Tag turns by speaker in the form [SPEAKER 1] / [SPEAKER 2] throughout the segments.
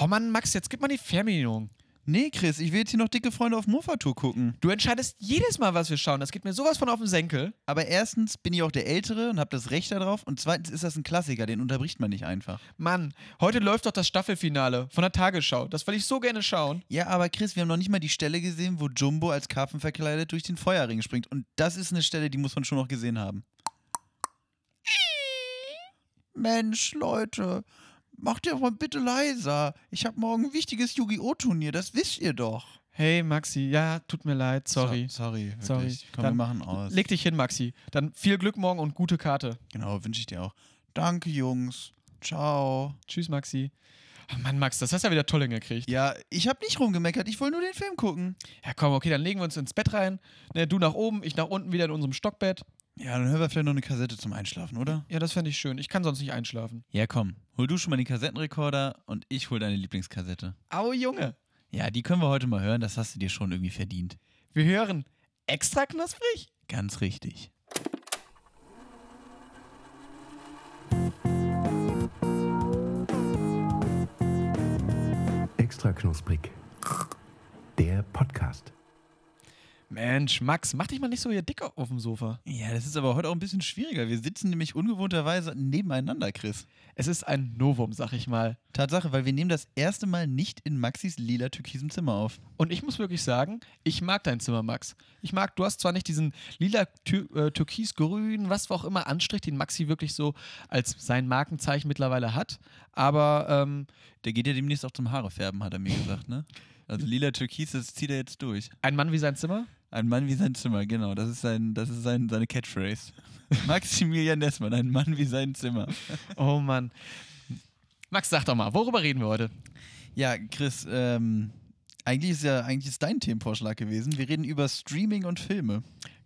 [SPEAKER 1] Oh Mann, Max, jetzt gib mal die Fernbedienung.
[SPEAKER 2] Nee, Chris, ich will jetzt hier noch dicke Freunde auf Mofa-Tour gucken.
[SPEAKER 1] Du entscheidest jedes Mal, was wir schauen. Das geht mir sowas von auf den Senkel.
[SPEAKER 2] Aber erstens bin ich auch der Ältere und habe das Recht darauf. Und zweitens ist das ein Klassiker, den unterbricht man nicht einfach.
[SPEAKER 1] Mann, heute läuft doch das Staffelfinale von der Tagesschau. Das will ich so gerne schauen.
[SPEAKER 2] Ja, aber Chris, wir haben noch nicht mal die Stelle gesehen, wo Jumbo als Karpfen verkleidet durch den Feuerring springt. Und das ist eine Stelle, die muss man schon noch gesehen haben. Mensch, Leute, macht ihr mal bitte leiser. Ich habe morgen ein wichtiges Yu-Gi-Oh! Turnier, das wisst ihr doch.
[SPEAKER 1] Hey, Maxi, ja, tut mir leid, sorry.
[SPEAKER 2] So, sorry, wirklich.
[SPEAKER 1] Sorry.
[SPEAKER 2] Komm,
[SPEAKER 1] Dann
[SPEAKER 2] wir machen aus.
[SPEAKER 1] Leg dich hin, Maxi. Dann viel Glück morgen und gute Karte.
[SPEAKER 2] Genau, wünsche ich dir auch. Danke, Jungs. Ciao.
[SPEAKER 1] Tschüss, Maxi. Oh Mann, Max, das hast du ja wieder toll hingekriegt.
[SPEAKER 2] Ja, ich habe nicht rumgemeckert, ich wollte nur den Film gucken.
[SPEAKER 1] Ja, komm, okay, dann legen wir uns ins Bett rein. Ne, du nach oben, ich nach unten wieder in unserem Stockbett.
[SPEAKER 2] Ja, dann hören wir vielleicht noch eine Kassette zum Einschlafen, oder?
[SPEAKER 1] Ja, das fände ich schön. Ich kann sonst nicht einschlafen.
[SPEAKER 2] Ja, komm. Hol du schon mal den Kassettenrekorder und ich hol deine Lieblingskassette.
[SPEAKER 1] Au, Junge.
[SPEAKER 2] Ja, die können wir heute mal hören, das hast du dir schon irgendwie verdient.
[SPEAKER 1] Wir hören extra knusprig.
[SPEAKER 2] Ganz richtig.
[SPEAKER 3] Extra knusprig. Der Podcast.
[SPEAKER 1] Mensch, Max, mach dich mal nicht so hier dick auf dem Sofa.
[SPEAKER 2] Ja, das ist aber heute auch ein bisschen schwieriger. Wir sitzen nämlich ungewohnterweise nebeneinander, Chris.
[SPEAKER 1] Es ist ein Novum, sag ich mal.
[SPEAKER 2] Tatsache, weil wir nehmen das erste Mal nicht in Maxis lila türkisem Zimmer auf.
[SPEAKER 1] Und ich muss wirklich sagen, ich mag dein Zimmer, Max. Ich mag, du hast zwar nicht diesen lila Tür, äh, türkisgrün, was auch immer Anstrich, den Maxi wirklich so als sein Markenzeichen mittlerweile hat, aber ähm,
[SPEAKER 2] Der geht ja demnächst auch zum Haare färben, hat er mir gesagt, ne? Also lila türkis, das zieht er jetzt durch.
[SPEAKER 1] ein Mann wie sein Zimmer?
[SPEAKER 2] Ein Mann wie sein Zimmer, genau. Das ist, sein, das ist sein, seine Catchphrase. Maximilian Dessmann, ein Mann wie sein Zimmer.
[SPEAKER 1] Oh Mann. Max, sag doch mal, worüber reden wir heute?
[SPEAKER 2] Ja, Chris, ähm, eigentlich ist ja eigentlich ist dein Themenvorschlag gewesen. Wir reden über Streaming und Filme.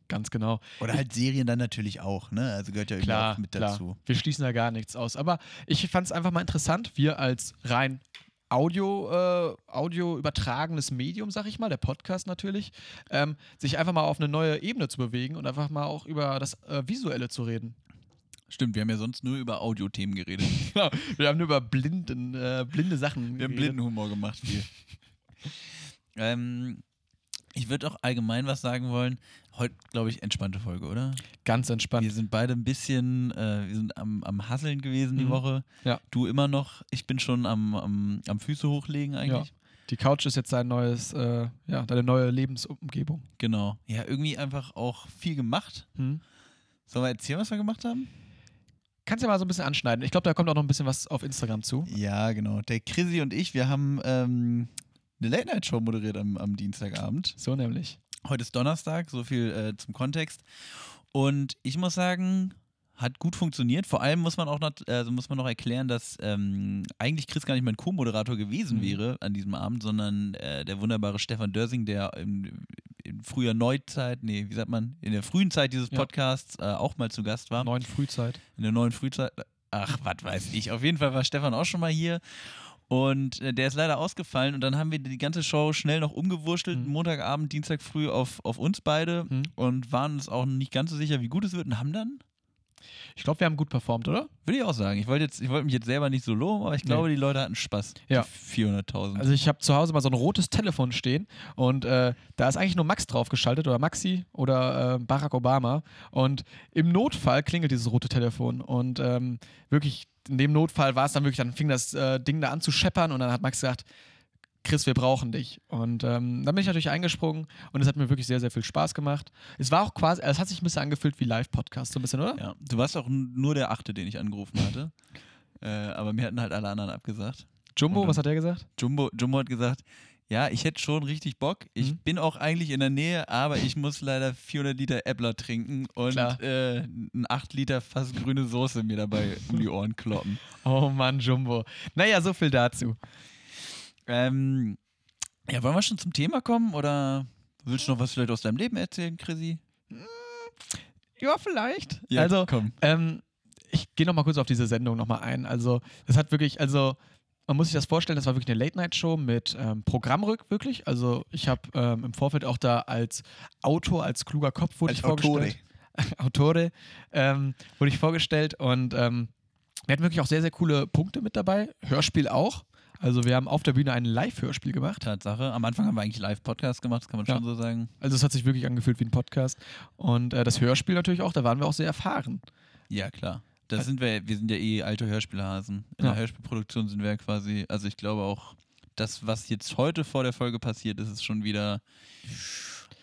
[SPEAKER 1] Ganz genau.
[SPEAKER 2] Oder halt Serien dann natürlich auch, ne? Also gehört ja irgendwie
[SPEAKER 1] Klar,
[SPEAKER 2] auch mit
[SPEAKER 1] klar.
[SPEAKER 2] dazu.
[SPEAKER 1] Wir schließen da gar nichts aus. Aber ich fand es einfach mal interessant, wir als rein Audio, äh, Audio übertragenes Medium, sag ich mal, der Podcast natürlich, ähm, sich einfach mal auf eine neue Ebene zu bewegen und einfach mal auch über das äh, Visuelle zu reden.
[SPEAKER 2] Stimmt, wir haben ja sonst nur über Audiothemen geredet.
[SPEAKER 1] Genau. Wir haben nur über blinden, äh, blinde Sachen
[SPEAKER 2] Wir haben
[SPEAKER 1] geredet.
[SPEAKER 2] Blindenhumor gemacht viel. ähm, ich würde auch allgemein was sagen wollen. Heute, glaube ich, entspannte Folge, oder?
[SPEAKER 1] Ganz entspannt.
[SPEAKER 2] Wir sind beide ein bisschen, äh, wir sind am, am Hasseln gewesen die
[SPEAKER 1] Mhm.
[SPEAKER 2] Woche.
[SPEAKER 1] Ja.
[SPEAKER 2] Du immer noch, ich bin schon am, am, am Füße hochlegen eigentlich.
[SPEAKER 1] Die Couch ist jetzt dein neues, äh, ja, deine neue Lebensumgebung.
[SPEAKER 2] Genau. Ja, irgendwie einfach auch viel gemacht.
[SPEAKER 1] Hm?
[SPEAKER 2] Sollen wir erzählen, was wir gemacht haben?
[SPEAKER 1] Kannst ja mal so ein bisschen anschneiden. Ich glaube, da kommt auch noch ein bisschen was auf Instagram zu.
[SPEAKER 2] Ja, genau. Der Chrissy und ich, wir haben ähm, eine Late-Night-Show moderiert am, am Dienstagabend.
[SPEAKER 1] So nämlich.
[SPEAKER 2] Heute ist Donnerstag, so viel äh, zum Kontext. Und ich muss sagen, hat gut funktioniert. Vor allem muss man auch noch, also muss man noch erklären, dass ähm, eigentlich Chris gar nicht mein Co-Moderator gewesen
[SPEAKER 1] Mhm.
[SPEAKER 2] wäre an diesem Abend, sondern äh, der wunderbare Stefan Dörsing, der im, in früher Neuzeit, nee, wie sagt man, in der frühen Zeit dieses
[SPEAKER 1] Ja.
[SPEAKER 2] Podcasts äh, auch mal zu Gast war.
[SPEAKER 1] Neuen Frühzeit.
[SPEAKER 2] in der neuen Frühzeit. Ach, was weiß ich. Auf jeden Fall war Stefan auch schon mal hier. Und äh, der ist leider ausgefallen. Und dann haben wir die ganze Show schnell noch umgewurschtelt.
[SPEAKER 1] Mhm.
[SPEAKER 2] Montagabend, Dienstag früh auf, auf uns beide.
[SPEAKER 1] Mhm.
[SPEAKER 2] Und waren uns auch nicht ganz so sicher, wie gut es wird. Und haben dann,
[SPEAKER 1] Ich glaube, wir haben gut performt, oder?
[SPEAKER 2] würde ich auch sagen, ich wollte jetzt- ich wollte mich jetzt selber nicht so loben, aber ich glaube, die Leute hatten Spaß.
[SPEAKER 1] Ja.
[SPEAKER 2] Die 400.000.
[SPEAKER 1] Also ich habe zu Hause mal so ein rotes Telefon stehen und äh, da ist eigentlich nur Max draufgeschaltet oder Maxi oder äh, Barack Obama und im Notfall klingelt dieses rote Telefon und ähm, wirklich in dem Notfall war es dann wirklich, dann fing das äh, Ding da an zu scheppern und dann hat Max gesagt, Chris, wir brauchen dich. Und ähm, dann bin ich natürlich eingesprungen und es hat mir wirklich sehr, sehr viel Spaß gemacht. Es war auch quasi, es hat sich ein bisschen angefühlt wie Live-Podcast, so ein bisschen, oder?
[SPEAKER 2] ja. Du warst auch n- nur der Achte, den ich angerufen hatte. äh, aber mir hatten halt alle anderen abgesagt.
[SPEAKER 1] Jumbo,
[SPEAKER 2] Und-
[SPEAKER 1] was hat er gesagt?
[SPEAKER 2] Jumbo, Jumbo hat gesagt, ja, ich hätte schon richtig Bock. Ich
[SPEAKER 1] Mhm.
[SPEAKER 2] bin auch eigentlich in der Nähe, aber ich muss leider 400 Liter Äppler trinken und
[SPEAKER 1] Klar.
[SPEAKER 2] äh, ein 8 Liter fast grüne Soße mir dabei um die Ohren kloppen.
[SPEAKER 1] Oh Mann, Jumbo. Naja, so viel dazu.
[SPEAKER 2] Ähm, ja, wollen wir schon zum Thema kommen oder willst du noch was vielleicht aus deinem Leben erzählen, Chrissy?
[SPEAKER 1] Ja, vielleicht. also,
[SPEAKER 2] komm.
[SPEAKER 1] Ähm, ich gehe nochmal kurz auf diese Sendung nochmal ein. Also, das hat wirklich, also, man muss sich das vorstellen, das war wirklich eine Late-Night-Show mit ähm, Programmrück, wirklich. Also, ich habe ähm, im Vorfeld auch da als Autor, als kluger Kopf wurde
[SPEAKER 2] Als
[SPEAKER 1] ich vorgestellt. Autore ähm, wurde ich vorgestellt und ähm, wir hatten wirklich auch sehr, sehr coole Punkte mit dabei. Hörspiel auch. Also wir haben auf der Bühne ein Live-Hörspiel gemacht.
[SPEAKER 2] Tatsache. Am Anfang haben wir eigentlich Live-Podcast gemacht, das kann man
[SPEAKER 1] Ja.
[SPEAKER 2] schon so sagen.
[SPEAKER 1] Also es hat sich wirklich angefühlt wie ein Podcast. Und äh, das Hörspiel natürlich auch, da waren wir auch sehr erfahren.
[SPEAKER 2] Ja, klar. Da sind wir, wir sind ja eh alte Hörspielhasen. In
[SPEAKER 1] Ja.
[SPEAKER 2] der Hörspielproduktion sind wir ja quasi, also ich glaube auch, das, was jetzt heute vor der Folge passiert ist, ist schon wieder.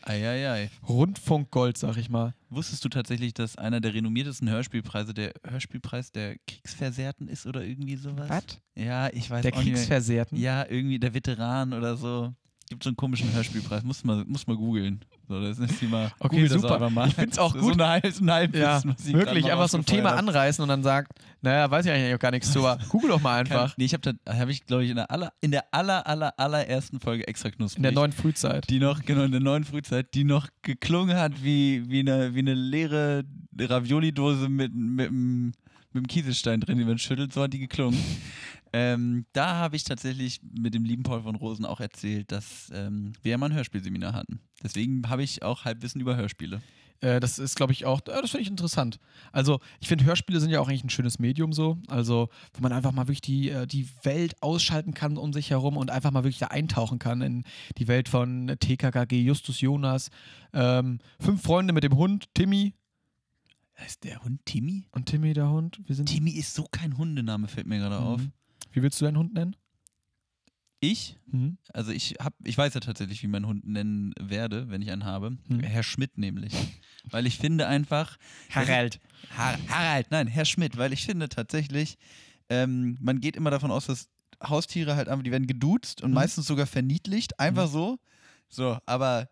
[SPEAKER 2] Eieiei.
[SPEAKER 1] Rundfunk Gold, sag ich mal.
[SPEAKER 2] Wusstest du tatsächlich, dass einer der renommiertesten Hörspielpreise der Hörspielpreis der Kriegsversehrten ist oder irgendwie sowas? Ja, ich weiß
[SPEAKER 1] Der
[SPEAKER 2] auch nicht. Mehr.
[SPEAKER 1] Kriegsversehrten.
[SPEAKER 2] Also Ja, irgendwie der Veteran oder so. Gibt so einen komischen Hörspielpreis. Muss man, muss man googeln. So, das ist nicht mal.
[SPEAKER 1] Okay,
[SPEAKER 2] Google das
[SPEAKER 1] super.
[SPEAKER 2] einfach mal.
[SPEAKER 1] Ich find's auch
[SPEAKER 2] So
[SPEAKER 1] gut.
[SPEAKER 2] ein halbes, ein halbes,
[SPEAKER 1] Ja,
[SPEAKER 2] was ich grad
[SPEAKER 1] wirklich,
[SPEAKER 2] mal
[SPEAKER 1] einfach so ein Thema
[SPEAKER 2] rausgefeuert hab.
[SPEAKER 1] anreißen und dann sagt, naja, weiß ich eigentlich auch gar nichts zu, aber google doch mal
[SPEAKER 2] Kann-
[SPEAKER 1] einfach.
[SPEAKER 2] Nee, ich habe da, habe ich, glaube ich, in der aller, in der aller, aller, allerersten Folge extra knusprig.
[SPEAKER 1] In der neuen Frühzeit.
[SPEAKER 2] die noch, genau, in der neuen Frühzeit, die noch geklungen hat wie, wie, eine, wie eine leere Ravioli-Dose mit, mit, dem- mit dem Kieselstein drin, die man schüttelt, so hat die geklungen. ähm, da habe ich tatsächlich mit dem lieben Paul von Rosen auch erzählt, dass ähm, wir ja mal ein Hörspielseminar hatten. Deswegen habe ich auch Halbwissen über Hörspiele.
[SPEAKER 1] Äh, das ist, glaube ich, auch, äh, das finde ich interessant. Also, ich finde, Hörspiele sind ja auch eigentlich ein schönes Medium so. Also, wo man einfach mal wirklich die, äh, die Welt ausschalten kann um sich herum und einfach mal wirklich da eintauchen kann in die Welt von TKKG, Justus Jonas, ähm, Fünf Freunde mit dem Hund, Timmy
[SPEAKER 2] Heißt der Hund Timmy?
[SPEAKER 1] und Timmy der Hund. Wir sind.
[SPEAKER 2] Timmy ist so kein Hundename, fällt mir gerade
[SPEAKER 1] Mhm.
[SPEAKER 2] auf.
[SPEAKER 1] Wie willst du deinen Hund nennen?
[SPEAKER 2] Ich
[SPEAKER 1] Mhm.
[SPEAKER 2] Also ich hab, ich weiß ja tatsächlich, wie man Hund nennen werde, wenn ich einen habe.
[SPEAKER 1] Hm.
[SPEAKER 2] Herr Schmidt nämlich. Weil ich finde einfach. Har Harald, nein, Herr Schmidt, weil ich finde tatsächlich, ähm, man geht immer davon aus, dass Haustiere halt einfach, die werden geduzt und
[SPEAKER 1] Mhm.
[SPEAKER 2] meistens sogar verniedlicht, einfach
[SPEAKER 1] Hm.
[SPEAKER 2] so. So, aber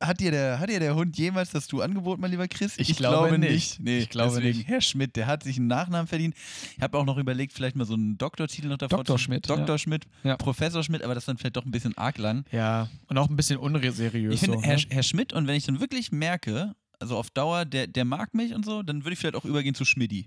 [SPEAKER 2] hat dir, der, hat dir der Hund jemals das Du angeboten, mein lieber Chris?
[SPEAKER 1] Ich glaube nicht.
[SPEAKER 2] Nee,
[SPEAKER 1] Ich glaube
[SPEAKER 2] deswegen,
[SPEAKER 1] nicht.
[SPEAKER 2] Herr Schmidt, der hat sich einen Nachnamen verdient. Ich habe auch noch überlegt, vielleicht mal so einen Doktortitel noch davor.
[SPEAKER 1] Dr.
[SPEAKER 2] zu-
[SPEAKER 1] Schmidt,
[SPEAKER 2] Dr. Schmidt,
[SPEAKER 1] Ja.
[SPEAKER 2] Professor Schmidt, aber das ist dann vielleicht doch ein bisschen arg lang.
[SPEAKER 1] Ja, und auch ein bisschen unseriös.
[SPEAKER 2] Ich finde,
[SPEAKER 1] so,
[SPEAKER 2] Herr,
[SPEAKER 1] ne?
[SPEAKER 2] Herr Schmidt, und wenn ich dann wirklich merke, also auf Dauer, der, der mag mich und so, dann würde ich vielleicht auch übergehen zu Schmidti.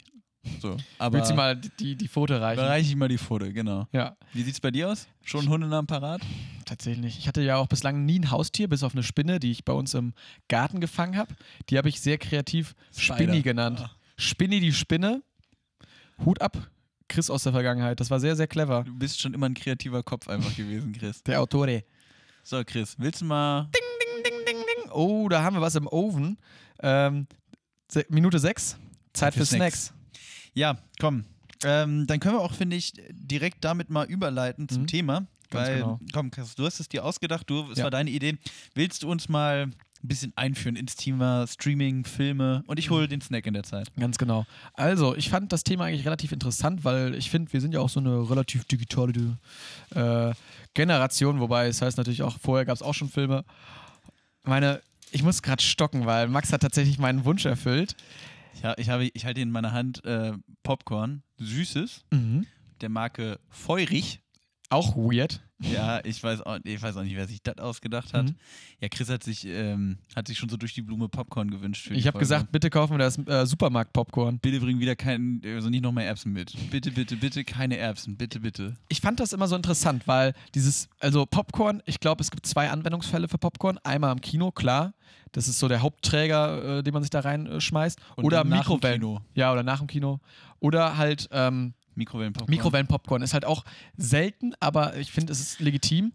[SPEAKER 2] So, aber
[SPEAKER 1] Willst du mal die, die, die Pfote reichen?
[SPEAKER 2] bereiche ich mal die Pfote, genau.
[SPEAKER 1] Ja,
[SPEAKER 2] Wie sieht's bei dir aus? Schon Hundenamen parat?
[SPEAKER 1] tatsächlich. Ich hatte ja auch bislang nie ein Haustier, bis auf eine Spinne, die ich bei uns im Garten gefangen habe. Die habe ich sehr kreativ
[SPEAKER 2] Spider.
[SPEAKER 1] Spinni genannt.
[SPEAKER 2] Ah.
[SPEAKER 1] Spinni die Spinne. Hut ab, Chris aus der Vergangenheit. Das war sehr, sehr clever.
[SPEAKER 2] Du bist schon immer ein kreativer Kopf einfach gewesen, Chris.
[SPEAKER 1] Der Autore.
[SPEAKER 2] So, Chris, willst du mal.
[SPEAKER 1] Oh, da haben wir was im Ofen. Ähm, se Minute 6, Zeit
[SPEAKER 2] für
[SPEAKER 1] für Snacks.
[SPEAKER 2] Ja, komm. Ähm, dann können wir auch, finde ich, direkt damit mal überleiten zum
[SPEAKER 1] Mhm.
[SPEAKER 2] Thema.
[SPEAKER 1] Ganz
[SPEAKER 2] weil,
[SPEAKER 1] genau.
[SPEAKER 2] komm, Chris, du hast es dir ausgedacht, du, es
[SPEAKER 1] Ja.
[SPEAKER 2] war deine Idee. Willst du uns mal ein bisschen einführen ins Thema Streaming, Filme? Und ich hole den Snack in der Zeit.
[SPEAKER 1] Ganz genau. Also, ich fand das Thema eigentlich relativ interessant, weil ich finde, wir sind ja auch so eine relativ digitale äh, Generation, wobei es heißt natürlich auch, vorher gab es auch schon Filme. Meine, ich muss gerade stocken, weil Max hat tatsächlich meinen Wunsch erfüllt.
[SPEAKER 2] Ich, ha- ich, habe, ich halte in meiner Hand äh, Popcorn, süßes, der Marke Feurig.
[SPEAKER 1] Auch weird.
[SPEAKER 2] Ja, ich weiß, auch, ich weiß auch nicht, wer sich das ausgedacht hat.
[SPEAKER 1] Mhm.
[SPEAKER 2] Ja, Chris hat sich, ähm, hat sich schon so durch die Blume Popcorn gewünscht. Für die
[SPEAKER 1] Ich habe
[SPEAKER 2] Folge.
[SPEAKER 1] gesagt, bitte kaufen wir das äh, Supermarkt-Popcorn.
[SPEAKER 2] bitte bring wieder keinen, also nicht noch mehr Erbsen mit. Bitte, bitte, bitte keine Erbsen, bitte, bitte.
[SPEAKER 1] ich fand das immer so interessant, weil dieses, also Popcorn, ich glaube, es gibt zwei Anwendungsfälle für Popcorn. Einmal im Kino, klar. Das ist so der Hauptträger, äh, den man sich da reinschmeißt.
[SPEAKER 2] Und
[SPEAKER 1] oder
[SPEAKER 2] dann nach dem
[SPEAKER 1] Mikrowellen.
[SPEAKER 2] Kino.
[SPEAKER 1] Ja, oder nach dem Kino. Oder halt ähm,
[SPEAKER 2] Mikrowellenpopcorn.
[SPEAKER 1] Mikrowellenpopcorn. Ist halt auch selten, aber ich finde, es ist legitim.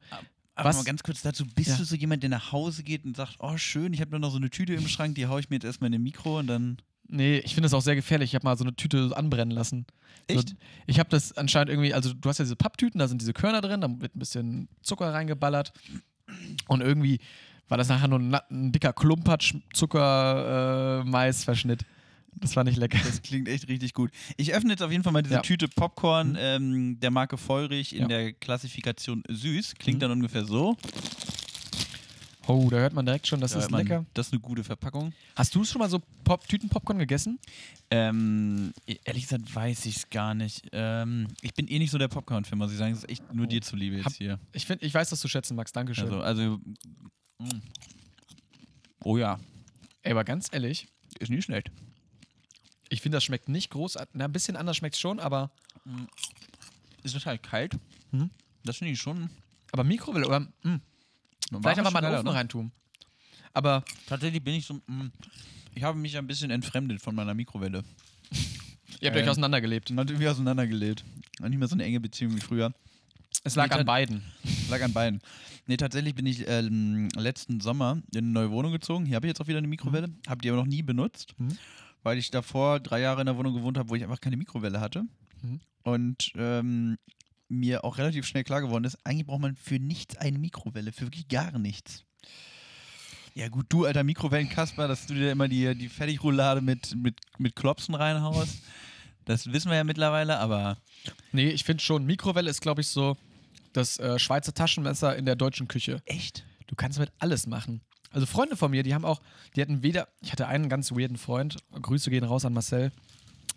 [SPEAKER 2] Aber
[SPEAKER 1] Was-
[SPEAKER 2] mal ganz kurz dazu, bist
[SPEAKER 1] Ja.
[SPEAKER 2] du so jemand, der nach Hause geht und sagt, oh schön, ich habe nur noch so eine Tüte im Schrank, die haue ich mir jetzt erstmal in den Mikro und dann...
[SPEAKER 1] Nee, ich finde es auch sehr gefährlich. Ich habe mal so eine Tüte anbrennen lassen.
[SPEAKER 2] Echt?
[SPEAKER 1] So, ich habe das anscheinend irgendwie, also du hast ja diese Papptüten, da sind diese Körner drin, da wird ein bisschen Zucker reingeballert. Und irgendwie war das nachher nur ein, na- ein dicker Klumpatsch Zucker äh, Maisverschnitt. Das war nicht lecker.
[SPEAKER 2] Das klingt echt richtig gut. Ich öffne jetzt auf jeden Fall mal diese
[SPEAKER 1] Ja.
[SPEAKER 2] Tüte Popcorn ähm, der Marke Feurig in
[SPEAKER 1] Ja.
[SPEAKER 2] der Klassifikation süß. Klingt
[SPEAKER 1] Mhm.
[SPEAKER 2] dann ungefähr so.
[SPEAKER 1] Oh, da hört man direkt schon, das
[SPEAKER 2] Da
[SPEAKER 1] ist
[SPEAKER 2] hört man,
[SPEAKER 1] lecker.
[SPEAKER 2] Das ist eine gute Verpackung.
[SPEAKER 1] Hast du schon mal so Pop Tütenpopcorn gegessen?
[SPEAKER 2] Ähm, ehrlich gesagt weiß ich es gar nicht. Ähm, ich bin eh nicht so der Popcorn-Fan, muss ich sagen. Das ist echt nur dir zuliebe jetzt
[SPEAKER 1] Hab-
[SPEAKER 2] hier.
[SPEAKER 1] Ich, find, ich weiß, dass du schätzen magst. Dankeschön.
[SPEAKER 2] Also, also mm. Oh ja,
[SPEAKER 1] Ey, aber ganz ehrlich,
[SPEAKER 2] ist nie schlecht.
[SPEAKER 1] ich finde, das schmeckt nicht groß. Na, ein bisschen anders schmeckt es schon, aber,
[SPEAKER 2] Ist total kalt.
[SPEAKER 1] Mhm.
[SPEAKER 2] Das finde ich schon.
[SPEAKER 1] aber Mikrowelle oder mh, vielleicht einfach mal einen Ofen reintun. Aber
[SPEAKER 2] ne? Tatsächlich bin ich so. mm, Ich habe mich ein bisschen entfremdet von meiner Mikrowelle.
[SPEAKER 1] ihr habt euch
[SPEAKER 2] Ähm,
[SPEAKER 1] auseinandergelebt.
[SPEAKER 2] Man hat irgendwie auseinandergelebt. War Nicht mehr so eine enge Beziehung wie früher.
[SPEAKER 1] Es lag
[SPEAKER 2] Nee,
[SPEAKER 1] an
[SPEAKER 2] tat-
[SPEAKER 1] beiden.
[SPEAKER 2] Lag an beiden. Nee, tatsächlich bin ich ähm, letzten Sommer in eine neue Wohnung gezogen. Hier habe ich jetzt auch wieder eine Mikrowelle. Habe die aber noch nie benutzt,
[SPEAKER 1] Mhm.
[SPEAKER 2] weil ich davor drei Jahre in einer Wohnung gewohnt habe, wo ich einfach keine Mikrowelle hatte.
[SPEAKER 1] Mhm.
[SPEAKER 2] Und ähm, mir auch relativ schnell klar geworden ist, eigentlich braucht man für nichts eine Mikrowelle, für wirklich gar nichts. Ja gut, du alter Mikrowellenkasper, dass du dir immer die, die Fertigroulade mit, mit, mit Klopsen reinhaust, das wissen wir ja mittlerweile, aber
[SPEAKER 1] Nee, ich finde schon, Mikrowelle ist, glaube ich, so das äh, Schweizer Taschenmesser in der deutschen Küche.
[SPEAKER 2] echt?
[SPEAKER 1] Du kannst mit alles machen. Also Freunde von mir, die haben auch, die hatten weder, ich hatte einen ganz weirden Freund, Grüße gehen raus an Marcel,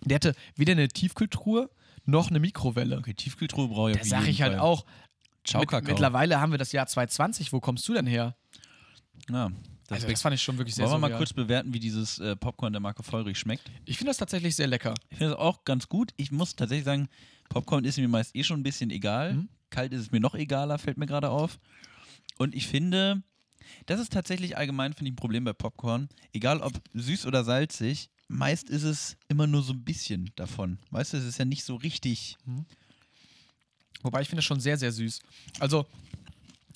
[SPEAKER 1] der hatte weder eine Tiefkühltruhe noch eine Mikrowelle.
[SPEAKER 2] Okay, Tiefkühltruhe brauche ich
[SPEAKER 1] Da
[SPEAKER 2] auf
[SPEAKER 1] sage
[SPEAKER 2] jeden
[SPEAKER 1] ich halt
[SPEAKER 2] Fall.
[SPEAKER 1] auch,
[SPEAKER 2] Ciao,
[SPEAKER 1] mit,
[SPEAKER 2] Kakao.
[SPEAKER 1] mittlerweile haben wir das Jahr 2020, wo kommst du denn her?
[SPEAKER 2] Ja, das
[SPEAKER 1] Also das fand ich schon wirklich sehr
[SPEAKER 2] Wollen wir mal
[SPEAKER 1] surreal.
[SPEAKER 2] kurz bewerten, wie dieses äh, Popcorn der Marke Feurich schmeckt?
[SPEAKER 1] Ich finde das tatsächlich sehr lecker.
[SPEAKER 2] Ich finde es auch ganz gut. Ich muss tatsächlich sagen, Popcorn ist mir meist eh schon ein bisschen egal.
[SPEAKER 1] Mhm.
[SPEAKER 2] Kalt ist es mir noch egaler, fällt mir gerade auf. Und ich finde, das ist tatsächlich allgemein, finde ich, ein Problem bei Popcorn. Egal ob süß oder salzig, meist ist es immer nur so ein bisschen davon. Weißt du, es ist ja nicht so richtig.
[SPEAKER 1] Mhm. Wobei ich finde das schon sehr, sehr süß. Also,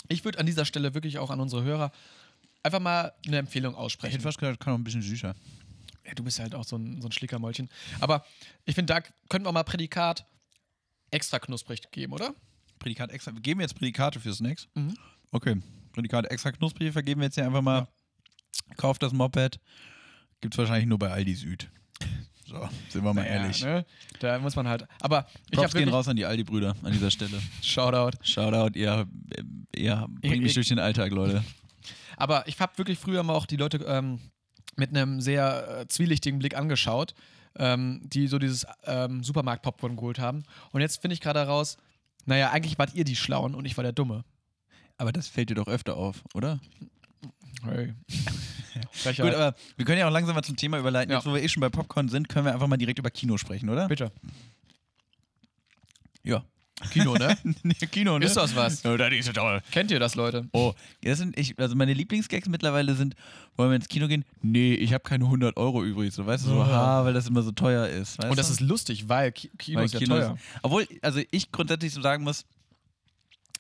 [SPEAKER 1] ich würde an dieser Stelle wirklich auch an unsere Hörer einfach mal eine Empfehlung
[SPEAKER 2] Ich
[SPEAKER 1] aussprechen.
[SPEAKER 2] hätte fast gedacht, kann auch ein bisschen süßer.
[SPEAKER 1] Ja, du bist halt auch so ein, so ein Schlickermäulchen. Aber ich finde, da könnten wir auch mal Prädikat extra knusprig geben, oder?
[SPEAKER 2] Prädikat extra. Wir geben jetzt Prädikate für Snacks.
[SPEAKER 1] Mhm.
[SPEAKER 2] Okay. Prädikat extra knusprig vergeben wir jetzt hier einfach mal. Kauft das Moped. Gibt's wahrscheinlich nur bei Aldi Süd. So, sind wir mal ehrlich.
[SPEAKER 1] Ja, ne? Da muss man halt. Aber ich
[SPEAKER 2] Props
[SPEAKER 1] habe
[SPEAKER 2] gehen
[SPEAKER 1] wirklich
[SPEAKER 2] raus an die Aldi-Brüder an dieser Stelle.
[SPEAKER 1] Shoutout.
[SPEAKER 2] Shoutout, ihr, ihr
[SPEAKER 1] Ich-
[SPEAKER 2] bringt mich
[SPEAKER 1] ich-
[SPEAKER 2] durch den Alltag, Leute.
[SPEAKER 1] Aber ich habe wirklich früher mal auch die Leute ähm, mit einem sehr äh, zwielichtigen Blick angeschaut, ähm, die so dieses ähm, Supermarkt-Popcorn geholt haben. Und jetzt finde ich gerade heraus, naja, eigentlich wart ihr die Schlauen und ich war der Dumme.
[SPEAKER 2] Aber das fällt dir doch öfter auf, oder?
[SPEAKER 1] Hey. Frechheit.
[SPEAKER 2] Gut, aber wir können ja auch langsam mal zum Thema überleiten.
[SPEAKER 1] Ja.
[SPEAKER 2] Jetzt, wo wir eh schon bei Popcorn sind, können wir einfach mal direkt über Kino sprechen, oder?
[SPEAKER 1] Bitte.
[SPEAKER 2] Ja.
[SPEAKER 1] Kino, ne?
[SPEAKER 2] Kino,
[SPEAKER 1] Ist das was?
[SPEAKER 2] Ja, das ist toll.
[SPEAKER 1] Kennt ihr das, Leute?
[SPEAKER 2] Oh, das sind ich, also meine Lieblingsgags mittlerweile sind, wollen wir ins Kino gehen? Nee, ich habe keine 100 Euro übrig, so weißt du, so,
[SPEAKER 1] Ja.
[SPEAKER 2] ha, weil das immer so teuer ist. Weißt
[SPEAKER 1] Und das
[SPEAKER 2] du?
[SPEAKER 1] ist lustig, weil Ki- Kino
[SPEAKER 2] Weil
[SPEAKER 1] ist ja
[SPEAKER 2] Kino
[SPEAKER 1] teuer.
[SPEAKER 2] ist- Obwohl, also ich grundsätzlich so sagen muss,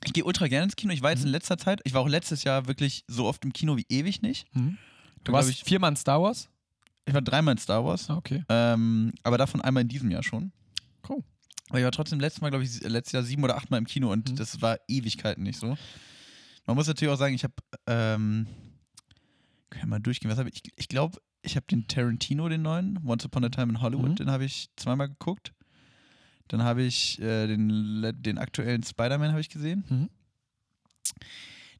[SPEAKER 2] ich gehe ultra gerne ins Kino. Ich war jetzt
[SPEAKER 1] Mhm.
[SPEAKER 2] in letzter Zeit, ich war auch letztes Jahr wirklich so oft im Kino wie ewig nicht.
[SPEAKER 1] Du
[SPEAKER 2] Glaub
[SPEAKER 1] Hm? warst
[SPEAKER 2] ich,
[SPEAKER 1] viermal in Star Wars?
[SPEAKER 2] ich war dreimal in Star Wars,
[SPEAKER 1] Ah, okay.
[SPEAKER 2] ähm, aber davon einmal in diesem Jahr schon.
[SPEAKER 1] Cool.
[SPEAKER 2] Aber ich war trotzdem letztes Mal, glaube ich, letztes Jahr sieben oder achtmal im Kino und
[SPEAKER 1] Mhm.
[SPEAKER 2] das war Ewigkeiten nicht so. Man muss natürlich auch sagen, ich habe, ähm, können wir mal durchgehen, was habe ich, ich glaube, ich habe den Tarantino, den neuen, Once Upon a Time in Hollywood,
[SPEAKER 1] Mhm.
[SPEAKER 2] den habe ich zweimal geguckt. Dann habe ich äh, den, le- den aktuellen Spider-Man habe ich gesehen.
[SPEAKER 1] Mhm.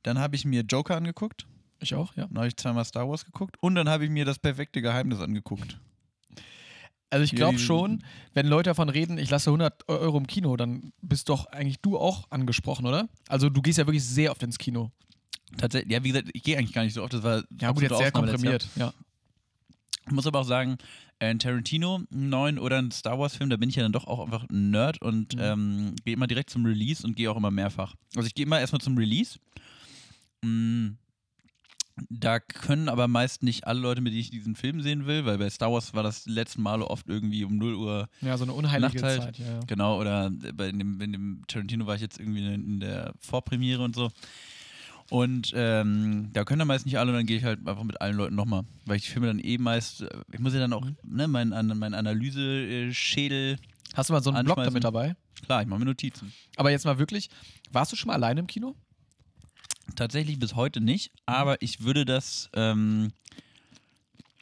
[SPEAKER 2] Dann habe ich mir Joker angeguckt.
[SPEAKER 1] Ich auch, ja.
[SPEAKER 2] Dann habe ich zweimal Star Wars geguckt. Und dann habe ich mir das perfekte Geheimnis angeguckt.
[SPEAKER 1] Also ich
[SPEAKER 2] Ja,
[SPEAKER 1] glaube
[SPEAKER 2] die-
[SPEAKER 1] schon, wenn Leute davon reden, ich lasse 100 Euro im Kino, dann bist doch eigentlich du auch angesprochen, oder? Also du gehst ja wirklich sehr oft ins Kino.
[SPEAKER 2] Tatsächlich, ja, wie gesagt, ich gehe eigentlich gar nicht so oft. Das war
[SPEAKER 1] Ja gut, jetzt
[SPEAKER 2] absolute
[SPEAKER 1] sehr
[SPEAKER 2] Ausnahme letztes Jahr.
[SPEAKER 1] komprimiert. Ja.
[SPEAKER 2] Ich muss aber auch sagen, äh, ein Tarantino, einen neuen oder ein Star Wars-Film, da bin ich ja dann doch auch einfach ein Nerd und
[SPEAKER 1] Mhm.
[SPEAKER 2] ähm, gehe immer direkt zum Release und gehe auch immer mehrfach. Also ich gehe immer erstmal zum Release. Mm, Da können aber meist nicht alle Leute, mit denen ich diesen Film sehen will, weil bei Star Wars war das die letzten Male oft irgendwie um 0 Uhr
[SPEAKER 1] ja, so eine unheilige
[SPEAKER 2] Nacht halt.
[SPEAKER 1] Zeit. Ja, ja.
[SPEAKER 2] Genau, oder bei dem, in dem Tarantino war ich jetzt irgendwie in der Vorpremiere und so. Und ähm, da können dann meist nicht alle und dann gehe ich halt einfach mit allen Leuten nochmal. Weil ich filme dann eh meist, äh, ich muss ja dann
[SPEAKER 1] Mhm.
[SPEAKER 2] auch, ne, mein, an- mein Analyse-Schädel,
[SPEAKER 1] Hast du mal so einen Blog
[SPEAKER 2] Anschmeißen.
[SPEAKER 1] damit dabei?
[SPEAKER 2] klar, ich mache mir Notizen.
[SPEAKER 1] Aber jetzt mal wirklich, warst du schon mal alleine im Kino?
[SPEAKER 2] Tatsächlich bis heute nicht,
[SPEAKER 1] Mhm.
[SPEAKER 2] aber ich würde das, ähm,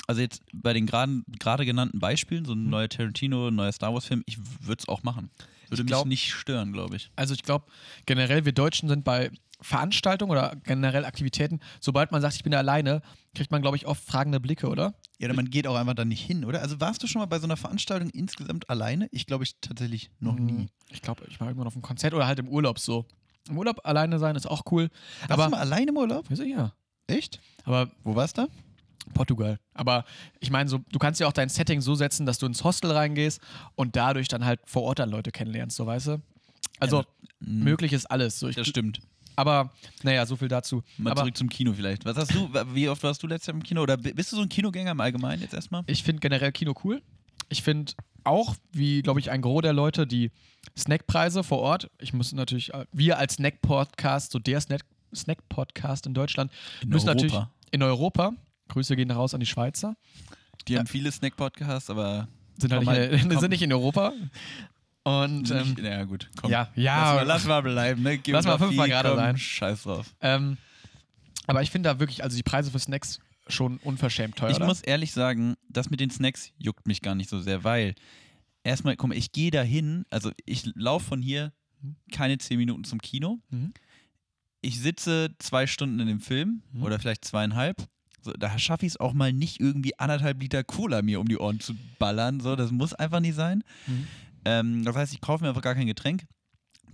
[SPEAKER 2] also jetzt bei den gerade gerade genannten Beispielen, so ein
[SPEAKER 1] Mhm.
[SPEAKER 2] neuer Tarantino, ein neuer Star Wars-Film, ich würde es auch machen. Würde
[SPEAKER 1] glaub-
[SPEAKER 2] mich nicht stören, glaube ich.
[SPEAKER 1] Also ich glaube, generell wir Deutschen sind bei Veranstaltungen oder generell Aktivitäten, sobald man sagt, ich bin alleine, kriegt man, glaube ich, oft fragende Blicke, oder?
[SPEAKER 2] Ja, oder man geht auch einfach da nicht hin, oder? Also warst du schon mal bei so einer Veranstaltung insgesamt alleine? Ich glaube, ich tatsächlich noch nie.
[SPEAKER 1] Mhm. Ich glaube, ich war irgendwann auf einem Konzert oder halt im Urlaub so. Im Urlaub alleine sein ist auch cool. aber
[SPEAKER 2] mal alleine im Urlaub?
[SPEAKER 1] Ja, sicher.
[SPEAKER 2] Echt?
[SPEAKER 1] Aber
[SPEAKER 2] Wo warst du?
[SPEAKER 1] Portugal. Aber ich meine, so, du kannst ja auch dein Setting so setzen, dass du ins Hostel reingehst und dadurch dann halt vor Ort dann Leute kennenlernst, so weißt du? Also
[SPEAKER 2] Ja,
[SPEAKER 1] möglich ist alles. So, ich,
[SPEAKER 2] Das stimmt.
[SPEAKER 1] aber naja, so viel dazu.
[SPEAKER 2] Mal
[SPEAKER 1] aber
[SPEAKER 2] zurück zum Kino vielleicht. Was hast du, wie oft warst du letztes Jahr im Kino? Oder bi- bist du so ein Kinogänger im Allgemeinen jetzt erstmal?
[SPEAKER 1] ich finde generell Kino cool. Ich finde auch, wie glaube ich, ein Gros der Leute, die Snackpreise vor Ort. Ich muss natürlich, äh, wir als Snack-Podcast, so der Snack- Snack-Podcast in Deutschland,
[SPEAKER 2] In
[SPEAKER 1] müssen
[SPEAKER 2] Europa.
[SPEAKER 1] natürlich in Europa, Grüße gehen raus an die Schweizer,
[SPEAKER 2] Die haben viele Snack-Podcasts, aber
[SPEAKER 1] sind, halt
[SPEAKER 2] Komm mal,
[SPEAKER 1] nicht, in,
[SPEAKER 2] komm.
[SPEAKER 1] sind nicht in Europa. Und ähm,
[SPEAKER 2] nicht, naja, gut, komm.
[SPEAKER 1] ja,
[SPEAKER 2] Lass, mal,
[SPEAKER 1] ja,
[SPEAKER 2] lass mal bleiben, ne?
[SPEAKER 1] Lass mal
[SPEAKER 2] Geografie,
[SPEAKER 1] fünfmal gerade
[SPEAKER 2] komm,
[SPEAKER 1] sein.
[SPEAKER 2] Scheiß drauf.
[SPEAKER 1] ähm, aber ich finde da wirklich, also die Preise für Snacks schon unverschämt teuer.
[SPEAKER 2] Ich
[SPEAKER 1] oder?
[SPEAKER 2] muss ehrlich sagen, das mit den Snacks juckt mich gar nicht so sehr, weil erstmal, komm, ich gehe da hin, also ich laufe von hier keine 10 Minuten zum Kino.
[SPEAKER 1] Mhm.
[SPEAKER 2] Ich sitze zwei Stunden in dem Film
[SPEAKER 1] Mhm.
[SPEAKER 2] oder vielleicht zweieinhalb. So, da schaffe ich es auch mal nicht, irgendwie anderthalb Liter Cola mir um die Ohren zu ballern. So, das muss einfach nicht sein.
[SPEAKER 1] Mhm.
[SPEAKER 2] Ähm, das heißt, ich kaufe mir einfach gar kein Getränk.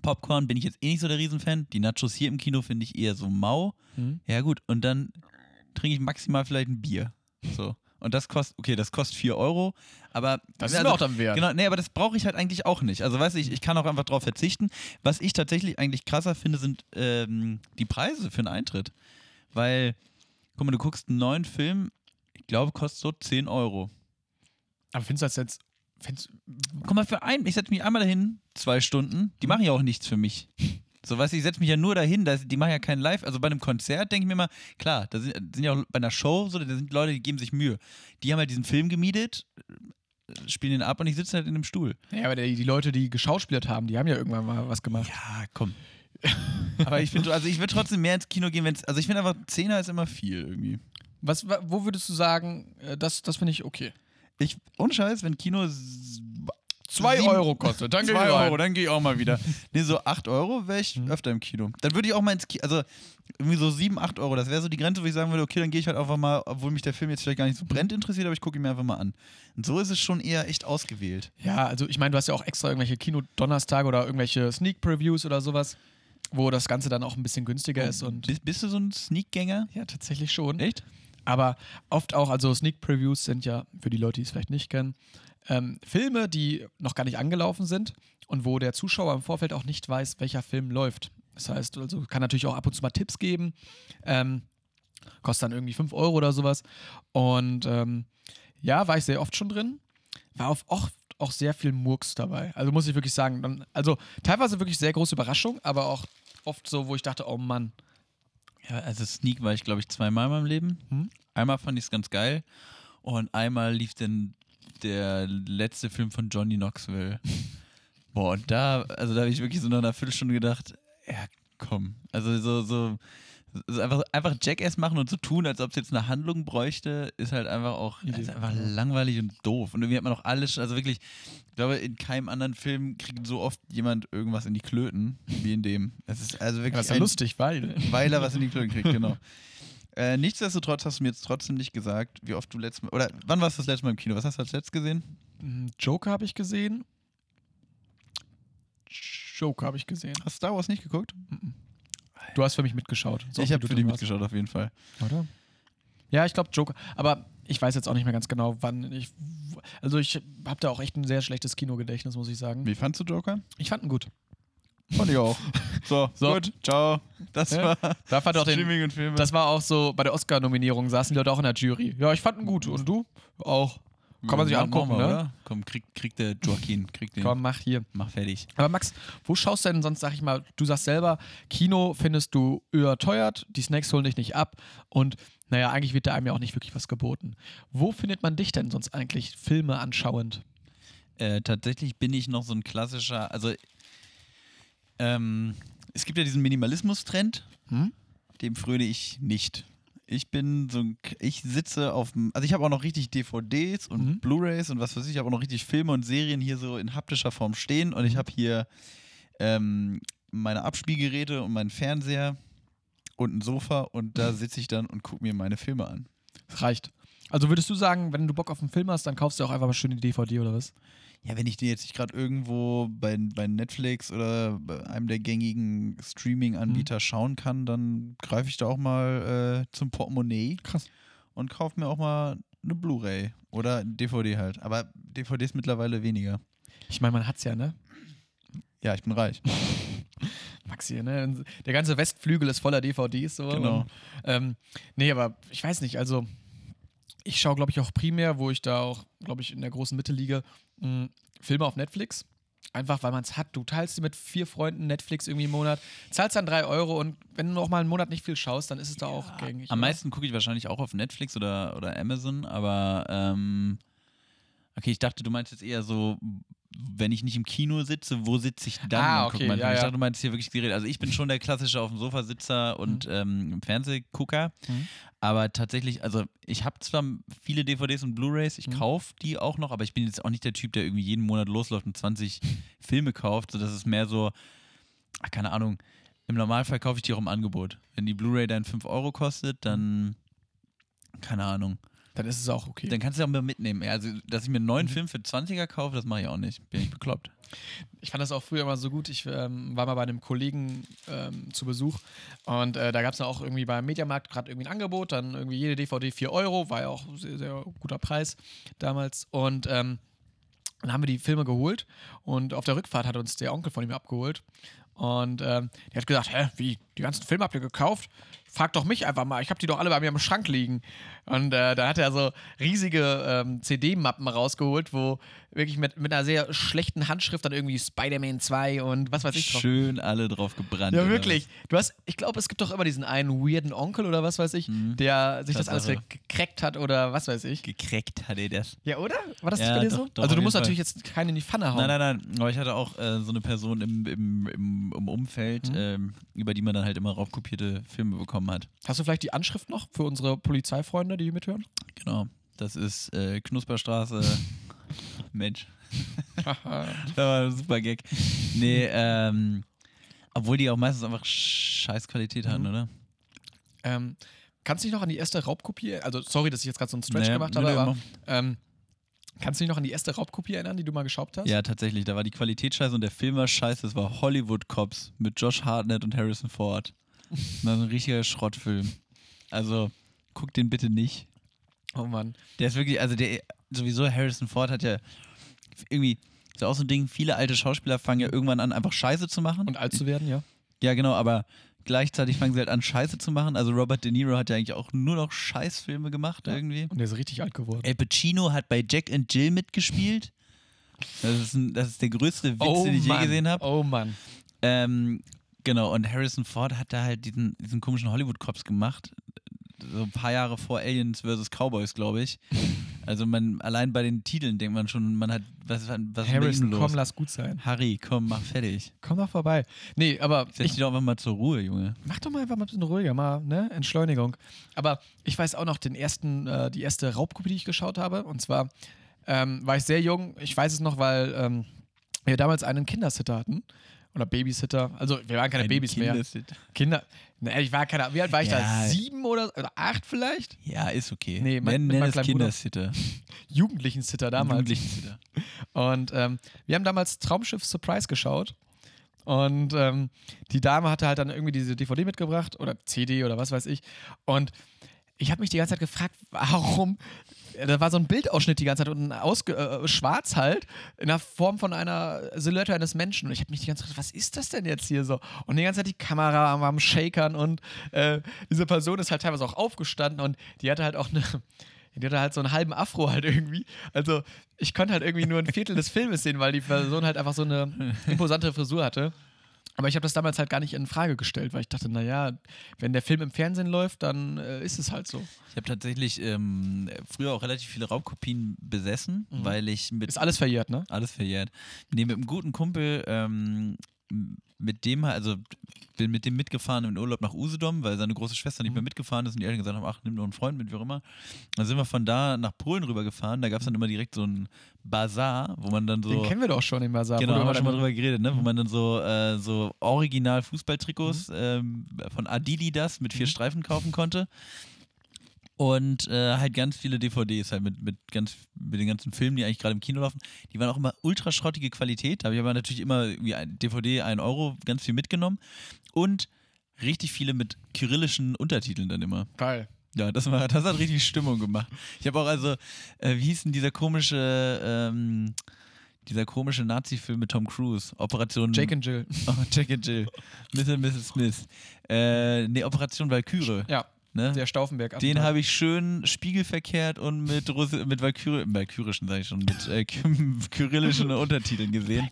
[SPEAKER 2] Popcorn bin ich jetzt eh nicht so der Riesenfan. Die Nachos hier im Kino finde ich eher so mau.
[SPEAKER 1] Mhm.
[SPEAKER 2] Ja, gut, und dann trinke ich maximal vielleicht ein Bier. So. Und das kostet, okay, das kostet 4 Euro, aber.
[SPEAKER 1] das ist mir auch dann wert.
[SPEAKER 2] Genau, nee, aber das brauche ich halt eigentlich auch nicht. Also, weiß ich, ich kann auch einfach drauf verzichten. Was ich tatsächlich eigentlich krasser finde, sind ähm, die Preise für einen Eintritt. Weil, guck mal, du guckst einen neuen Film, ich glaube, kostet so 10 Euro.
[SPEAKER 1] Aber findest du das jetzt, findest,
[SPEAKER 2] Guck mal, für einen, ich setze mich einmal dahin, zwei Stunden, die machen ja auch nichts für mich. So, weißt du, ich setze mich ja nur dahin, da ist- die machen ja kein Live. Also bei einem Konzert denke ich mir mal, klar, da sind, sind ja auch bei einer Show, so, da sind Leute, die geben sich Mühe. Die haben halt diesen Film gemietet, äh, spielen den ab und ich sitze halt in einem Stuhl.
[SPEAKER 1] Ja, aber die, die Leute, die geschauspielert haben, die haben ja irgendwann mal was gemacht.
[SPEAKER 2] Ja, komm. Aber ich finde, also ich würde trotzdem mehr ins Kino gehen, wenn es, also ich finde einfach, Zehner ist immer viel irgendwie.
[SPEAKER 1] Was, wa- wo würdest du sagen, äh, das, das finde ich okay?
[SPEAKER 2] Ich, ohne Scheiß, wenn Kino s-
[SPEAKER 1] Zwei
[SPEAKER 2] Sieben-
[SPEAKER 1] Euro kostet, dann geh ich
[SPEAKER 2] Zwei
[SPEAKER 1] rein.
[SPEAKER 2] Euro, ne? dann gehe ich auch mal wieder. Nee, so 8 Euro wäre ich
[SPEAKER 1] Hm.
[SPEAKER 2] öfter im Kino. Dann würde ich auch mal ins Kino, also irgendwie so 7, 8 Euro, das wäre so die Grenze, wo ich sagen würde, okay, dann gehe ich halt einfach mal, obwohl mich der Film jetzt vielleicht gar nicht so brennt interessiert, aber ich gucke ihn mir einfach mal an. Und so ist es schon eher echt ausgewählt.
[SPEAKER 1] Ja, also ich meine, du hast ja auch extra irgendwelche Kino-Donnerstage oder irgendwelche Sneak-Previews oder sowas, wo das Ganze dann auch ein bisschen günstiger
[SPEAKER 2] Oh,
[SPEAKER 1] ist und.
[SPEAKER 2] bist, bist du so ein Sneakgänger?
[SPEAKER 1] Ja, tatsächlich schon.
[SPEAKER 2] Echt?
[SPEAKER 1] Aber oft auch, also Sneak-Previews sind ja, für die Leute, die es vielleicht nicht kennen, ähm, Filme, die noch gar nicht angelaufen sind und wo der Zuschauer im Vorfeld auch nicht weiß, welcher Film läuft. Das heißt, also kann natürlich auch ab und zu mal Tipps geben. Ähm, kostet dann irgendwie 5 Euro oder sowas. Und ähm, ja, war ich sehr oft schon drin. War auf oft auch sehr viel Murks dabei. Also muss ich wirklich sagen. Dann, also teilweise wirklich sehr große Überraschung, aber auch oft so, wo ich dachte, oh Mann.
[SPEAKER 2] Ja, also Sneak war ich, glaube ich, zweimal in meinem Leben.
[SPEAKER 1] Hm?
[SPEAKER 2] Einmal fand ich es ganz geil und einmal lief dann der letzte Film von Johnny Knoxville. Boah, und da, also da habe ich wirklich so nach einer Viertelstunde gedacht, ja, komm. Also so, so, so einfach, einfach Jackass machen und so tun, als ob es jetzt eine Handlung bräuchte, ist halt einfach auch ist einfach langweilig und doof. Und irgendwie hat man auch alles, schon- also wirklich, ich glaube, in keinem anderen Film kriegt so oft jemand irgendwas in die Klöten wie in dem. Es ist also wirklich
[SPEAKER 1] Ja, das ist ja
[SPEAKER 2] ein-
[SPEAKER 1] lustig, weil.
[SPEAKER 2] weil er was in die Klöten kriegt, genau. Äh, nichtsdestotrotz hast du mir jetzt trotzdem nicht gesagt, wie oft du letztes Mal, oder wann warst du das letzte Mal im Kino? Was hast du als letztes gesehen?
[SPEAKER 1] Mm, Joker habe ich gesehen. Joker habe ich gesehen.
[SPEAKER 2] Hast du Star Wars nicht geguckt?
[SPEAKER 1] Du hast für mich mitgeschaut. So
[SPEAKER 2] ich
[SPEAKER 1] wie
[SPEAKER 2] habe
[SPEAKER 1] du
[SPEAKER 2] für dich
[SPEAKER 1] drin warst,
[SPEAKER 2] mitgeschaut, auf jeden Fall.
[SPEAKER 1] Oder? Ja, ich glaube Joker. Aber ich weiß jetzt auch nicht mehr ganz genau, wann ich. Also ich habe da auch echt ein sehr schlechtes Kinogedächtnis, muss ich sagen.
[SPEAKER 2] Wie fandst du Joker?
[SPEAKER 1] Ich fand ihn gut.
[SPEAKER 2] Fand ich auch. So,
[SPEAKER 1] So.
[SPEAKER 2] gut, ciao. Das
[SPEAKER 1] Ja,
[SPEAKER 2] war
[SPEAKER 1] Da fand auch den,
[SPEAKER 2] Streaming und Filme.
[SPEAKER 1] das war auch so, bei der Oscar-Nominierung saßen die Leute auch in der Jury. Ja, ich fand ihn gut. Und du? Auch. Kann man sich
[SPEAKER 2] Ja,
[SPEAKER 1] angucken,
[SPEAKER 2] machen wir,
[SPEAKER 1] ne?
[SPEAKER 2] oder? Komm, kriegt krieg der Joaquin, kriegt den.
[SPEAKER 1] Komm, mach hier.
[SPEAKER 2] Mach fertig.
[SPEAKER 1] Aber Max, wo schaust du denn sonst, sag ich mal, du sagst selber, Kino findest du überteuert, die Snacks holen dich nicht ab und naja, eigentlich wird da einem ja auch nicht wirklich was geboten. Wo findet man dich denn sonst eigentlich Filme anschauend?
[SPEAKER 2] Äh, tatsächlich bin ich noch so ein klassischer, also ähm, es gibt ja diesen Minimalismus-Trend,
[SPEAKER 1] Hm?
[SPEAKER 2] dem fröne ich nicht. Ich bin so ein, K- ich sitze auf dem, also ich habe auch noch richtig DVDs und
[SPEAKER 1] Mhm.
[SPEAKER 2] Blu-rays und was weiß ich, ich habe auch noch richtig Filme und Serien hier so in haptischer Form stehen und ich
[SPEAKER 1] Mhm.
[SPEAKER 2] habe hier ähm, meine Abspielgeräte und meinen Fernseher und ein Sofa und
[SPEAKER 1] Mhm.
[SPEAKER 2] da sitze ich dann und gucke mir meine Filme an.
[SPEAKER 1] Das reicht. Also würdest du sagen, wenn du Bock auf einen Film hast, dann kaufst du auch einfach mal schön die DVD oder was?
[SPEAKER 2] Ja, wenn ich den jetzt nicht gerade irgendwo bei, bei Netflix oder bei einem der gängigen Streaming-Anbieter
[SPEAKER 1] Mhm.
[SPEAKER 2] schauen kann, dann greife ich da auch mal äh, zum Portemonnaie.
[SPEAKER 1] Krass.
[SPEAKER 2] und kauf mir auch mal eine Blu-ray oder ein DVD halt. Aber DVDs mittlerweile weniger.
[SPEAKER 1] Ich meine, man hat's ja, ne?
[SPEAKER 2] Ja, ich bin reich.
[SPEAKER 1] Max hier, ne? Der ganze Westflügel ist voller DVDs. So.
[SPEAKER 2] Genau.
[SPEAKER 1] Und, ähm, nee, aber ich weiß nicht, also ich schaue, glaube ich, auch primär, wo ich da auch, glaube ich, in der großen Mitte liege, mh, Filme auf Netflix. Einfach, weil man es hat. Du teilst dir mit vier Freunden Netflix irgendwie im Monat, zahlst dann drei Euro und wenn du noch mal einen Monat nicht viel schaust, dann ist es da auch gängig.
[SPEAKER 2] Am
[SPEAKER 1] oder?
[SPEAKER 2] meisten gucke ich wahrscheinlich auch auf Netflix oder, oder Amazon, aber ähm, okay, ich dachte, du meinst jetzt eher so, wenn ich nicht im Kino sitze, wo sitze ich dann?
[SPEAKER 1] Ah,
[SPEAKER 2] und guck
[SPEAKER 1] okay,
[SPEAKER 2] mal,
[SPEAKER 1] ja,
[SPEAKER 2] ich
[SPEAKER 1] ja.
[SPEAKER 2] dachte, du meinst hier wirklich die Rede. Also ich bin schon der klassische auf dem Sofasitzer und ähm, Fernsehgucker,
[SPEAKER 1] Mhm.
[SPEAKER 2] aber tatsächlich, also ich habe zwar viele DVDs und Blu-rays, ich
[SPEAKER 1] Mhm.
[SPEAKER 2] kaufe die auch noch, aber ich bin jetzt auch nicht der Typ, der irgendwie jeden Monat losläuft und 20 Filme kauft, sodass es mehr so, ach, keine Ahnung, im Normalfall kaufe ich die auch im Angebot. Wenn die Blu-ray dann 5 Euro kostet, dann. Keine Ahnung.
[SPEAKER 1] Dann ist es auch okay.
[SPEAKER 2] Dann kannst du ja auch mal mitnehmen. Ja, Also, dass ich mir einen
[SPEAKER 1] Mhm.
[SPEAKER 2] neuen Film für 20er kaufe, das mache ich auch nicht. Bin ich bekloppt.
[SPEAKER 1] Ich fand das auch früher immer so gut. Ich ähm, war mal bei einem Kollegen ähm, zu Besuch und äh, da gab es auch irgendwie beim Mediamarkt gerade irgendwie ein Angebot, dann irgendwie jede DVD 4 Euro, war ja auch sehr, sehr guter Preis damals. Und ähm, dann haben wir die Filme geholt und auf der Rückfahrt hat uns der Onkel von ihm abgeholt. Und ähm, der hat gesagt, hä, wie, die ganzen Filme habt ihr gekauft? Frag doch mich einfach mal, ich hab die doch alle bei mir im Schrank liegen. Und äh, da hat er so riesige ähm, CD-Mappen rausgeholt, wo wirklich mit, mit einer sehr schlechten Handschrift dann irgendwie Spider-Man 2 und was weiß ich drauf
[SPEAKER 2] Schön alle drauf gebrannt.
[SPEAKER 1] ja,
[SPEAKER 2] oder
[SPEAKER 1] wirklich. Du hast, ich glaube, es gibt doch immer diesen einen weirden Onkel oder was weiß ich, der sich das alles
[SPEAKER 2] Mhm. Tatsache.
[SPEAKER 1] gekreckt hat oder was weiß
[SPEAKER 2] was?
[SPEAKER 1] ich.
[SPEAKER 2] Gekreckt hat er das.
[SPEAKER 1] Ja, oder? War das
[SPEAKER 2] Ja,
[SPEAKER 1] nicht bei dir
[SPEAKER 2] doch,
[SPEAKER 1] so?
[SPEAKER 2] doch,
[SPEAKER 1] also
[SPEAKER 2] auf
[SPEAKER 1] du musst
[SPEAKER 2] jeden
[SPEAKER 1] natürlich jetzt keinen in die Pfanne hauen.
[SPEAKER 2] Nein, nein, nein. Aber ich hatte auch äh, so eine Person im, im, im, im
[SPEAKER 1] Mhm.
[SPEAKER 2] Umfeld, ähm, über die man dann halt immer raubkopierte Filme bekommen hat.
[SPEAKER 1] Hast du vielleicht die Anschrift noch für unsere Polizeifreunde, die hier mithören?
[SPEAKER 2] Genau. Das ist äh, Knusperstraße. Mensch. Das war ein super Gag. Nee, ähm, obwohl die auch meistens einfach scheiß Qualität hatten,
[SPEAKER 1] Mhm.
[SPEAKER 2] oder?
[SPEAKER 1] ähm, kannst du dich noch an die erste Raubkopie, also sorry, dass ich jetzt gerade so einen Stretch
[SPEAKER 2] Naja,
[SPEAKER 1] gemacht
[SPEAKER 2] nö,
[SPEAKER 1] habe,
[SPEAKER 2] nö,
[SPEAKER 1] aber
[SPEAKER 2] mach.
[SPEAKER 1] ähm, kannst du dich noch an die erste Raubkopie erinnern, die du mal geschraubt hast?
[SPEAKER 2] Ja, tatsächlich. Da war die Qualität scheiße und der Film war scheiße. Das war Hollywood Cops mit Josh Hartnett und Harrison Ford. Das war so ein richtiger Schrottfilm. Also, guck den bitte nicht.
[SPEAKER 1] Oh Mann.
[SPEAKER 2] Der ist wirklich, also der, sowieso Harrison Ford hat ja irgendwie, ist ja auch so ein Ding, viele alte Schauspieler fangen ja irgendwann an, einfach Scheiße zu machen.
[SPEAKER 1] Und alt zu werden, ja.
[SPEAKER 2] Ja, genau, aber gleichzeitig fangen sie halt an, Scheiße zu machen. Also Robert De Niro hat ja eigentlich auch nur noch Scheißfilme gemacht irgendwie.
[SPEAKER 1] Und der ist richtig alt geworden.
[SPEAKER 2] Al Pacino hat bei Jack and Jill mitgespielt. Das ist, ein, das ist der größte Witz, den ich je
[SPEAKER 1] Oh Mann.
[SPEAKER 2] gesehen habe.
[SPEAKER 1] Oh Mann.
[SPEAKER 2] Ähm, genau, und Harrison Ford hat da halt diesen, diesen komischen Hollywood-Cops gemacht. So ein paar Jahre vor Aliens vs. Cowboys, glaube ich. Also man, allein bei den Titeln denkt man schon, man hat, was, was was ist mit ihm
[SPEAKER 1] Harrison,
[SPEAKER 2] los?
[SPEAKER 1] komm, lass gut sein.
[SPEAKER 2] Harry, komm, mach fertig.
[SPEAKER 1] Komm doch vorbei. Nee, aber
[SPEAKER 2] Setz dich doch einfach mal zur Ruhe, Junge.
[SPEAKER 1] Mach doch mal einfach mal ein bisschen ruhiger, mal, ne? Entschleunigung. Aber ich weiß auch noch den ersten, äh, die erste Raubkopie, die ich geschaut habe. Und zwar ähm, war ich sehr jung. Ich weiß es noch, weil ähm, wir damals einen Kindersitter hatten. Oder Babysitter. Also wir waren keine
[SPEAKER 2] Ein
[SPEAKER 1] Babys mehr.
[SPEAKER 2] Kindes-
[SPEAKER 1] Kinder. Ne, ich war keine Wie alt war ich
[SPEAKER 2] Ja.
[SPEAKER 1] da? Sieben oder, oder acht vielleicht?
[SPEAKER 2] Ja, ist okay.
[SPEAKER 1] Nee, mein-
[SPEAKER 2] nenn
[SPEAKER 1] mit
[SPEAKER 2] nenn
[SPEAKER 1] meinem
[SPEAKER 2] es
[SPEAKER 1] kleinen Bruder.
[SPEAKER 2] Kindersitter.
[SPEAKER 1] Jugendlichen-Sitter damals.
[SPEAKER 2] Jugendlichen-Sitter.
[SPEAKER 1] Und ähm, wir haben damals Traumschiff Surprise geschaut. Und ähm, die Dame hatte halt dann irgendwie diese DVD mitgebracht oder CD oder was weiß ich. Und ich habe mich die ganze Zeit gefragt, warum. äh, Da war so ein Bildausschnitt die ganze Zeit und ein Ausge äh, schwarz halt in der Form von einer Silhouette eines Menschen. Und ich habe mich die ganze Zeit gefragt, was ist das denn jetzt hier so? Und die ganze Zeit die Kamera am, am Shakern und äh, diese Person ist halt teilweise auch aufgestanden und die hatte halt auch eine. Die hatte halt so einen halben Afro halt irgendwie. Also ich konnte halt irgendwie nur ein Viertel des Filmes sehen, weil die Person halt einfach so eine imposante Frisur hatte. Aber ich habe das damals halt gar nicht in Frage gestellt, weil ich dachte, naja, wenn der Film im Fernsehen läuft, dann äh, ist es halt so.
[SPEAKER 2] Ich habe tatsächlich ähm, früher auch relativ viele Raubkopien besessen, weil ich mit
[SPEAKER 1] Mhm. Ist alles verjährt, ne?
[SPEAKER 2] Alles verjährt. Nee, mit einem guten Kumpel, ähm, mit dem, also bin mit dem mitgefahren im Urlaub nach Usedom, weil seine große Schwester nicht mehr mitgefahren ist und die Eltern gesagt haben, ach, nimm nur einen Freund mit, wie auch immer. Dann sind wir von da nach Polen rübergefahren, da gab es dann immer direkt so einen Bazar, wo man dann so...
[SPEAKER 1] Den kennen wir doch schon, den Basar.
[SPEAKER 2] Genau,
[SPEAKER 1] wo du
[SPEAKER 2] haben wir
[SPEAKER 1] immer
[SPEAKER 2] schon mal
[SPEAKER 1] dann-
[SPEAKER 2] drüber geredet, ne? wo man dann so, äh, so original Fußballtrikots ähm, von Adidas mit vier Streifen kaufen konnte. Und äh, halt ganz viele DVDs, halt mit, mit, ganz, mit den ganzen Filmen, die eigentlich gerade im Kino laufen. Die waren auch immer ultra schrottige Qualität. Da habe ich aber natürlich immer irgendwie ein DVD 1 Euro ganz viel mitgenommen. Und richtig viele mit kyrillischen Untertiteln dann immer.
[SPEAKER 1] Geil.
[SPEAKER 2] Ja, das, war, das hat richtig Stimmung gemacht. Ich habe auch also, äh, wie hieß denn dieser komische, ähm, dieser komische Nazi-Film mit Tom Cruise? Operation
[SPEAKER 1] Jake and Jill.
[SPEAKER 2] oh, Jack and Jill. Mr. and Mrs. Smith. Äh, nee, Operation Valkyrie.
[SPEAKER 1] Ja.
[SPEAKER 2] Ne?
[SPEAKER 1] Der Stauffenberg.
[SPEAKER 2] Den habe ich schön spiegelverkehrt und mit, Russi mit Valkyrie, valkyrischen, sag ich schon, mit äh, ky- kyrillischen Untertiteln gesehen.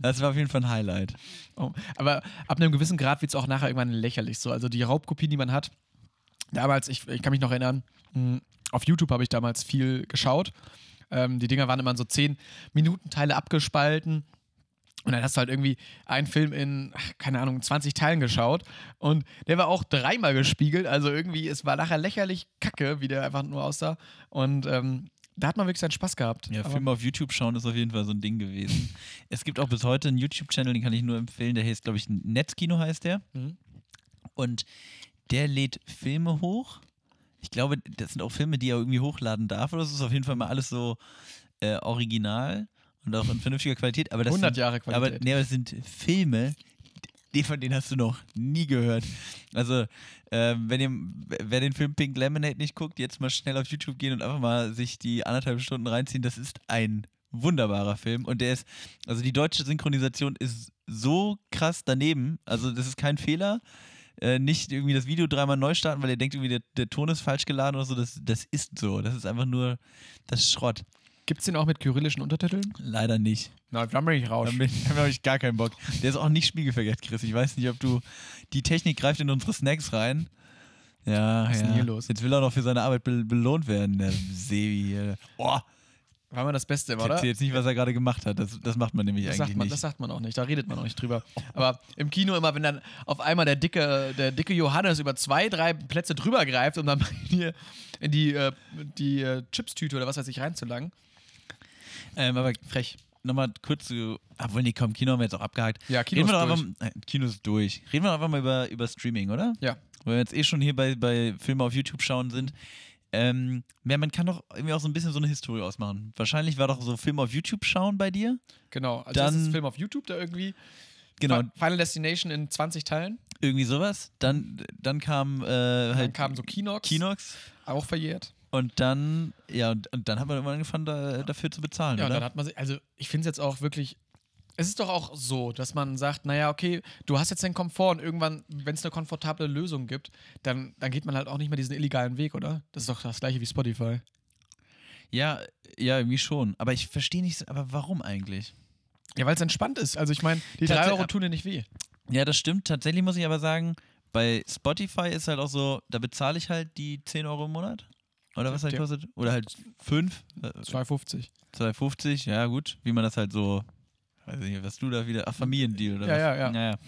[SPEAKER 2] Das war auf jeden Fall ein Highlight.
[SPEAKER 1] Oh. Aber ab einem gewissen Grad wird es auch nachher irgendwann lächerlich so. Also die Raubkopien, die man hat, damals, ich, ich kann mich noch erinnern, mh, auf YouTube habe ich damals viel geschaut. Ähm, die Dinger waren immer in so 10 Minuten-Teile abgespalten. Und dann hast du halt irgendwie einen Film in, ach, keine Ahnung, 20 Teilen geschaut. Und der war auch dreimal gespiegelt. Also irgendwie, es war nachher lächerlich kacke, wie der einfach nur aussah. Und ähm, da hat man wirklich seinen Spaß gehabt.
[SPEAKER 2] Ja,
[SPEAKER 1] Aber-
[SPEAKER 2] Filme auf YouTube schauen ist auf jeden Fall so ein Ding gewesen. Es gibt auch bis heute einen YouTube-Channel, den kann ich nur empfehlen. Der heißt, glaube ich, Netzkino heißt der.
[SPEAKER 1] Mhm.
[SPEAKER 2] Und der lädt Filme hoch. Ich glaube, das sind auch Filme, die er irgendwie hochladen darf. Oder so. das ist auf jeden Fall mal alles so äh, original und auch in vernünftiger Qualität. Aber das
[SPEAKER 1] 100
[SPEAKER 2] sind,
[SPEAKER 1] Jahre Qualität.
[SPEAKER 2] Aber, nee, aber das sind Filme, die von denen hast du noch nie gehört. Also, ähm, wenn ihr, wer den Film Pink Lemonade nicht guckt, jetzt mal schnell auf YouTube gehen und einfach mal sich die anderthalb Stunden reinziehen. Das ist ein wunderbarer Film. Und der ist, also die deutsche Synchronisation ist so krass daneben. Also, das ist kein Fehler. Äh, nicht irgendwie das Video dreimal neu starten, weil ihr denkt, irgendwie der, der Ton ist falsch geladen oder so. Das, das ist so. Das ist einfach nur, das ist Schrott.
[SPEAKER 1] Gibt es den auch mit kyrillischen Untertiteln?
[SPEAKER 2] Leider nicht.
[SPEAKER 1] Nein, dann bin ich raus.
[SPEAKER 2] Damit habe ich gar keinen Bock. Der ist auch nicht spiegelverkehrt, Chris. Ich weiß nicht, ob du. Die Technik greift in unsere Snacks rein. Ja,
[SPEAKER 1] Was ist
[SPEAKER 2] ja.
[SPEAKER 1] denn hier los?
[SPEAKER 2] Jetzt will er noch für seine Arbeit be belohnt werden, der Sebi hier. Boah,
[SPEAKER 1] War mal das Beste immer,
[SPEAKER 2] ich
[SPEAKER 1] oder?
[SPEAKER 2] erzähl jetzt nicht, was er gerade gemacht hat. Das, das macht man nämlich
[SPEAKER 1] Das sagt,
[SPEAKER 2] eigentlich
[SPEAKER 1] man, das
[SPEAKER 2] nicht.
[SPEAKER 1] sagt man auch nicht, da redet man auch nicht drüber. Aber im Kino immer, wenn dann auf einmal der dicke, der dicke Johannes über zwei, drei Plätze drüber greift, um dann mal hier in die, äh, die äh, Chipstüte oder was weiß ich reinzulangen.
[SPEAKER 2] Ähm, aber frech. Nochmal kurz zu. Obwohl, nee, komm, Kino haben wir jetzt auch abgehakt.
[SPEAKER 1] Ja, Kino
[SPEAKER 2] Reden wir
[SPEAKER 1] ist
[SPEAKER 2] doch
[SPEAKER 1] durch.
[SPEAKER 2] Einfach, äh, Kino ist durch. Reden wir doch einfach mal über, über Streaming, oder?
[SPEAKER 1] Ja.
[SPEAKER 2] weil wir jetzt eh schon hier bei, bei Filme auf YouTube schauen sind. Ähm, ja, man kann doch irgendwie auch so ein bisschen so eine Historie ausmachen. Wahrscheinlich war doch so Film auf YouTube schauen bei dir.
[SPEAKER 1] Genau. Also
[SPEAKER 2] Dann-
[SPEAKER 1] das ist ein Film auf YouTube da irgendwie.
[SPEAKER 2] Genau,
[SPEAKER 1] Fi- Final Destination in 20 Teilen.
[SPEAKER 2] irgendwie sowas. Dann, dann kam äh,
[SPEAKER 1] Dann
[SPEAKER 2] halt
[SPEAKER 1] kamen so Kinox,
[SPEAKER 2] Kinox
[SPEAKER 1] auch verjährt.
[SPEAKER 2] und dann, ja, und, und dann hat man irgendwann angefangen, da, dafür zu bezahlen,
[SPEAKER 1] Ja, und
[SPEAKER 2] oder?
[SPEAKER 1] dann hat man sich, also ich finde es jetzt auch wirklich. Es ist doch auch so, dass man sagt, naja, okay, du hast jetzt den Komfort und irgendwann, wenn es eine komfortable Lösung gibt, dann, dann geht man halt auch nicht mehr diesen illegalen Weg, oder? Das ist doch das gleiche wie Spotify.
[SPEAKER 2] ja, ja, irgendwie schon. Aber ich verstehe nicht, so- aber warum eigentlich?
[SPEAKER 1] Ja, weil es entspannt ist. Also ich meine, die
[SPEAKER 2] Tatsä-
[SPEAKER 1] 3 Euro tun dir nicht weh.
[SPEAKER 2] Ja, das stimmt. Tatsächlich muss ich aber sagen, bei Spotify ist halt auch so, da bezahle ich halt die 10 Euro im Monat. Oder was halt
[SPEAKER 1] Der-
[SPEAKER 2] kostet? Oder halt Äh, 5.
[SPEAKER 1] 2,50.
[SPEAKER 2] 250, ja gut, wie man das halt so, weiß ich nicht, was du da wieder, ach, Familiendeal oder
[SPEAKER 1] Ja,
[SPEAKER 2] was?
[SPEAKER 1] ja, ja.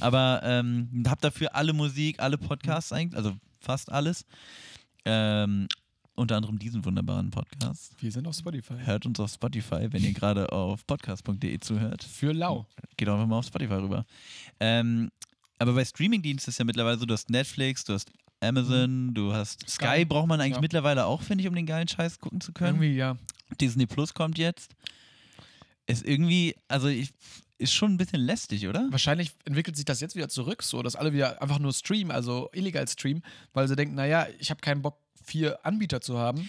[SPEAKER 2] Aber ähm, hab dafür alle Musik, alle Podcasts eigentlich, also fast alles. Ähm, unter anderem diesen wunderbaren Podcast.
[SPEAKER 1] Wir sind auf Spotify.
[SPEAKER 2] Hört uns auf Spotify, wenn ihr gerade auf podcast.de zuhört.
[SPEAKER 1] Für lau.
[SPEAKER 2] Geht doch einfach mal auf Spotify rüber. Ähm, aber bei Streamingdiensten ist ja mittlerweile so, du hast Netflix, du hast Amazon, du hast Sky,
[SPEAKER 1] Sky,
[SPEAKER 2] braucht man eigentlich
[SPEAKER 1] ja.
[SPEAKER 2] mittlerweile auch, finde ich, um den geilen Scheiß gucken zu können.
[SPEAKER 1] Irgendwie, ja.
[SPEAKER 2] Disney Plus kommt jetzt. Ist irgendwie, also ich, ist schon ein bisschen lästig, oder?
[SPEAKER 1] Wahrscheinlich entwickelt sich das jetzt wieder zurück, so dass alle wieder einfach nur streamen, also illegal streamen, weil sie denken, naja, ich habe keinen Bock, vier Anbieter zu haben.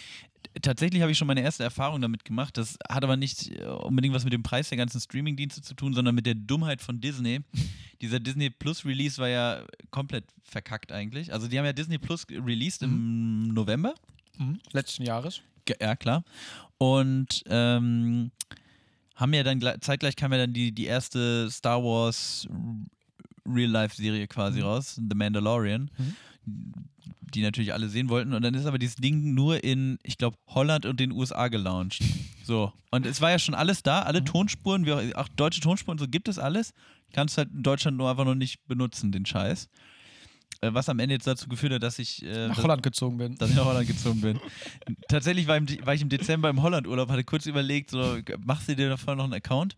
[SPEAKER 2] Tatsächlich habe ich schon meine erste Erfahrung damit gemacht. Das hat aber nicht äh, unbedingt was mit dem Preis der ganzen Streamingdienste zu tun, sondern mit der Dummheit von Disney. Dieser Disney Plus Release war ja komplett verkackt eigentlich. Also die haben ja Disney Plus released im November.
[SPEAKER 1] Letzten Jahres.
[SPEAKER 2] Ge- Ja, klar. Und ähm, haben ja dann gle- zeitgleich kam ja dann die, die erste Star Wars R- Real-Life-Serie quasi raus, The Mandalorian, die natürlich alle sehen wollten. Und dann ist aber dieses Ding nur in, ich glaube, Holland und den USA gelauncht. So. Und es war ja schon alles da, alle Tonspuren, wie auch, auch deutsche Tonspuren, so gibt es alles. Kannst halt in Deutschland nur einfach noch nicht benutzen, den Scheiß. Äh, Was am Ende jetzt dazu geführt hat, dass ich. Äh,
[SPEAKER 1] Nach
[SPEAKER 2] dass-
[SPEAKER 1] Holland gezogen bin.
[SPEAKER 2] dass ich nach Holland gezogen bin. Tatsächlich war, im, De- war ich im Dezember im Holland-Urlaub, hatte kurz überlegt, so, machst du dir davon noch einen Account?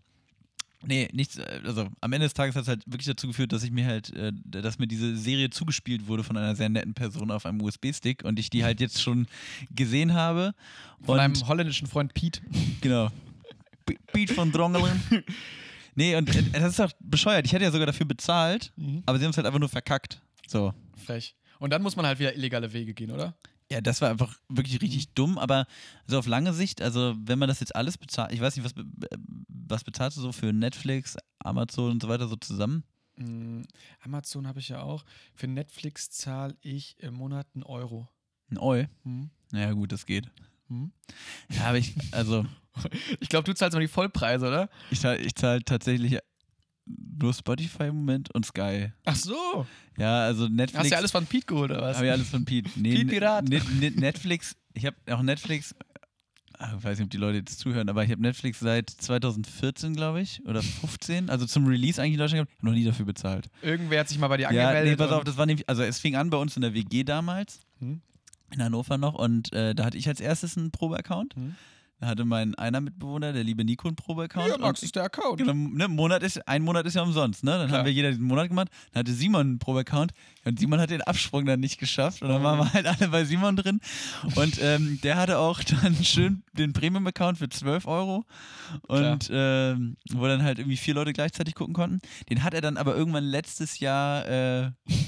[SPEAKER 2] Nee, nichts. äh, Also am Ende des Tages hat es halt wirklich dazu geführt, dass ich mir halt, äh, dass mir diese Serie zugespielt wurde von einer sehr netten Person auf einem USB-Stick und ich die halt jetzt schon gesehen habe.
[SPEAKER 1] Von
[SPEAKER 2] und
[SPEAKER 1] einem holländischen Freund Pete.
[SPEAKER 2] Genau. Be- Beat von Drongelen. Nee, und äh, das ist doch bescheuert. Ich hätte ja sogar dafür bezahlt, aber sie haben es halt einfach nur verkackt. So.
[SPEAKER 1] Mhm. Frech. Und dann muss man halt wieder illegale Wege gehen, oder?
[SPEAKER 2] Ja, das war einfach wirklich richtig dumm, aber so auf lange Sicht, also wenn man das jetzt alles äh, bezahlt, ich weiß nicht, was, be- be- was bezahlst du so für Netflix, Amazon und so weiter so zusammen?
[SPEAKER 1] Hm, Amazon habe ich ja auch. Für Netflix zahle ich im Monat einen Euro.
[SPEAKER 2] Ein Eu.
[SPEAKER 1] Hm?
[SPEAKER 2] Naja, gut, das geht.
[SPEAKER 1] Hm?
[SPEAKER 2] Ja, aber ich, also,
[SPEAKER 1] Ich glaube, du zahlst mal die Vollpreise, oder?
[SPEAKER 2] ich zahle ich zahl tatsächlich nur Spotify im Moment und Sky.
[SPEAKER 1] Ach so.
[SPEAKER 2] Ja, also Netflix.
[SPEAKER 1] Hast du ja alles von Pete geholt, oder was?
[SPEAKER 2] Habe ich alles von Pete. Nee,
[SPEAKER 1] Pete Pirat.
[SPEAKER 2] Ne, ne, Netflix, ich habe auch Netflix, ah, ich weiß nicht, ob die Leute jetzt zuhören, aber ich habe Netflix seit 2014, glaube ich, oder 15, also zum Release eigentlich in Deutschland gehabt, hab noch nie dafür bezahlt.
[SPEAKER 1] Irgendwer hat sich mal bei dir
[SPEAKER 2] Ja,
[SPEAKER 1] angemeldet.
[SPEAKER 2] nee, pass auf,
[SPEAKER 1] und-
[SPEAKER 2] das war nämlich, also es fing an bei uns in der WG damals,
[SPEAKER 1] Hm?
[SPEAKER 2] in Hannover noch, und äh, da hatte ich als erstes einen Probe-Account.
[SPEAKER 1] Hm?
[SPEAKER 2] Da hatte mein einer Mitbewohner, der liebe Nico, einen Probe-Account.
[SPEAKER 1] Ja, Max
[SPEAKER 2] und-
[SPEAKER 1] ist der Account.
[SPEAKER 2] Genau, ne, Monat ist, ein Monat ist ja umsonst, ne? Dann
[SPEAKER 1] Klar.
[SPEAKER 2] haben wir jeder diesen Monat gemacht. Dann hatte Simon einen Probe-Account und Simon hat den Absprung dann nicht geschafft. Und dann waren wir halt alle bei Simon drin. Und ähm, der hatte auch dann schön den Premium-Account für 12 Euro. Und ähm, wo dann halt irgendwie vier Leute gleichzeitig gucken konnten. Den hat er dann aber irgendwann letztes Jahr äh,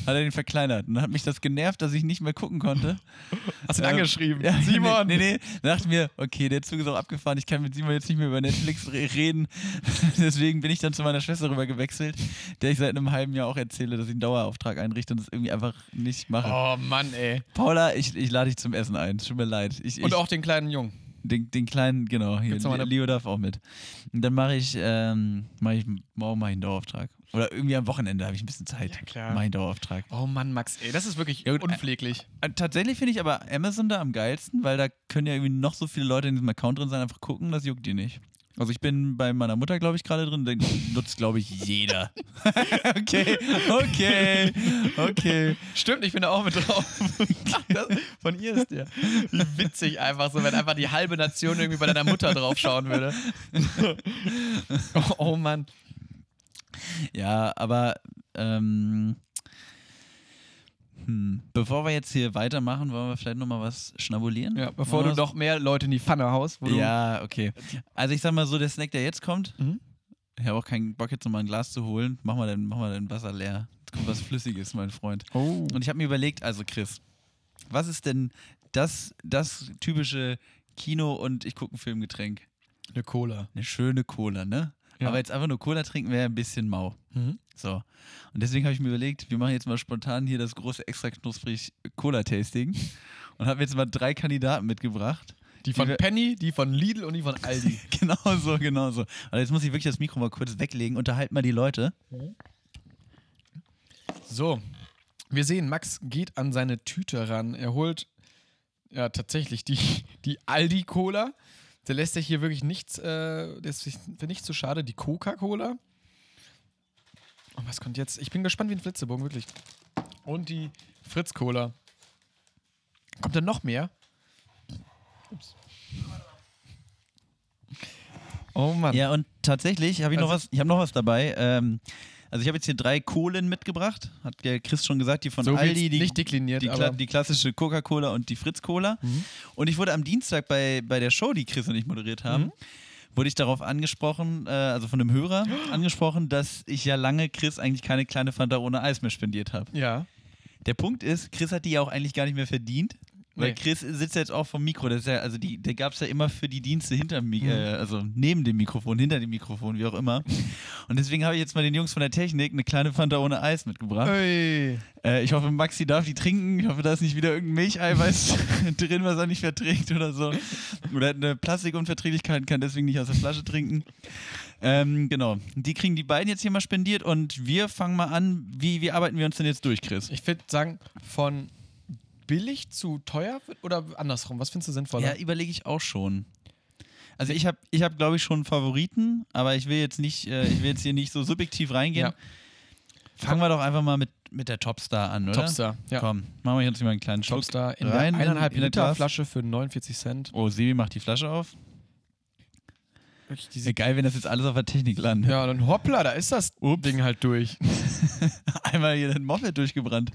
[SPEAKER 2] hat er den verkleinert. Und dann hat mich das genervt, dass ich nicht mehr gucken konnte.
[SPEAKER 1] Hast du ihn
[SPEAKER 2] Ähm,
[SPEAKER 1] angeschrieben?
[SPEAKER 2] Ja,
[SPEAKER 1] Simon!
[SPEAKER 2] Nee, nee, nee. Dann dachte ich mir, okay, der Zug ist auch abgefahren, ich kann mit Simon jetzt nicht mehr über Netflix re- reden. Deswegen bin ich dann zu meiner Schwester rüber gewechselt, der ich seit einem halben Jahr auch erzähle, dass ich einen Dauerauftrag einrichte und das irgendwie einfach nicht mache.
[SPEAKER 1] Oh Mann, ey.
[SPEAKER 2] Paula, ich, ich lade dich zum Essen ein. Tut mir leid. Ich,
[SPEAKER 1] Und
[SPEAKER 2] ich,
[SPEAKER 1] auch den kleinen Jungen.
[SPEAKER 2] den, den kleinen, genau, hier,
[SPEAKER 1] Gibt's noch mal eine-
[SPEAKER 2] Leo darf auch mit. Und dann mache ich, ähm, mach ich, morgen mache ich einen Dauerauftrag. Oder irgendwie am Wochenende habe ich ein bisschen Zeit.
[SPEAKER 1] Ja, klar.
[SPEAKER 2] Mache ich einen Dauerauftrag.
[SPEAKER 1] Oh Mann, Max, ey. Das ist wirklich
[SPEAKER 2] Ja, gut, äh,
[SPEAKER 1] unpfleglich.
[SPEAKER 2] Äh, Tatsächlich finde ich aber Amazon da am geilsten, weil da können ja irgendwie noch so viele Leute in diesem Account drin sein, einfach gucken, das juckt die nicht. Also ich bin bei meiner Mutter, glaube ich, gerade drin, den nutzt, glaube ich, jeder. okay, okay, okay.
[SPEAKER 1] Stimmt, ich bin da auch mit drauf. das, von ihr ist der. Wie witzig einfach so, wenn einfach die halbe Nation irgendwie bei deiner Mutter draufschauen würde. oh, oh Mann.
[SPEAKER 2] Ja, aber ähm, hm, bevor wir jetzt hier weitermachen, wollen wir vielleicht nochmal was schnabulieren?
[SPEAKER 1] Ja, bevor du
[SPEAKER 2] Wollen wir was-
[SPEAKER 1] noch mehr Leute in die Pfanne haust, wo du.
[SPEAKER 2] Ja, okay. Also ich sag mal so, der Snack, der jetzt kommt,
[SPEAKER 1] Mhm.
[SPEAKER 2] ich habe auch keinen Bock, jetzt nochmal ein Glas zu holen. Mach mal dein, mach mal dein Wasser leer. Jetzt kommt was Flüssiges, mein Freund.
[SPEAKER 1] Oh.
[SPEAKER 2] Und ich habe mir überlegt, also Chris, was ist denn das, das typische Kino und ich gucke einen Filmgetränk?
[SPEAKER 1] Eine Cola.
[SPEAKER 2] Eine schöne Cola, ne?
[SPEAKER 1] Ja.
[SPEAKER 2] Aber jetzt einfach nur Cola trinken wäre ein bisschen mau.
[SPEAKER 1] Mhm.
[SPEAKER 2] So. Und deswegen habe ich mir überlegt, wir machen jetzt mal spontan hier das große extra knusprig Cola-Tasting und habe jetzt mal drei Kandidaten mitgebracht.
[SPEAKER 1] Die von
[SPEAKER 2] wir-
[SPEAKER 1] Penny, die von Lidl und die von Aldi.
[SPEAKER 2] Genau so, genau so. Aber jetzt muss ich wirklich das Mikro mal kurz weglegen. Unterhalt mal die Leute.
[SPEAKER 1] So, wir sehen, Max geht an seine Tüte ran. Er holt ja tatsächlich die, die Aldi-Cola. Der lässt sich hier wirklich nichts, äh, der ist sich für nichts zu schade. Die Coca-Cola. Und was kommt jetzt? Ich bin gespannt wie ein Flitzebogen, wirklich. Und die Fritz-Cola. Kommt da noch mehr? Ups. Oh Mann.
[SPEAKER 2] Ja, und tatsächlich habe ich noch
[SPEAKER 1] Also-
[SPEAKER 2] was, ich habe noch was dabei. Ähm, also ich habe jetzt hier drei Kohlen mitgebracht, hat der Chris schon gesagt, die von
[SPEAKER 1] So
[SPEAKER 2] Aldi,
[SPEAKER 1] wird's
[SPEAKER 2] die,
[SPEAKER 1] nicht dekliniert,
[SPEAKER 2] die,
[SPEAKER 1] aber- Mhm.
[SPEAKER 2] kla die klassische Coca-Cola und die Fritz-Cola. Und ich wurde am Dienstag bei, bei der Show, die Chris und ich moderiert
[SPEAKER 1] Mhm.
[SPEAKER 2] haben, wurde ich darauf angesprochen, äh, also von einem Hörer angesprochen, dass ich ja lange Chris eigentlich keine kleine Fanta ohne Eis mehr spendiert habe.
[SPEAKER 1] Ja.
[SPEAKER 2] Der Punkt ist, Chris hat die ja auch eigentlich gar nicht mehr verdient. Weil
[SPEAKER 1] Nee.
[SPEAKER 2] Chris sitzt ja jetzt auch vom Mikro. Das ist ja, also die, der gab es ja immer für die Dienste hinterm Mi- äh, also neben dem Mikrofon, hinter dem Mikrofon, wie auch immer. Und deswegen habe ich jetzt mal den Jungs von der Technik eine kleine Fanta ohne Eis mitgebracht.
[SPEAKER 1] Ey.
[SPEAKER 2] Äh, ich hoffe, Maxi darf die trinken. Ich hoffe, da ist nicht wieder irgendein Milcheiweiß drin, was er nicht verträgt oder so. Oder hat eine Plastikunverträglichkeit, kann deswegen nicht aus der Flasche trinken. Ähm, genau. Die kriegen die beiden jetzt hier mal spendiert und wir fangen mal an. Wie, wie arbeiten wir uns denn jetzt durch, Chris?
[SPEAKER 1] Ich würde sagen, von billig zu teuer wird- oder andersrum. Was findest du
[SPEAKER 2] Ja,
[SPEAKER 1] sinnvoller?
[SPEAKER 2] überlege ich auch schon. Also ich habe, ich hab, glaube ich, schon einen Favoriten, aber ich will jetzt nicht, äh, ich will jetzt hier nicht so subjektiv reingehen.
[SPEAKER 1] Ja.
[SPEAKER 2] Fangen wir doch einfach mal mit, mit der Topstar an, oder?
[SPEAKER 1] Topstar. Ja.
[SPEAKER 2] Komm, machen wir jetzt mal einen kleinen Schluck.
[SPEAKER 1] Topstar in
[SPEAKER 2] Rein
[SPEAKER 1] der eineinhalb
[SPEAKER 2] in- in
[SPEAKER 1] Liter
[SPEAKER 2] Glas.
[SPEAKER 1] Flasche für 49 Cent.
[SPEAKER 2] Oh, Sebi macht die Flasche auf. Ist
[SPEAKER 1] Diese-
[SPEAKER 2] ja geil, wenn das jetzt alles auf der Technik landet.
[SPEAKER 1] Ja, dann hoppla, da ist das
[SPEAKER 2] Ups.
[SPEAKER 1] Ding halt durch.
[SPEAKER 2] Einmal hier den Moffat durchgebrannt.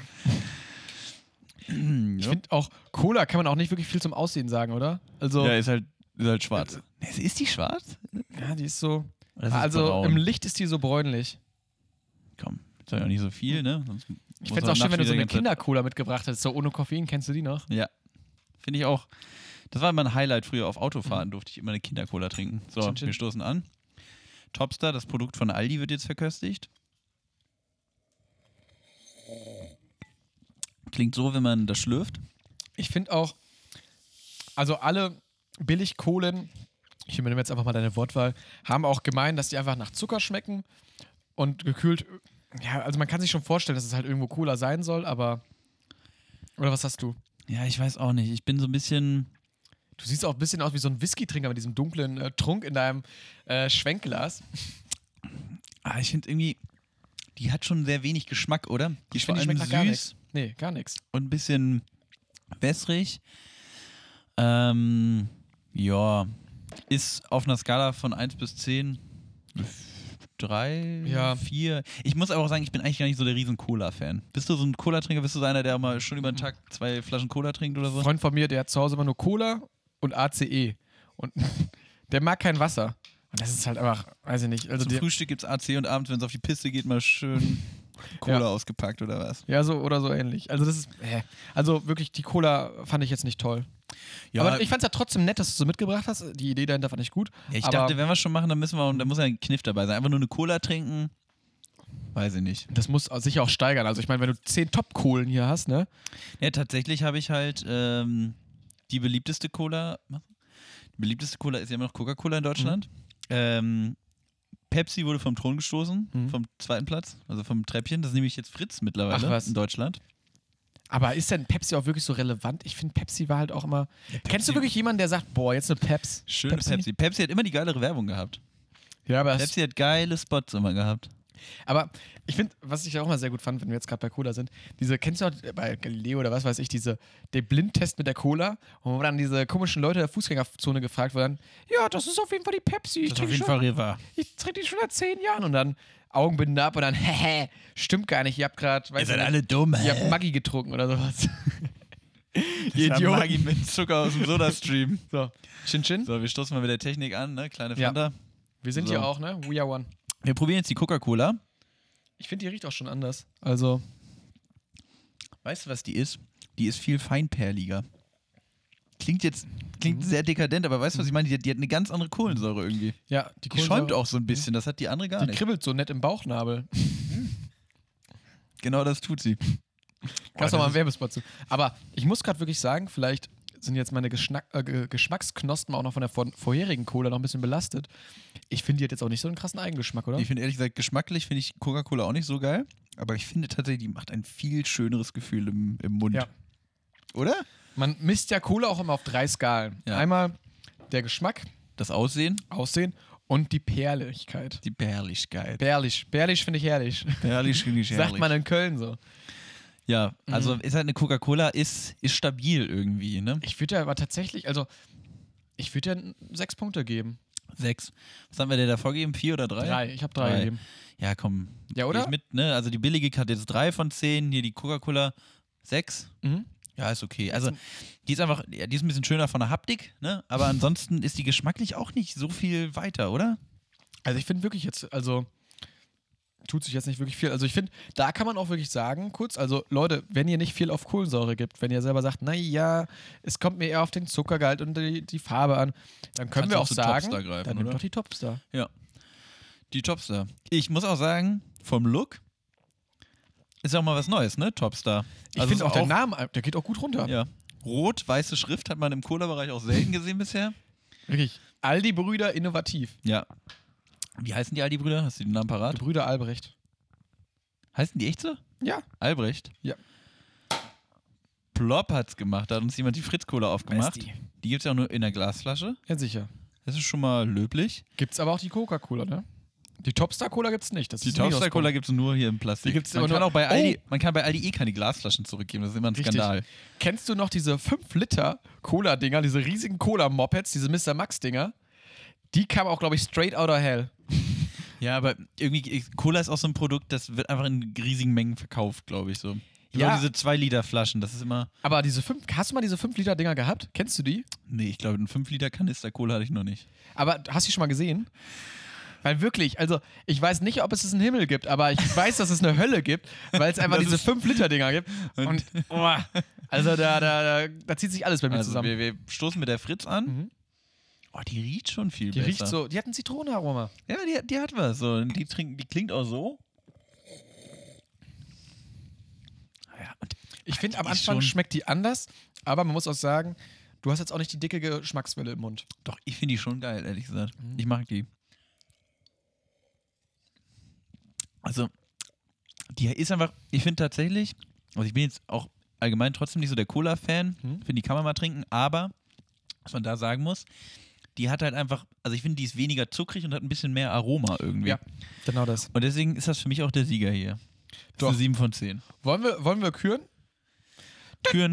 [SPEAKER 1] Ich finde auch, Cola kann man auch nicht wirklich viel zum Aussehen sagen, oder? Also,
[SPEAKER 2] Ja,
[SPEAKER 1] ja,
[SPEAKER 2] ist halt, ist halt
[SPEAKER 1] Äh,
[SPEAKER 2] schwarz. Ist die schwarz?
[SPEAKER 1] die ist so.
[SPEAKER 2] Oder ist es
[SPEAKER 1] also
[SPEAKER 2] braun?
[SPEAKER 1] im Licht ist die so bräunlich.
[SPEAKER 2] Komm, jetzt ja auch nicht so viel, ne? Sonst
[SPEAKER 1] Ich
[SPEAKER 2] muss
[SPEAKER 1] fände es auch
[SPEAKER 2] man
[SPEAKER 1] schön, wenn du
[SPEAKER 2] nachts
[SPEAKER 1] so
[SPEAKER 2] wieder
[SPEAKER 1] eine
[SPEAKER 2] die ganze Zeit-
[SPEAKER 1] Kinder-Cola mitgebracht hättest. So ohne Koffein, kennst du die noch?
[SPEAKER 2] Ja. Finde ich auch. Das war immer ein Highlight früher auf
[SPEAKER 1] Mhm.
[SPEAKER 2] Autofahren, durfte ich immer eine Kindercola trinken. So,
[SPEAKER 1] Chin, chin.
[SPEAKER 2] wir stoßen an. Topstar, das Produkt von Aldi wird jetzt verköstigt. Klingt so, wenn man das schlürft.
[SPEAKER 1] Ich finde auch, also alle Billigkohlen, ich übernehme jetzt einfach mal deine Wortwahl, haben auch gemeint, dass die einfach nach Zucker schmecken und gekühlt. Ja, also man kann sich schon vorstellen, dass es halt irgendwo cooler sein soll, aber. Oder was hast du?
[SPEAKER 2] Ja, ich weiß auch nicht. Ich bin so ein bisschen.
[SPEAKER 1] Du siehst auch ein bisschen aus wie so ein Whisky-Trinker mit diesem dunklen äh, Trunk in deinem äh, Schwenkglas.
[SPEAKER 2] Ah, ich finde irgendwie. Die hat schon sehr wenig Geschmack, oder? Die ist vor
[SPEAKER 1] Finde ich,
[SPEAKER 2] allem
[SPEAKER 1] schmeckt nach gar
[SPEAKER 2] süß
[SPEAKER 1] nichts. Nee, gar nichts.
[SPEAKER 2] und ein bisschen wässrig. Ähm, ja. Ist auf einer Skala von 1 bis 10. 3,
[SPEAKER 1] Ja.
[SPEAKER 2] 4. Ich muss aber auch sagen, ich bin eigentlich gar nicht so der riesen Cola-Fan. Bist du so ein Cola-Trinker? Bist du so einer, der mal schon über den Tag zwei Flaschen Cola trinkt oder so?
[SPEAKER 1] Ein Freund von mir, der hat zu Hause immer nur Cola und ACE. Und der mag kein Wasser. Und das ist halt einfach, weiß ich nicht. Also
[SPEAKER 2] Zum
[SPEAKER 1] der,
[SPEAKER 2] Frühstück gibt's AC und abends, wenn es auf die Piste geht, mal schön Cola
[SPEAKER 1] Ja.
[SPEAKER 2] ausgepackt oder was?
[SPEAKER 1] ja, so oder so ähnlich. Also das ist, hä. also wirklich, die Cola fand ich jetzt nicht toll. aber ich fand es ja trotzdem nett, dass du es so mitgebracht hast. Die Idee dahinter fand ich gut.
[SPEAKER 2] Ja, ich
[SPEAKER 1] aber
[SPEAKER 2] dachte, wenn wir schon machen, dann müssen wir, dann muss ja ein Kniff dabei sein. Einfach nur eine Cola trinken, weiß ich nicht.
[SPEAKER 1] das muss sich auch steigern. Also ich meine, wenn du zehn Top-Kohlen hier hast, ne?
[SPEAKER 2] Ja, tatsächlich habe ich halt ähm, die beliebteste Cola. Die beliebteste Cola ist ja immer noch Coca-Cola in Deutschland.
[SPEAKER 1] Mhm.
[SPEAKER 2] Ähm, Pepsi wurde vom Thron gestoßen,
[SPEAKER 1] Mhm.
[SPEAKER 2] vom zweiten Platz, also vom Treppchen. Das ist nämlich jetzt Fritz mittlerweile
[SPEAKER 1] Ach was.
[SPEAKER 2] in Deutschland.
[SPEAKER 1] Aber ist denn Pepsi auch wirklich so relevant? Ich finde, Pepsi war halt auch immer. Kennst du wirklich jemanden, der sagt, boah, jetzt eine Peps?
[SPEAKER 2] Schöne Pepsi. Pepsi. hat immer die geilere Werbung gehabt.
[SPEAKER 1] Ja, aber
[SPEAKER 2] Pepsi hat geile Spots immer gehabt.
[SPEAKER 1] Aber ich finde, was ich auch mal sehr gut fand, wenn wir jetzt gerade bei Cola sind, diese, kennst du noch bei Galileo oder was weiß ich, diese, der Blindtest mit der Cola, und wo dann diese komischen Leute der Fußgängerzone gefragt wurden, ja, das ist auf jeden Fall die Pepsi, ich trinke die, schon-
[SPEAKER 2] River.
[SPEAKER 1] ich trink die schon seit zehn Jahren und dann Augenbinden ab und dann, hehe, stimmt gar nicht, ihr habt gerade,
[SPEAKER 2] Ihr
[SPEAKER 1] weiß
[SPEAKER 2] seid
[SPEAKER 1] ich
[SPEAKER 2] alle dumm,
[SPEAKER 1] nicht, ihr habt
[SPEAKER 2] hä?
[SPEAKER 1] Maggi getrunken oder sowas.
[SPEAKER 2] Ich
[SPEAKER 1] ihr
[SPEAKER 2] hab Maggi
[SPEAKER 1] Idioten.
[SPEAKER 2] mit Zucker aus dem Soda-Stream.
[SPEAKER 1] So, Chin Chin,
[SPEAKER 2] So, wir stoßen mal mit der Technik an, ne? Kleine
[SPEAKER 1] Ja.
[SPEAKER 2] Fanta.
[SPEAKER 1] wir sind
[SPEAKER 2] So.
[SPEAKER 1] hier auch, ne? We are one.
[SPEAKER 2] Wir probieren jetzt die Coca-Cola.
[SPEAKER 1] Ich finde, die riecht auch schon anders. Also,
[SPEAKER 2] Weißt du, was die ist? Die ist viel feinperliger. Klingt jetzt klingt sehr dekadent, aber weißt du, was ich meine? Die, hat- die hat eine ganz andere Kohlensäure irgendwie.
[SPEAKER 1] ja, die,
[SPEAKER 2] Die schäumt
[SPEAKER 1] Kohlensäure-
[SPEAKER 2] auch so ein bisschen, das hat die andere gar
[SPEAKER 1] Die
[SPEAKER 2] nicht.
[SPEAKER 1] kribbelt so nett im Bauchnabel.
[SPEAKER 2] Genau das tut sie.
[SPEAKER 1] Kannst
[SPEAKER 2] Boah,
[SPEAKER 1] du mal
[SPEAKER 2] das
[SPEAKER 1] einen Werbespot zu. Aber ich muss gerade wirklich sagen, vielleicht sind jetzt meine Geschnack, äh, Ge- Geschmacksknospen auch noch von der vor vorherigen Cola noch ein bisschen belastet. Ich finde, die hat jetzt auch nicht so einen krassen Eigengeschmack, oder?
[SPEAKER 2] Ich finde ehrlich gesagt, geschmacklich finde ich Coca-Cola auch nicht so geil, aber ich finde tatsächlich, die macht ein viel schöneres Gefühl im, im Mund.
[SPEAKER 1] Ja.
[SPEAKER 2] Oder?
[SPEAKER 1] Man misst ja Cola auch immer auf drei Skalen.
[SPEAKER 2] Ja.
[SPEAKER 1] Einmal der Geschmack,
[SPEAKER 2] Das Aussehen,
[SPEAKER 1] Aussehen und die Perligkeit.
[SPEAKER 2] die Perligkeit.
[SPEAKER 1] Perlig. Perlig finde ich herrlich.
[SPEAKER 2] Perlig finde ich
[SPEAKER 1] Sagt man in Köln so.
[SPEAKER 2] Ja, also ist halt eine Coca-Cola, ist, ist stabil irgendwie, ne?
[SPEAKER 1] Ich würde ja aber tatsächlich, also ich würde ja sechs Punkte geben.
[SPEAKER 2] Sechs. Was haben wir dir da vorgegeben? Vier oder drei?
[SPEAKER 1] Drei. Ich habe drei,
[SPEAKER 2] Drei.
[SPEAKER 1] gegeben.
[SPEAKER 2] Ja, komm.
[SPEAKER 1] Ja, oder?
[SPEAKER 2] Geh Ich mit, ne? Also die billige hat jetzt 3 von 10, hier die Coca-Cola 6.
[SPEAKER 1] Mhm.
[SPEAKER 2] Ja, ist okay. Also die ist einfach, ja, die ist ein bisschen schöner von der Haptik, ne? Aber ansonsten ist die geschmacklich auch nicht so viel weiter, oder?
[SPEAKER 1] Also ich finde wirklich jetzt, also tut sich jetzt nicht wirklich viel. Also ich finde, da kann man auch wirklich sagen, kurz, also Leute, wenn ihr nicht viel auf Kohlensäure gibt, wenn ihr selber sagt, naja, es kommt mir eher auf den Zuckergehalt und die, die Farbe an, dann können
[SPEAKER 2] Kannst
[SPEAKER 1] wir
[SPEAKER 2] auch
[SPEAKER 1] auch
[SPEAKER 2] zu
[SPEAKER 1] sagen,
[SPEAKER 2] Topstar greifen,
[SPEAKER 1] dann nimmt
[SPEAKER 2] oder?
[SPEAKER 1] doch die Topstar.
[SPEAKER 2] Ja. Die Topstar. Ich muss auch sagen, vom Look ist ja auch mal was Neues, ne? Topstar.
[SPEAKER 1] Ich
[SPEAKER 2] Also
[SPEAKER 1] finde
[SPEAKER 2] ist
[SPEAKER 1] auch, der Name, der geht auch gut runter.
[SPEAKER 2] Ja. Rot-weiße Schrift hat man im Cola-Bereich auch selten gesehen bisher.
[SPEAKER 1] Wirklich. Aldi-Brüder innovativ.
[SPEAKER 2] Ja. Wie heißen die Aldi-Brüder? Hast du den Namen parat?
[SPEAKER 1] Brüder Albrecht.
[SPEAKER 2] Heißen die echt so?
[SPEAKER 1] Ja.
[SPEAKER 2] Albrecht?
[SPEAKER 1] Ja.
[SPEAKER 2] Plop hat's gemacht. Da hat uns jemand die Fritz-Cola aufgemacht.
[SPEAKER 1] Weiß
[SPEAKER 2] Die,
[SPEAKER 1] die.
[SPEAKER 2] gibt's ja auch nur in der Glasflasche.
[SPEAKER 1] Ja, sicher.
[SPEAKER 2] Das ist schon mal löblich.
[SPEAKER 1] Gibt's aber auch die Coca-Cola, ne? Die Topstar-Cola gibt's nicht. Das
[SPEAKER 2] Die
[SPEAKER 1] ist ein
[SPEAKER 2] Topstar-Cola
[SPEAKER 1] Minuspunkt.
[SPEAKER 2] gibt's nur hier im Plastik.
[SPEAKER 1] Die gibt's
[SPEAKER 2] man
[SPEAKER 1] aber
[SPEAKER 2] kann
[SPEAKER 1] nur-
[SPEAKER 2] auch bei
[SPEAKER 1] Oh!
[SPEAKER 2] Aldi, man kann bei Aldi eh keine Glasflaschen zurückgeben. Das ist immer ein
[SPEAKER 1] Richtig.
[SPEAKER 2] Skandal.
[SPEAKER 1] Kennst du noch diese 5-Liter-Cola-Dinger, diese riesigen Cola-Mopeds, diese Mr. Max-Dinger? Die kamen auch, glaube ich, straight out of hell.
[SPEAKER 2] Ja, aber irgendwie, ich- Cola ist auch so ein Produkt, das wird einfach in riesigen Mengen verkauft, glaube ich so.
[SPEAKER 1] Ja.
[SPEAKER 2] Immer diese 2-Liter-Flaschen, das ist immer.
[SPEAKER 1] Aber diese 5, hast du mal diese 5-Liter-Dinger gehabt? Kennst du die?
[SPEAKER 2] Nee, ich glaube, einen 5-Liter-Kanister Cola hatte ich noch nicht.
[SPEAKER 1] Aber hast du die schon mal gesehen? Weil wirklich, also ich weiß nicht, ob es einen Himmel gibt, aber ich weiß, dass es eine Hölle gibt, weil es einfach
[SPEAKER 2] Das
[SPEAKER 1] diese
[SPEAKER 2] ist-
[SPEAKER 1] 5-Liter-Dinger gibt. Und, oh, also da, da, da, da zieht sich alles bei mir
[SPEAKER 2] Also,
[SPEAKER 1] zusammen.
[SPEAKER 2] wir, wir stoßen mit der Fritz an.
[SPEAKER 1] Mhm.
[SPEAKER 2] Oh, die riecht schon viel
[SPEAKER 1] die
[SPEAKER 2] besser.
[SPEAKER 1] riecht so, die hat ein Zitronenaroma.
[SPEAKER 2] Ja, die, hat- die hat was. So. Ah Und die, trinkt, die klingt auch so.
[SPEAKER 1] Ich finde, am
[SPEAKER 2] die ist
[SPEAKER 1] Anfang
[SPEAKER 2] schon-
[SPEAKER 1] schmeckt die anders, aber man muss auch sagen, du hast jetzt auch nicht die dicke Geschmackswelle im Mund.
[SPEAKER 2] Doch, ich finde die schon geil, ehrlich gesagt. Ich mag die. Also, die ist einfach, ich finde tatsächlich, also ich bin jetzt auch allgemein trotzdem nicht so der Cola-Fan, finde die kann man mal trinken, aber was man da sagen muss, die hat halt einfach, also ich finde, die ist weniger zuckrig und hat ein bisschen mehr Aroma irgendwie.
[SPEAKER 1] genau das.
[SPEAKER 2] Und deswegen ist das für mich auch der Sieger hier. Das ist
[SPEAKER 1] Doch.
[SPEAKER 2] eine 7 von 10.
[SPEAKER 1] Wollen wir, wollen wir küren?
[SPEAKER 2] Küren.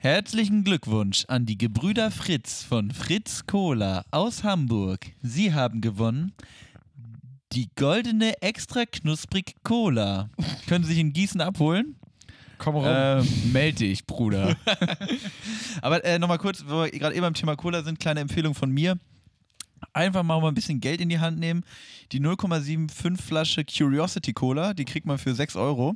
[SPEAKER 2] Herzlichen Glückwunsch an die Gebrüder Fritz von Fritz Cola aus Hamburg. Sie haben gewonnen die goldene extra knusprig Cola. Können Sie sich in Gießen abholen?
[SPEAKER 1] Komm rum.
[SPEAKER 2] Ähm, meld dich, Bruder. Aber äh, nochmal kurz, wo wir gerade eben beim Thema Cola sind, kleine Empfehlung von mir. Einfach mal mal ein bisschen Geld in die Hand nehmen. Die 0,75 Flasche Curiosity Cola, die kriegt man für 6 Euro.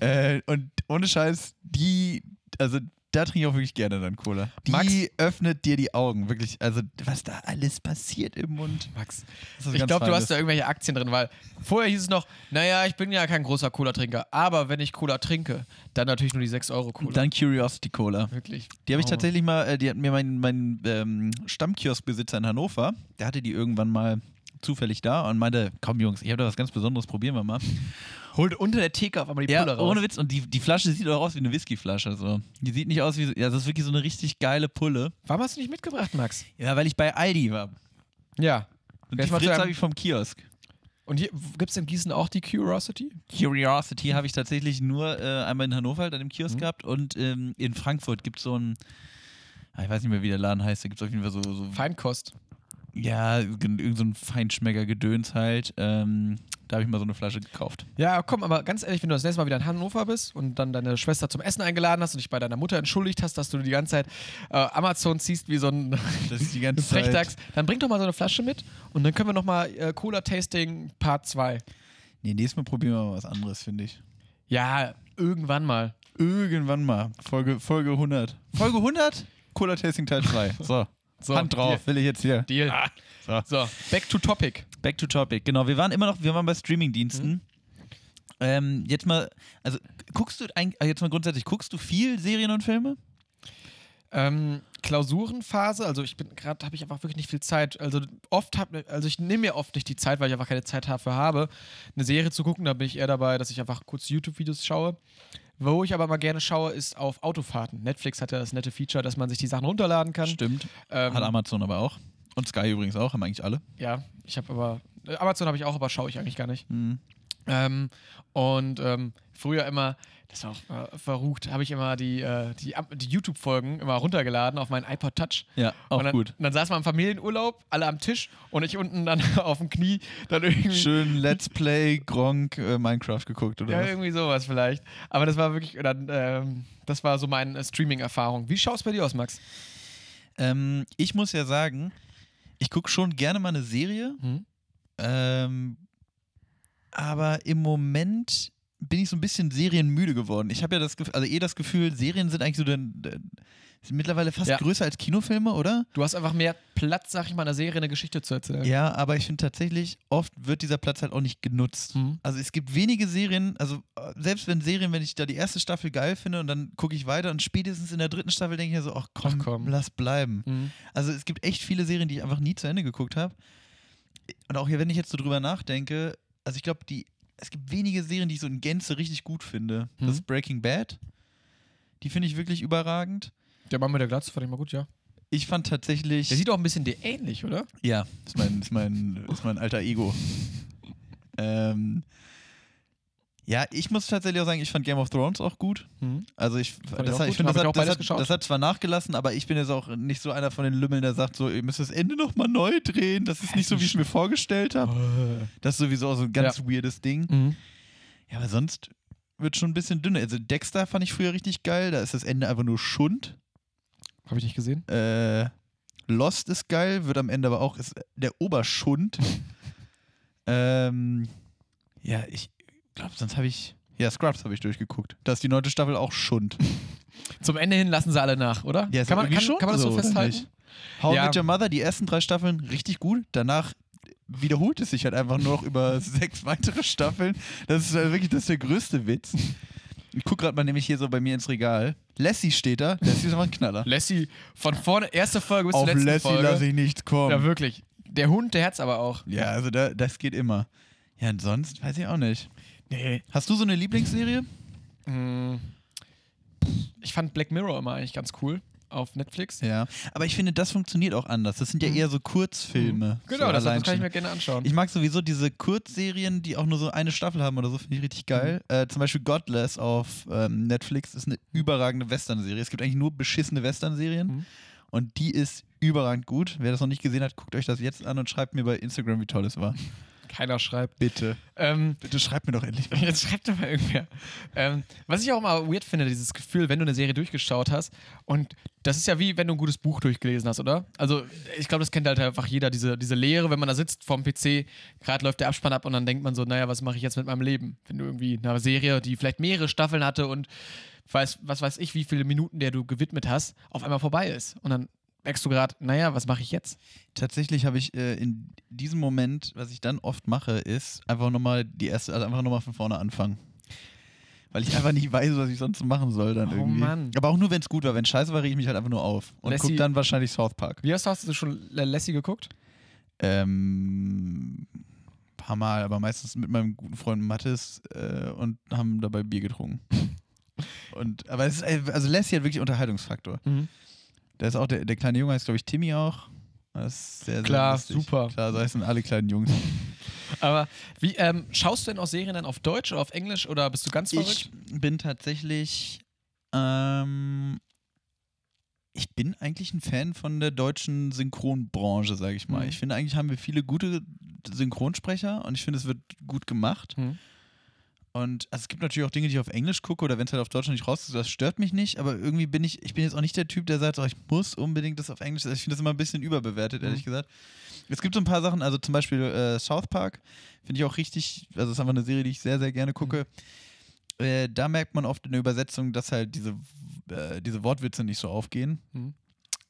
[SPEAKER 2] äh, und ohne Scheiß, die, also da trinke ich auch wirklich gerne dann Cola. Die
[SPEAKER 1] Max?
[SPEAKER 2] öffnet dir die Augen, wirklich. Also, was da alles passiert im Mund.
[SPEAKER 1] Max,
[SPEAKER 2] Das ist
[SPEAKER 1] ich
[SPEAKER 2] ganz
[SPEAKER 1] glaube, du
[SPEAKER 2] Feines.
[SPEAKER 1] hast da irgendwelche Aktien drin, weil vorher hieß es noch, naja, ich bin ja kein großer Cola-Trinker, aber wenn ich Cola trinke, dann natürlich nur die 6-Euro-Cola.
[SPEAKER 2] Dann Curiosity Cola.
[SPEAKER 1] Wirklich.
[SPEAKER 2] Die habe ich
[SPEAKER 1] Oh.
[SPEAKER 2] tatsächlich mal, äh, die hat mir mein, mein ähm, Stammkioskbesitzer in Hannover, der hatte die irgendwann mal zufällig da und meinte, komm Jungs, ich habe da was ganz Besonderes, probieren wir mal.
[SPEAKER 1] Holt unter der Theke auf einmal die Cola raus.
[SPEAKER 2] ohne Witz. Und die, die Flasche sieht auch aus wie eine Whiskyflasche. So. Die sieht nicht aus wie, so- ja, das ist wirklich so eine richtig geile Pulle.
[SPEAKER 1] Warum hast du nicht mitgebracht, Max?
[SPEAKER 2] Ja, weil ich bei Aldi war.
[SPEAKER 1] Ja.
[SPEAKER 2] Und die
[SPEAKER 1] Jetzt mal zu
[SPEAKER 2] Fritz
[SPEAKER 1] deinem-
[SPEAKER 2] habe ich vom Kiosk.
[SPEAKER 1] Und hier gibt es in Gießen auch die Curiosity?
[SPEAKER 2] Curiosity habe ich tatsächlich nur äh, einmal in Hannover halt an dem Kiosk gehabt und ähm, in Frankfurt gibt es so ein, ah, ich weiß nicht mehr, wie der Laden heißt, da gibt es auf jeden Fall so, so
[SPEAKER 1] Feinkost.
[SPEAKER 2] Ja, irgendein so ein Feinschmecker-Gedöns halt. Ähm, da habe ich mal so eine Flasche gekauft.
[SPEAKER 1] Ja, komm, aber ganz ehrlich, wenn du das nächste Mal wieder in Hannover bist und dann deine Schwester zum Essen eingeladen hast und dich bei deiner Mutter entschuldigt hast, dass du die ganze Zeit äh, Amazon ziehst wie so ein
[SPEAKER 2] Das ist halt die ganze
[SPEAKER 1] Frechdachs, dann bring doch mal so eine Flasche mit und dann können wir nochmal äh, Cola-Tasting Part 2.
[SPEAKER 2] Nee, nächstes Mal probieren wir mal was anderes, finde ich.
[SPEAKER 1] Ja, irgendwann mal.
[SPEAKER 2] Irgendwann mal. Folge, Folge 100. Folge 100? Cola Tasting Teil 3. So.
[SPEAKER 1] So,
[SPEAKER 2] Hand drauf, will ich jetzt hier.
[SPEAKER 1] Deal.
[SPEAKER 2] so.
[SPEAKER 1] So, back to topic.
[SPEAKER 2] Back to topic. Genau, wir waren immer noch, wir waren bei Streamingdiensten. Ähm, jetzt mal, also guckst du, eigentlich- äh, jetzt mal grundsätzlich, guckst du viel Serien und Filme?
[SPEAKER 1] Ähm, Klausurenphase, also ich bin gerade, habe ich einfach wirklich nicht viel Zeit. Also oft hab, also ich nehme mir oft nicht die Zeit, weil ich einfach keine Zeit dafür habe, eine Serie zu gucken. Da bin ich eher dabei, dass ich einfach kurz YouTube-Videos schaue. Wo ich aber mal gerne schaue, ist auf Autofahrten. Netflix hat ja das nette Feature, dass man sich die Sachen runterladen kann.
[SPEAKER 2] Stimmt.
[SPEAKER 1] Ähm,
[SPEAKER 2] Hat Amazon aber auch. Und Sky übrigens auch, haben eigentlich alle.
[SPEAKER 1] Ja, ich habe aber. äh, Amazon habe ich auch, aber schaue ich eigentlich gar nicht.
[SPEAKER 2] Mhm.
[SPEAKER 1] Ähm, und ähm, früher immer, das war auch äh, verrucht, habe ich immer die, äh, die, Am- die YouTube-Folgen immer runtergeladen auf meinen iPod Touch.
[SPEAKER 2] Ja, auch
[SPEAKER 1] und dann,
[SPEAKER 2] gut.
[SPEAKER 1] Und dann saß man im Familienurlaub, alle am Tisch und ich unten dann auf dem Knie, dann irgendwie.
[SPEAKER 2] Schön Let's Play Gronk äh, Minecraft geguckt, oder
[SPEAKER 1] Ja,
[SPEAKER 2] was?
[SPEAKER 1] irgendwie sowas vielleicht. Aber das war wirklich, oder, ähm, das war so meine äh, Streaming-Erfahrung. Wie schaut es bei dir aus, Max?
[SPEAKER 2] Ähm, ich muss ja sagen, ich gucke schon gerne mal eine Serie.
[SPEAKER 1] Mhm.
[SPEAKER 2] Ähm, aber im Moment bin ich so ein bisschen serienmüde geworden. Ich habe ja das Gefühl, also eh das Gefühl, Serien sind eigentlich so dann äh, sind mittlerweile fast
[SPEAKER 1] Ja.
[SPEAKER 2] größer als Kinofilme, oder?
[SPEAKER 1] Du hast einfach mehr Platz, sag ich mal, einer Serie eine Geschichte zu erzählen.
[SPEAKER 2] Ja, aber ich finde tatsächlich, oft wird dieser Platz halt auch nicht genutzt.
[SPEAKER 1] Mhm.
[SPEAKER 2] Also es gibt wenige Serien, also äh, selbst wenn Serien, wenn ich da die erste Staffel geil finde und dann gucke ich weiter und spätestens in der dritten Staffel denke ich mir so, ach komm,
[SPEAKER 1] Ach komm.
[SPEAKER 2] lass bleiben.
[SPEAKER 1] Mhm.
[SPEAKER 2] Also es gibt echt viele Serien, die ich einfach nie zu Ende geguckt habe. Und auch hier, wenn ich jetzt so drüber nachdenke, also ich glaube, die, es gibt wenige Serien, die ich so in Gänze richtig gut finde.
[SPEAKER 1] Mhm.
[SPEAKER 2] Das ist Breaking Bad. Die finde ich wirklich überragend.
[SPEAKER 1] Der Mann mit der Glatze fand ich mal gut, ja.
[SPEAKER 2] Ich fand tatsächlich.
[SPEAKER 1] Der sieht auch ein bisschen dir ähnlich, oder?
[SPEAKER 2] Ja, ist mein, ist mein, ist mein alter Ego. ähm, ja, ich muss tatsächlich auch sagen, ich fand Game of Thrones auch gut.
[SPEAKER 1] Mhm.
[SPEAKER 2] Also ich,
[SPEAKER 1] ich
[SPEAKER 2] das,
[SPEAKER 1] auch
[SPEAKER 2] hat-
[SPEAKER 1] gut.
[SPEAKER 2] ich finde,
[SPEAKER 1] Hab
[SPEAKER 2] das,
[SPEAKER 1] ich auch
[SPEAKER 2] hat, das,
[SPEAKER 1] beides
[SPEAKER 2] hat,
[SPEAKER 1] geschaut.
[SPEAKER 2] das hat zwar nachgelassen, aber ich bin jetzt auch nicht so einer von den Lümmeln, der sagt so, ihr müsst das Ende nochmal neu drehen. Das ist nicht so, wie ich mir vorgestellt habe. Das ist sowieso auch so ein ganz weirdes Ding.
[SPEAKER 1] Mhm.
[SPEAKER 2] Ja, aber sonst wird schon ein bisschen dünner. Also Dexter fand ich früher richtig geil. Da ist das Ende einfach nur Schund.
[SPEAKER 1] Habe ich nicht gesehen.
[SPEAKER 2] Äh, Lost ist geil, wird am Ende aber auch ist der Oberschund. ähm, ja, ich glaube, sonst habe ich. Ja, Scrubs habe ich durchgeguckt. Da ist die neunte Staffel auch Schund.
[SPEAKER 1] Zum Ende hin lassen sie alle nach, oder?
[SPEAKER 2] Ja, ist
[SPEAKER 1] kann, man,
[SPEAKER 2] irgendwie
[SPEAKER 1] kann,
[SPEAKER 2] schon
[SPEAKER 1] kann man das so,
[SPEAKER 2] so, oder
[SPEAKER 1] festhalten?
[SPEAKER 2] nicht? How I
[SPEAKER 1] Ja.
[SPEAKER 2] Met Your Mother, die ersten drei Staffeln richtig gut. Danach wiederholt es sich halt einfach nur noch über sechs weitere Staffeln. Das ist äh, wirklich das ist der größte Witz. Ich gucke gerade mal nämlich hier so bei mir ins Regal. Lassie steht da. Lassie ist einfach ein Knaller.
[SPEAKER 1] Lassie, von vorne, erste Folge bis zur
[SPEAKER 2] Auf
[SPEAKER 1] letzten
[SPEAKER 2] Lassie
[SPEAKER 1] Folge.
[SPEAKER 2] lasse ich nichts kommen.
[SPEAKER 1] Ja, wirklich. Der Hund, der hat's aber auch.
[SPEAKER 2] Ja, also da, das geht immer. Ja, und sonst weiß ich auch nicht.
[SPEAKER 1] Nee.
[SPEAKER 2] Hast du so eine Lieblingsserie?
[SPEAKER 1] Hm. Ich fand Black Mirror immer eigentlich ganz cool auf Netflix.
[SPEAKER 2] Ja. Aber ich finde, das funktioniert auch anders. Das sind ja eher so Kurzfilme.
[SPEAKER 1] Mhm. Genau,
[SPEAKER 2] so
[SPEAKER 1] das,
[SPEAKER 2] allein
[SPEAKER 1] das kann ich
[SPEAKER 2] schon.
[SPEAKER 1] mir gerne anschauen.
[SPEAKER 2] Ich mag sowieso diese Kurzserien, die auch nur so eine Staffel haben oder so, finde ich richtig geil.
[SPEAKER 1] Mhm.
[SPEAKER 2] Äh, zum Beispiel Godless auf ähm, Netflix ist eine überragende Western-Serie. Es gibt eigentlich nur beschissene Western-Serien
[SPEAKER 1] Mhm.
[SPEAKER 2] und die ist überragend gut. Wer das noch nicht gesehen hat, guckt euch das jetzt an und schreibt mir bei Instagram, wie toll es war.
[SPEAKER 1] Keiner schreibt.
[SPEAKER 2] Bitte.
[SPEAKER 1] Ähm,
[SPEAKER 2] Bitte schreibt mir doch endlich mal.
[SPEAKER 1] Jetzt schreibt doch mal irgendwer. Ähm, was ich auch immer weird finde, dieses Gefühl, wenn du eine Serie durchgeschaut hast und das ist ja wie, wenn du ein gutes Buch durchgelesen hast, oder? Also ich glaube, das kennt halt einfach jeder, diese, diese Leere, wenn man da sitzt vorm PC, gerade läuft der Abspann ab und dann denkt man so, naja, was mache ich jetzt mit meinem Leben? Wenn du irgendwie eine Serie, die vielleicht mehrere Staffeln hatte und weiß, was weiß ich, wie viele Minuten der du gewidmet hast, auf einmal vorbei ist. Und dann merkst du gerade, naja, was mache ich jetzt?
[SPEAKER 2] Tatsächlich habe ich äh, in diesem Moment, was ich dann oft mache, ist einfach nochmal die erste, also einfach nochmal von vorne anfangen. Weil ich einfach nicht weiß, was ich sonst machen soll dann
[SPEAKER 1] Oh
[SPEAKER 2] irgendwie.
[SPEAKER 1] Mann.
[SPEAKER 2] Aber auch nur, wenn es gut war. Wenn scheiße war, reg ich mich halt einfach nur auf. Und
[SPEAKER 1] Lassie-
[SPEAKER 2] guck dann wahrscheinlich South Park.
[SPEAKER 1] Wie hast du, hast du schon Lassie geguckt?
[SPEAKER 2] Ähm, paar Mal, aber meistens mit meinem guten Freund Mattes äh, und haben dabei Bier getrunken. und, aber es ist, äh, also Lassie hat wirklich Unterhaltungsfaktor.
[SPEAKER 1] Mhm.
[SPEAKER 2] Da ist auch der, der kleine Junge heißt, glaube ich, Timmy auch. Das ist sehr, sehr
[SPEAKER 1] Klar,
[SPEAKER 2] lustig.
[SPEAKER 1] super.
[SPEAKER 2] Klar, so heißen alle kleinen Jungs.
[SPEAKER 1] Aber wie ähm, schaust du denn auch Serien dann auf Deutsch oder auf Englisch oder bist du ganz verrückt?
[SPEAKER 2] Ich bin tatsächlich. Ähm, ich bin eigentlich ein Fan von der deutschen Synchronbranche, sage ich mal.
[SPEAKER 1] Mhm.
[SPEAKER 2] Ich finde, eigentlich haben wir viele gute Synchronsprecher und ich finde, es wird gut gemacht.
[SPEAKER 1] Mhm.
[SPEAKER 2] Und also es gibt natürlich auch Dinge, die ich auf Englisch gucke oder wenn es halt auf Deutsch noch nicht raus ist, das stört mich nicht. Aber irgendwie bin ich, ich bin jetzt auch nicht der Typ, der sagt, oh, ich muss unbedingt das auf Englisch. Also Ich finde das immer ein bisschen überbewertet, ehrlich
[SPEAKER 1] Mhm.
[SPEAKER 2] gesagt. Es gibt so ein paar Sachen, also zum Beispiel äh, South Park, finde ich auch richtig, also ist einfach eine Serie, die ich sehr, sehr gerne gucke. Äh, da merkt man oft in der Übersetzung, dass halt diese, äh, diese Wortwitze nicht so aufgehen.
[SPEAKER 1] Mhm.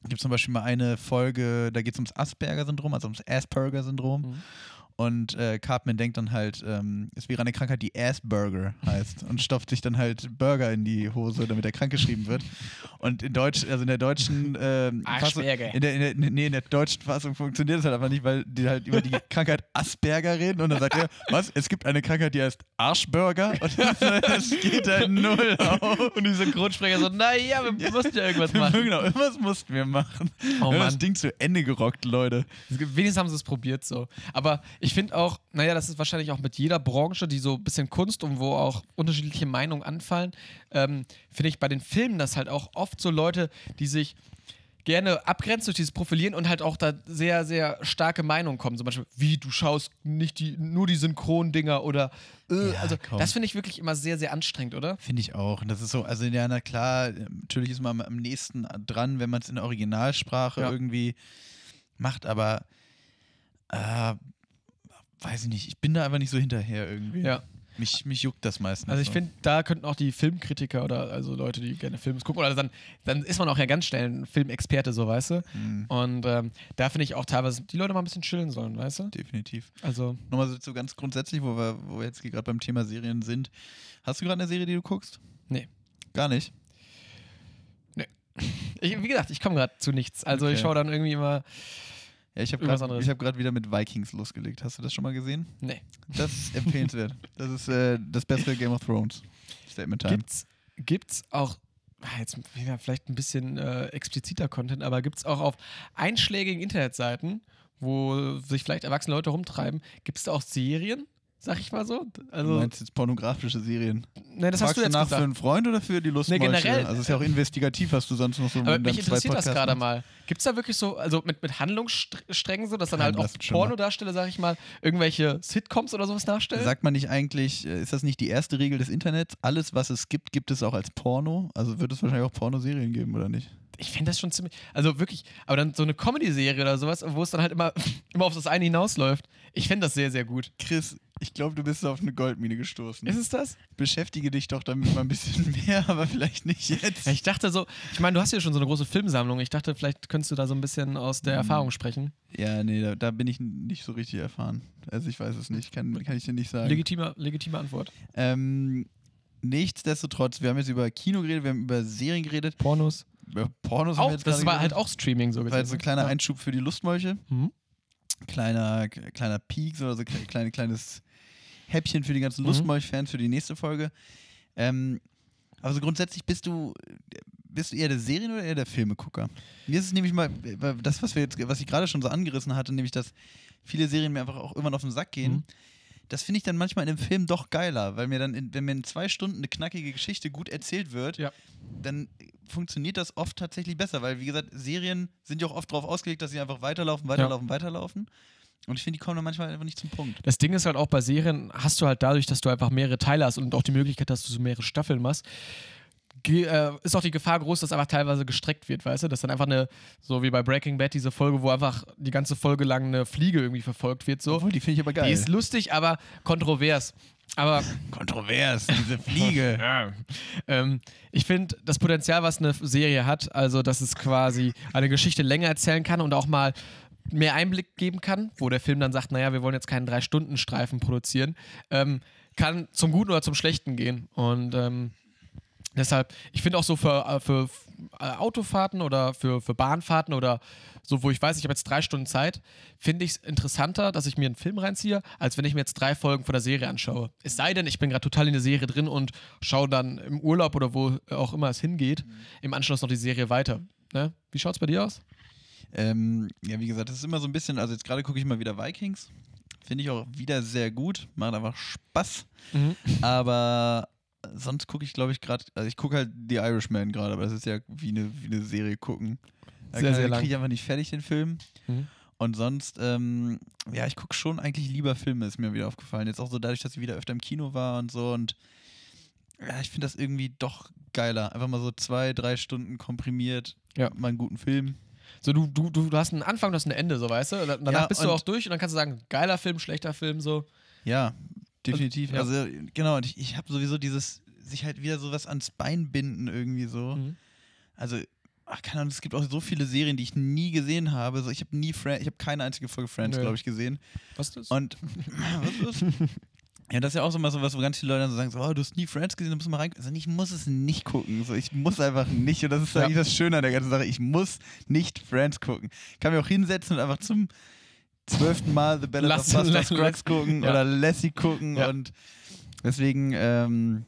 [SPEAKER 2] Es gibt zum Beispiel mal eine Folge, da geht es ums Asperger-Syndrom, also ums Asperger-Syndrom.
[SPEAKER 1] Mhm.
[SPEAKER 2] Und äh, Cartman denkt dann halt, ähm, es wäre eine Krankheit, die Asperger heißt und stopft sich dann halt Burger in die Hose, damit er krankgeschrieben wird. Und in Deutsch, also in der deutschen ähm, Fassung,
[SPEAKER 1] Asperger.
[SPEAKER 2] in der, in der, nee, in der deutschen Fassung funktioniert es halt einfach nicht, weil die halt über die Krankheit Asperger reden und dann sagt er, was? Es gibt eine Krankheit, die heißt Arschburger und das geht halt null auf.
[SPEAKER 1] Und die Synchronsprecher so, naja, wir mussten ja irgendwas machen.
[SPEAKER 2] Genau, irgendwas mussten wir machen.
[SPEAKER 1] Oh
[SPEAKER 2] wir haben das
[SPEAKER 1] Mann.
[SPEAKER 2] Ding zu Ende gerockt, Leute.
[SPEAKER 1] Es gibt- Wenigstens haben sie es probiert so. Aber ich finde auch, naja, das ist wahrscheinlich auch mit jeder Branche, die so ein bisschen Kunst und wo auch unterschiedliche Meinungen anfallen, ähm, finde ich bei den Filmen das halt auch oft so Leute, die sich gerne abgrenzt durch dieses Profilieren und halt auch da sehr, sehr starke Meinungen kommen. Zum Beispiel, wie, du schaust nicht die, nur die Synchrondinger oder äh,
[SPEAKER 2] Ja,
[SPEAKER 1] also
[SPEAKER 2] komm.
[SPEAKER 1] das finde ich wirklich immer sehr, sehr anstrengend, oder?
[SPEAKER 2] Finde ich auch. Und das ist so, also ja, na klar, natürlich ist man am nächsten dran, wenn man es in der Originalsprache
[SPEAKER 1] Ja.
[SPEAKER 2] irgendwie macht, aber äh, weiß ich nicht, ich bin da einfach nicht so hinterher irgendwie.
[SPEAKER 1] Ja.
[SPEAKER 2] Mich, mich juckt das meistens.
[SPEAKER 1] Also ich
[SPEAKER 2] so.
[SPEAKER 1] finde, da könnten auch die Filmkritiker oder also Leute, die gerne Films gucken, oder dann, dann ist man auch ja ganz schnell ein Filmexperte, so weißt du.
[SPEAKER 2] Mhm,
[SPEAKER 1] Und ähm, da finde ich auch teilweise, die Leute mal ein bisschen chillen sollen, weißt du?
[SPEAKER 2] definitiv.
[SPEAKER 1] Also,
[SPEAKER 2] Nochmal so, so ganz grundsätzlich, wo wir, wo wir jetzt gerade beim Thema Serien sind. Hast du gerade eine Serie, die du guckst?
[SPEAKER 1] Nee.
[SPEAKER 2] Gar nicht.
[SPEAKER 1] ich, wie gesagt, ich komme gerade zu nichts. Also ich
[SPEAKER 2] Okay.
[SPEAKER 1] schaue dann irgendwie immer.
[SPEAKER 2] Ja, ich habe
[SPEAKER 1] Irgendwas
[SPEAKER 2] gerade
[SPEAKER 1] anderes.
[SPEAKER 2] ich hab grad wieder mit Vikings losgelegt. Hast du das schon mal gesehen?
[SPEAKER 1] Nee.
[SPEAKER 2] Das ist empfehlenswert. Das ist äh, das beste Game of Thrones. Statement Time.
[SPEAKER 1] Gibt's, gibt's auch. ah, Jetzt wieder vielleicht ein bisschen äh, expliziter Content, aber gibt es auch auf einschlägigen Internetseiten, wo sich vielleicht erwachsene Leute rumtreiben, gibt es da auch Serien, sag ich mal so?
[SPEAKER 2] du
[SPEAKER 1] Also,
[SPEAKER 2] meinst jetzt pornografische Serien.
[SPEAKER 1] ne, das hast
[SPEAKER 2] Fragst
[SPEAKER 1] du jetzt
[SPEAKER 2] nach
[SPEAKER 1] gesagt.
[SPEAKER 2] für einen Freund oder für die Lustmäusche?
[SPEAKER 1] Nee, generell. äh,
[SPEAKER 2] Also ist ja auch investigativ, hast du sonst noch so
[SPEAKER 1] Aber
[SPEAKER 2] in deinen
[SPEAKER 1] mich
[SPEAKER 2] zwei
[SPEAKER 1] interessiert das
[SPEAKER 2] Podcasts
[SPEAKER 1] gerade
[SPEAKER 2] machst.
[SPEAKER 1] mal. Gibt es da wirklich so, also mit, mit Handlungssträngen so, dass dann halt auch
[SPEAKER 2] Handlungsstränge.
[SPEAKER 1] Pornodarsteller, sag ich mal, irgendwelche Sitcoms oder sowas nachstellen?
[SPEAKER 2] Sagt man nicht eigentlich, äh, ist das nicht die erste Regel des Internets? Alles, was es gibt, gibt es auch als Porno. Also wird es wahrscheinlich auch Pornoserien geben, oder nicht?
[SPEAKER 1] Ich fände das schon ziemlich, also wirklich, aber dann so eine Comedy-Serie oder sowas, wo es dann halt immer, immer auf das eine hinausläuft. Ich fände das sehr, sehr gut. Mhm.
[SPEAKER 2] Chris, ich glaube, du bist auf eine Goldmine gestoßen.
[SPEAKER 1] Ist es das?
[SPEAKER 2] Beschäftige beschäftige dich doch damit mal ein bisschen mehr, aber vielleicht nicht jetzt.
[SPEAKER 1] Ja, ich dachte so, ich meine, du hast ja schon so eine große Filmsammlung. Ich dachte, vielleicht könntest du da so ein bisschen aus der Erfahrung sprechen.
[SPEAKER 2] Ja, nee, da, da bin ich n- nicht so richtig erfahren. Also ich weiß es nicht, kann, kann ich dir nicht sagen.
[SPEAKER 1] Legitime, legitime Antwort.
[SPEAKER 2] ähm, nichtsdestotrotz, wir haben jetzt über Kino geredet, wir haben über Serien geredet,
[SPEAKER 1] Pornos.
[SPEAKER 2] über Pornos haben
[SPEAKER 1] Auch,
[SPEAKER 2] wir jetzt
[SPEAKER 1] das
[SPEAKER 2] gerade
[SPEAKER 1] war halt
[SPEAKER 2] geredet.
[SPEAKER 1] auch Streaming so
[SPEAKER 2] Das war jetzt so ein kleiner
[SPEAKER 1] Ja.
[SPEAKER 2] Einschub für die Lustmolche.
[SPEAKER 1] Mhm.
[SPEAKER 2] Kleiner, kleiner Peaks oder so also kle- kleine, kleines Häppchen für die ganzen
[SPEAKER 1] Mhm.
[SPEAKER 2] Lustmolch-Fans für die nächste Folge. Ähm, also grundsätzlich bist du, bist du eher der Serien- oder eher der Filmegucker? Mir ist es nämlich mal, weil das, was wir jetzt, was ich gerade schon so angerissen hatte, nämlich, dass viele Serien mir einfach auch irgendwann auf den Sack gehen.
[SPEAKER 1] Mhm.
[SPEAKER 2] Das finde ich dann manchmal in einem Film doch geiler, weil mir dann, in, wenn mir in zwei Stunden eine knackige Geschichte gut erzählt wird,
[SPEAKER 1] Ja.
[SPEAKER 2] dann funktioniert das oft tatsächlich besser, weil, wie gesagt, Serien sind ja auch oft darauf ausgelegt, dass sie einfach weiterlaufen, weiterlaufen, weiterlaufen. Und ich finde, die kommen dann manchmal einfach nicht zum Punkt.
[SPEAKER 1] Das Ding ist halt auch bei Serien, hast du halt dadurch, dass du einfach mehrere Teile hast und auch die Möglichkeit, dass du so mehrere Staffeln machst, ge- äh, ist auch die Gefahr groß, dass einfach teilweise gestreckt wird, weißt du? Dass dann einfach eine, so wie bei Breaking Bad, diese Folge, wo einfach die ganze Folge lang eine Fliege irgendwie verfolgt wird, so.
[SPEAKER 2] die finde ich aber
[SPEAKER 1] Die ist lustig, aber kontrovers. Aber
[SPEAKER 2] kontrovers, diese Fliege.
[SPEAKER 1] Ja. Ähm, ich finde, das Potenzial, was eine Serie hat, also dass es quasi eine Geschichte länger erzählen kann und auch mal mehr Einblick geben kann, wo der Film dann sagt, naja, wir wollen jetzt keinen Drei-Stunden-Streifen produzieren, ähm, kann zum Guten oder zum Schlechten gehen. Und ähm, deshalb, ich finde auch so für, äh, für äh, Autofahrten oder für, für Bahnfahrten oder so, wo ich weiß, ich habe jetzt drei Stunden Zeit, finde ich es interessanter, dass ich mir einen Film reinziehe, als wenn ich mir jetzt drei Folgen von der Serie anschaue. Es sei denn, ich bin gerade total in der Serie drin und schaue dann im Urlaub oder wo äh, auch immer es hingeht,
[SPEAKER 2] Mhm.
[SPEAKER 1] im Anschluss noch die Serie weiter. Ne? Wie schaut es bei dir aus?
[SPEAKER 2] Ähm, ja, wie gesagt, das ist immer so ein bisschen, also jetzt gerade gucke ich mal wieder Vikings. Finde ich auch wieder sehr gut. Macht einfach Spaß. Aber sonst gucke ich, glaube ich, gerade, also ich gucke halt The Irishman gerade, aber das ist ja wie eine, wie eine Serie gucken. Da
[SPEAKER 1] Sehr,
[SPEAKER 2] kann-
[SPEAKER 1] sehr
[SPEAKER 2] da
[SPEAKER 1] lang.
[SPEAKER 2] kriege ich einfach nicht fertig den Film.
[SPEAKER 1] Mhm.
[SPEAKER 2] Und sonst, ähm, ja, ich gucke schon eigentlich lieber Filme, ist mir wieder aufgefallen. Jetzt auch so dadurch, dass ich wieder öfter im Kino war und so. Und ja, ich finde das irgendwie doch geiler. Einfach mal so zwei, drei Stunden komprimiert,
[SPEAKER 1] Ja.
[SPEAKER 2] mal einen guten Film.
[SPEAKER 1] So, du, du, du, du hast einen Anfang, du hast ein Ende, so weißt du? Und Danach
[SPEAKER 2] Ja,
[SPEAKER 1] bist du
[SPEAKER 2] und-
[SPEAKER 1] auch durch und dann kannst du sagen, geiler Film, schlechter Film, so.
[SPEAKER 2] Ja, definitiv.
[SPEAKER 1] ja.
[SPEAKER 2] Also, genau, und ich, ich habe sowieso dieses, sich halt wieder sowas ans Bein binden irgendwie so.
[SPEAKER 1] Mhm.
[SPEAKER 2] Also, ach, keine Ahnung, es gibt auch so viele Serien, die ich nie gesehen habe. So, ich habe nie Friends, ich habe keine einzige Folge Friends,
[SPEAKER 1] Nö.
[SPEAKER 2] glaube ich, gesehen.
[SPEAKER 1] Was ist das?
[SPEAKER 2] Und was ist? Ja, das ist ja auch so mal so was, wo ganz viele Leute dann so sagen, so, oh, du hast nie Friends gesehen, du musst mal reingucken. Also ich muss es nicht gucken. So, ich muss einfach nicht. Und das ist
[SPEAKER 1] Ja.
[SPEAKER 2] eigentlich das Schöne an der ganzen Sache. Ich muss nicht Friends gucken. Ich kann mir auch hinsetzen und einfach zum zwölften Mal The Ballad
[SPEAKER 1] Lass-
[SPEAKER 2] of Buster
[SPEAKER 1] lass-
[SPEAKER 2] Scruggs gucken
[SPEAKER 1] Ja.
[SPEAKER 2] oder Lassie gucken.
[SPEAKER 1] Ja.
[SPEAKER 2] Und deswegen, ähm,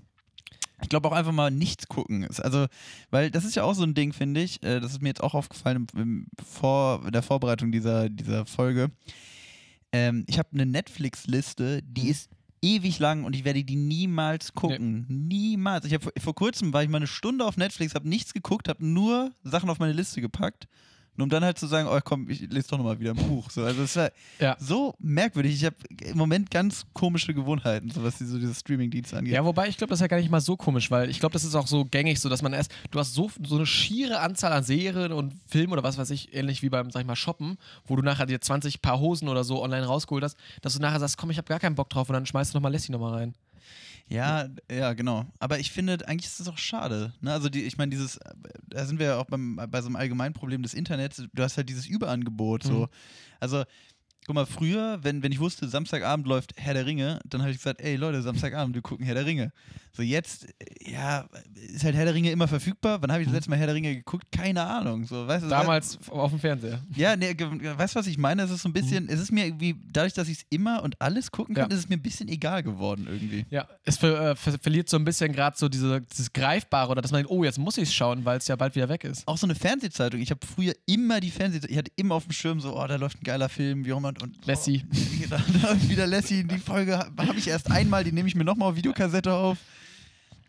[SPEAKER 2] ich glaube auch einfach mal nichts gucken. Ist Also, weil das ist ja auch so ein Ding, finde ich. Äh, das ist mir jetzt auch aufgefallen im, im Vor, in der Vorbereitung dieser, dieser Folge. Ähm, ich habe eine Netflix-Liste,
[SPEAKER 1] Mhm.
[SPEAKER 2] die ist ewig lang und ich werde die niemals gucken. Niemals. Ich hab, vor- vor kurzem war ich mal eine Stunde auf Netflix, habe nichts geguckt, habe nur Sachen auf meine Liste gepackt. Nur um dann halt zu sagen, oh komm, ich lese doch nochmal wieder ein Buch. So, also es ist halt
[SPEAKER 1] Ja.
[SPEAKER 2] so merkwürdig. Ich habe im Moment ganz komische Gewohnheiten, so was die, so diese Streaming-Dienste angeht.
[SPEAKER 1] Ja, wobei ich glaube, das ist ja gar nicht mal so komisch, weil ich glaube, das ist auch so gängig, so dass man erst, du hast so, so eine schiere Anzahl an Serien und Filmen oder was weiß ich, ähnlich wie beim, sag ich mal, Shoppen, wo du nachher dir 20 Paar Hosen oder so online rausgeholt hast, dass du nachher sagst, komm, ich habe gar keinen Bock drauf und dann schmeißt du nochmal Lassie nochmal rein.
[SPEAKER 2] Ja, ja, genau. Aber ich finde, eigentlich ist das auch schade. Ne? Also, die, ich meine, dieses, äh, da sind wir ja auch beim, bei so einem allgemeinen Problem des Internets. Du hast halt dieses Überangebot. So.
[SPEAKER 1] Mhm.
[SPEAKER 2] Also, guck mal, früher, wenn, wenn ich wusste, Samstagabend läuft Herr der Ringe, dann habe ich gesagt, ey Leute, Samstagabend, wir gucken Herr der Ringe. So, jetzt, äh, ja, ist halt Herr der Ringe immer verfügbar. Wann habe ich das letzte Mal Herr der Ringe geguckt? Keine Ahnung. So, weißt du,
[SPEAKER 1] Mhm. Damals auf dem Fernseher.
[SPEAKER 2] ja, nee, ge- ge- weißt du, was ich meine? Es ist so ein bisschen, es ist mir irgendwie, dadurch, dass ich es immer und alles gucken
[SPEAKER 1] Mhm. Ja.
[SPEAKER 2] kann, ist es mir ein bisschen egal geworden irgendwie.
[SPEAKER 1] Ja, es ver äh, ver verliert so ein bisschen gerade so diese, dieses Greifbare oder dass man denkt, oh, jetzt muss ich es schauen, weil es ja bald wieder weg ist.
[SPEAKER 2] auch so eine Fernsehzeitung. Ich habe früher immer die Fernsehzeitung, ich hatte immer auf dem Schirm so, oh, da läuft ein geiler Film, wie auch immer. Und,
[SPEAKER 1] Lassie.
[SPEAKER 2] Oh, da läuft wieder Lassie, die Folge habe ich erst einmal, die nehme ich mir nochmal auf Videokassette auf.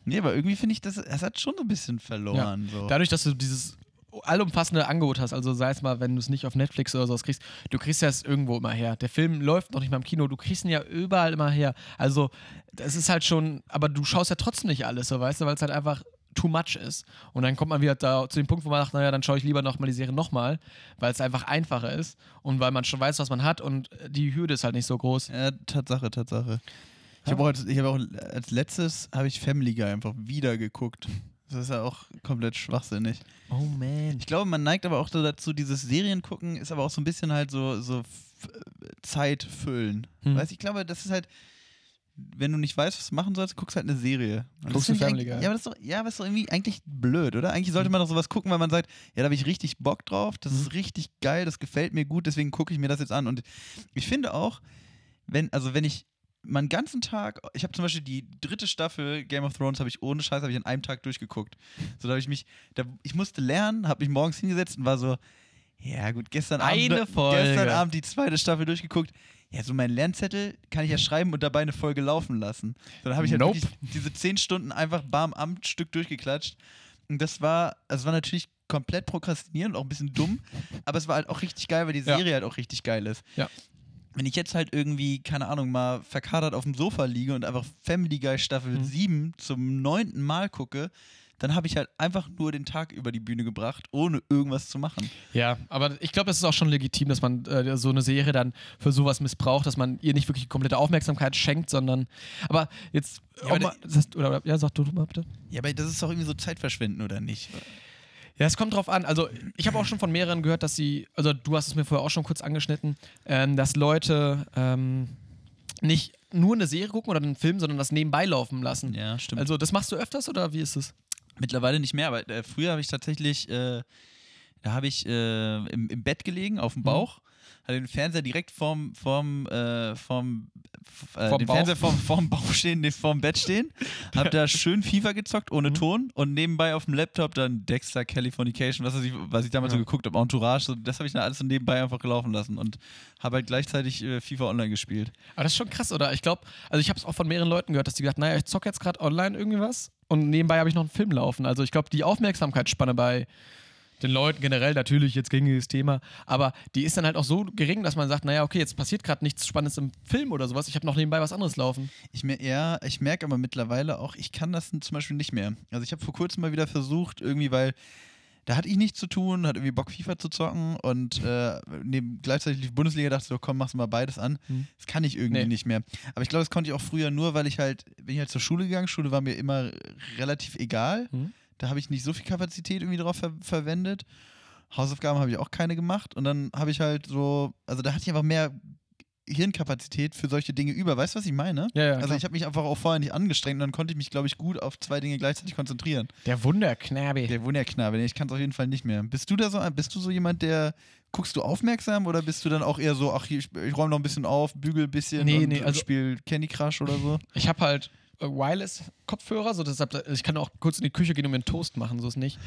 [SPEAKER 2] Nee, aber irgendwie finde ich, das, das hat schon so ein bisschen verloren. So.
[SPEAKER 1] Dadurch, dass du dieses allumfassende Angebot hast, also sei es mal, wenn du es nicht auf Netflix oder sowas kriegst, du kriegst ja es irgendwo immer her. Der Film läuft noch nicht mal im Kino, du kriegst ihn ja überall immer her. Also, das ist halt schon, aber du schaust ja trotzdem nicht alles, so weißt du, weil es halt einfach too much ist. Und dann kommt man wieder da zu dem Punkt, wo man sagt, naja, dann schaue ich lieber nochmal die Serie nochmal, weil es einfach einfacher ist und weil man schon weiß, was man hat und die Hürde ist halt nicht so groß.
[SPEAKER 2] Ja, Tatsache, Tatsache. Ich habe auch, als- ich hab auch als letztes habe ich Family Guy einfach wieder geguckt. Das ist ja auch komplett schwachsinnig.
[SPEAKER 1] Oh man.
[SPEAKER 2] Ich glaube, man neigt aber auch so dazu, dieses Seriengucken ist aber auch so ein bisschen halt so, so f- äh, Zeit füllen.
[SPEAKER 1] Hm.
[SPEAKER 2] Weißt du, ich glaube, das ist halt, wenn du nicht weißt, was du machen sollst, guckst halt eine Serie. Und das
[SPEAKER 1] Guckst du
[SPEAKER 2] finde ich
[SPEAKER 1] Family
[SPEAKER 2] eigentlich-
[SPEAKER 1] Guy. Hm.
[SPEAKER 2] Ja, aber das ist doch, ja, aber ist doch irgendwie eigentlich blöd, oder? Eigentlich sollte man doch sowas gucken, weil man sagt, ja, da habe ich richtig Bock drauf, das ist richtig geil, das gefällt mir gut, deswegen gucke ich mir das jetzt an. Und ich finde auch, wenn, also wenn ich meinen ganzen Tag, ich habe zum Beispiel die dritte Staffel Game of Thrones, habe ich ohne Scheiß, habe ich an einem Tag durchgeguckt. So, da habe ich mich, da, ich musste lernen, habe mich morgens hingesetzt und war so, ja gut, gestern
[SPEAKER 1] Eine
[SPEAKER 2] Abend,
[SPEAKER 1] Folge.
[SPEAKER 2] gestern Abend die zweite Staffel durchgeguckt. Ja, so meinen Lernzettel kann ich ja schreiben und dabei eine Folge laufen lassen. So, dann habe ich halt
[SPEAKER 1] Nope.
[SPEAKER 2] wirklich diese zehn Stunden einfach bam am Stück durchgeklatscht. Und das war, das war natürlich komplett prokrastinierend, auch ein bisschen dumm, aber es war halt auch richtig geil, weil die
[SPEAKER 1] Ja.
[SPEAKER 2] Serie halt auch richtig geil ist wenn ich jetzt halt irgendwie, keine Ahnung, mal verkadert auf dem Sofa liege und einfach Family Guy Staffel 7 zum neunten Mal gucke, dann habe ich halt einfach nur den Tag über die Bühne gebracht, ohne irgendwas zu machen.
[SPEAKER 1] Ja, aber ich glaube, es ist auch schon legitim, dass man äh, so eine Serie dann für sowas missbraucht, dass man ihr nicht wirklich komplette Aufmerksamkeit schenkt, sondern. Aber jetzt.
[SPEAKER 2] Ja, aber
[SPEAKER 1] auch mal, das, oder, oder, ja, sag du mal bitte.
[SPEAKER 2] Ja, aber das ist doch irgendwie so Zeitverschwenden, oder nicht?
[SPEAKER 1] Ja, es kommt drauf an. Also, ich habe auch schon von mehreren gehört, dass sie, also du hast es mir vorher auch schon kurz angeschnitten, ähm, dass Leute ähm, nicht nur eine Serie gucken oder einen Film, sondern das nebenbei laufen lassen.
[SPEAKER 2] Ja, stimmt.
[SPEAKER 1] Also, das machst du öfters oder wie ist es?
[SPEAKER 2] Mittlerweile nicht mehr, aber äh, früher habe ich tatsächlich, äh, da habe ich äh, im, im Bett gelegen, auf dem
[SPEAKER 1] Mhm.
[SPEAKER 2] Bauch, hatte den Fernseher direkt vorm, vorm, äh, vorm, f- äh,
[SPEAKER 1] Vorm
[SPEAKER 2] den
[SPEAKER 1] Bauch.
[SPEAKER 2] Fernseher vorm, vorm Bauch stehen, den vorm Bett stehen, habe da schön FIFA gezockt, ohne
[SPEAKER 1] Mhm.
[SPEAKER 2] Ton und nebenbei auf dem Laptop dann Dexter, Californication, was weiß ich, was ich damals so geguckt habe, Entourage, so, das habe ich dann alles so nebenbei einfach gelaufen lassen und habe halt gleichzeitig äh, FIFA online gespielt.
[SPEAKER 1] Aber das ist schon krass, oder? Ich glaube, also ich habe es auch von mehreren Leuten gehört, dass die gesagt, naja, ich zocke jetzt gerade online irgendwie was und nebenbei habe ich noch einen Film laufen. Also ich glaube, die Aufmerksamkeitsspanne bei den Leuten generell natürlich jetzt gängiges Thema, aber die ist dann halt auch so gering, dass man sagt, naja, okay, jetzt passiert gerade nichts Spannendes im Film oder sowas, ich habe noch nebenbei was anderes laufen.
[SPEAKER 2] Ich mer ja, ich merke aber mittlerweile auch, ich kann das n- zum Beispiel nicht mehr. Also ich habe vor kurzem mal wieder versucht, irgendwie, weil da hatte ich nichts zu tun, hatte irgendwie Bock FIFA zu zocken und äh, neben, gleichzeitig lief Bundesliga, dachte so, komm, machst du mal beides an.
[SPEAKER 1] Mhm.
[SPEAKER 2] Das kann ich irgendwie
[SPEAKER 1] Nee.
[SPEAKER 2] nicht mehr. Aber ich glaube, das konnte ich auch früher nur, weil ich halt, bin ich halt zur Schule gegangen, Schule war mir immer relativ egal.
[SPEAKER 1] Mhm.
[SPEAKER 2] Da habe ich nicht so viel Kapazität irgendwie drauf ver verwendet. Hausaufgaben habe ich auch keine gemacht und dann habe ich halt so, also da hatte ich einfach mehr Hirnkapazität für solche Dinge über. Weißt du, was ich meine?
[SPEAKER 1] Ja, ja,
[SPEAKER 2] also
[SPEAKER 1] klar.
[SPEAKER 2] ich habe mich einfach auch vorher nicht angestrengt und dann konnte ich mich, glaube ich, gut auf zwei Dinge gleichzeitig konzentrieren.
[SPEAKER 1] Der Wunderknabe.
[SPEAKER 2] Der Wunderknabe, nee, ne? ich kann es auf jeden Fall nicht mehr. Bist du da so, bist du so jemand, der guckst du aufmerksam oder bist du dann auch eher so, ach, hier, ich, ich räume noch ein bisschen auf, bügel ein bisschen
[SPEAKER 1] Nee,
[SPEAKER 2] und
[SPEAKER 1] nee, also-
[SPEAKER 2] spiel Candy Crush oder so?
[SPEAKER 1] Ich habe halt äh, Wireless-Kopfhörer, so deshalb, äh, ich kann auch kurz in die Küche gehen und mir einen Toast machen, so ist nicht.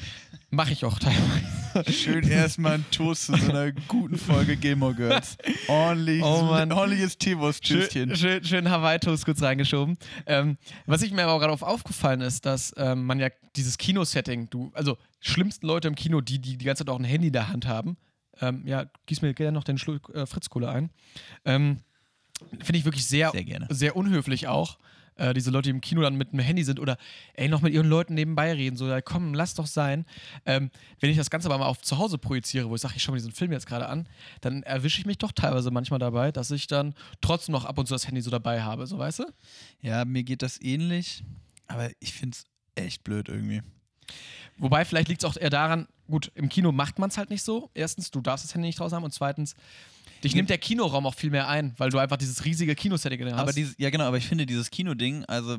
[SPEAKER 1] Mache ich auch teilweise.
[SPEAKER 2] Schön erstmal einen Toast zu so einer guten Folge Gilmore Girls. Ordentlich,
[SPEAKER 1] Oh, Mann.
[SPEAKER 2] ordentliches Teewurst-Tüstchen.
[SPEAKER 1] Schön, schön, schön Hawaii-Toast kurz reingeschoben. Ähm, was ich mir aber gerade auf aufgefallen ist, dass ähm, man ja dieses Kino-Setting, du, also schlimmsten Leute im Kino, die, die die ganze Zeit auch ein Handy in der Hand haben, ähm, ja, gieß mir gerne noch den Schluck äh, Fritzkohle ein. Ähm, Finde ich wirklich sehr,
[SPEAKER 2] Sehr gerne.
[SPEAKER 1] sehr unhöflich auch. Äh, diese Leute, die im Kino dann mit einem Handy sind oder ey, noch mit ihren Leuten nebenbei reden, so, ja, komm, lass doch sein. Ähm, wenn ich das Ganze aber mal auf zu Hause projiziere, wo ich sage, ich schaue mir diesen Film jetzt gerade an, dann erwische ich mich doch teilweise manchmal dabei, dass ich dann trotzdem noch ab und zu das Handy so dabei habe, so weißt du?
[SPEAKER 2] Ja, mir geht das ähnlich, aber ich find's echt blöd irgendwie.
[SPEAKER 1] Wobei, vielleicht liegt es auch eher daran, gut, im Kino macht man es halt nicht so. Erstens, du darfst das Handy nicht draußen haben und zweitens, dich nimmt der Kinoraum auch viel mehr ein, weil du einfach dieses riesige Kinosetting drin hast.
[SPEAKER 2] Aber dieses, ja genau, aber ich finde dieses Kino-Ding, also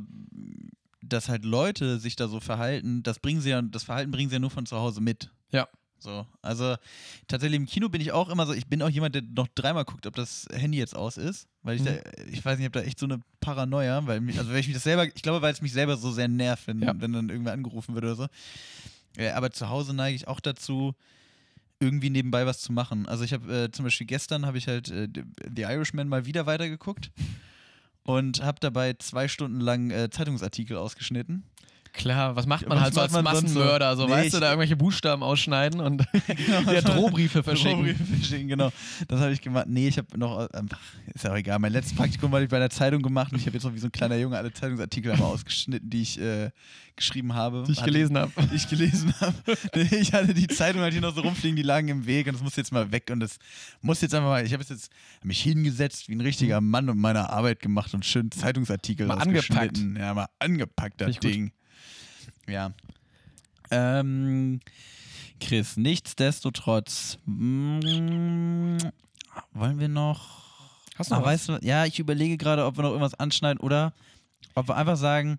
[SPEAKER 2] dass halt Leute sich da so verhalten, das bringen sie ja, das Verhalten bringen sie ja nur von zu Hause mit.
[SPEAKER 1] ja.
[SPEAKER 2] So, also tatsächlich im Kino bin ich auch immer so, ich bin auch jemand, der noch dreimal guckt, ob das Handy jetzt aus ist, weil ich
[SPEAKER 1] Mhm.
[SPEAKER 2] da, ich weiß nicht, ich habe da echt so eine Paranoia, weil mich, also weil ich mich das selber, ich glaube, weil es mich selber so sehr nervt, wenn,
[SPEAKER 1] Ja.
[SPEAKER 2] wenn dann irgendwer angerufen wird oder so. Ja, aber zu Hause neige ich auch dazu, irgendwie nebenbei was zu machen. Also ich habe äh, zum Beispiel gestern habe ich halt äh, The Irishman mal wieder weitergeguckt und habe dabei zwei Stunden lang äh, Zeitungsartikel ausgeschnitten.
[SPEAKER 1] Klar, was macht man
[SPEAKER 2] Was
[SPEAKER 1] halt so als
[SPEAKER 2] macht man sonst so?
[SPEAKER 1] Massenmörder? So,
[SPEAKER 2] Nee,
[SPEAKER 1] weißt du,
[SPEAKER 2] ich-
[SPEAKER 1] da irgendwelche Buchstaben ausschneiden und ja, Drohbriefe verschicken.
[SPEAKER 2] Drohbriefe verschicken, genau. Das habe ich gemacht. Nee, ich habe noch, ähm, ist ja auch egal, mein letztes Praktikum habe ich bei einer Zeitung gemacht und ich habe jetzt noch wie so ein kleiner Junge alle Zeitungsartikel einmal ausgeschnitten, die ich äh, geschrieben habe.
[SPEAKER 1] Die ich
[SPEAKER 2] Hatte-
[SPEAKER 1] gelesen habe.
[SPEAKER 2] die ich gelesen habe. Nee, ich hatte die Zeitung halt hier noch so rumfliegen, die lagen im Weg und das muss jetzt mal weg und das muss jetzt einfach mal, ich habe es jetzt mich hingesetzt wie ein richtiger Mann und meine Arbeit gemacht und schön Zeitungsartikel
[SPEAKER 1] Mhm. Mal angepackt.
[SPEAKER 2] ausgeschnitten. Ja, mal angepackt, das
[SPEAKER 1] Finde ich
[SPEAKER 2] Ding. Ja. Ähm, Chris, nichtsdestotrotz, mm, wollen wir noch
[SPEAKER 1] Hast
[SPEAKER 2] Ah, weißt du, ja, ich überlege gerade, ob wir noch irgendwas anschneiden oder ob wir einfach sagen,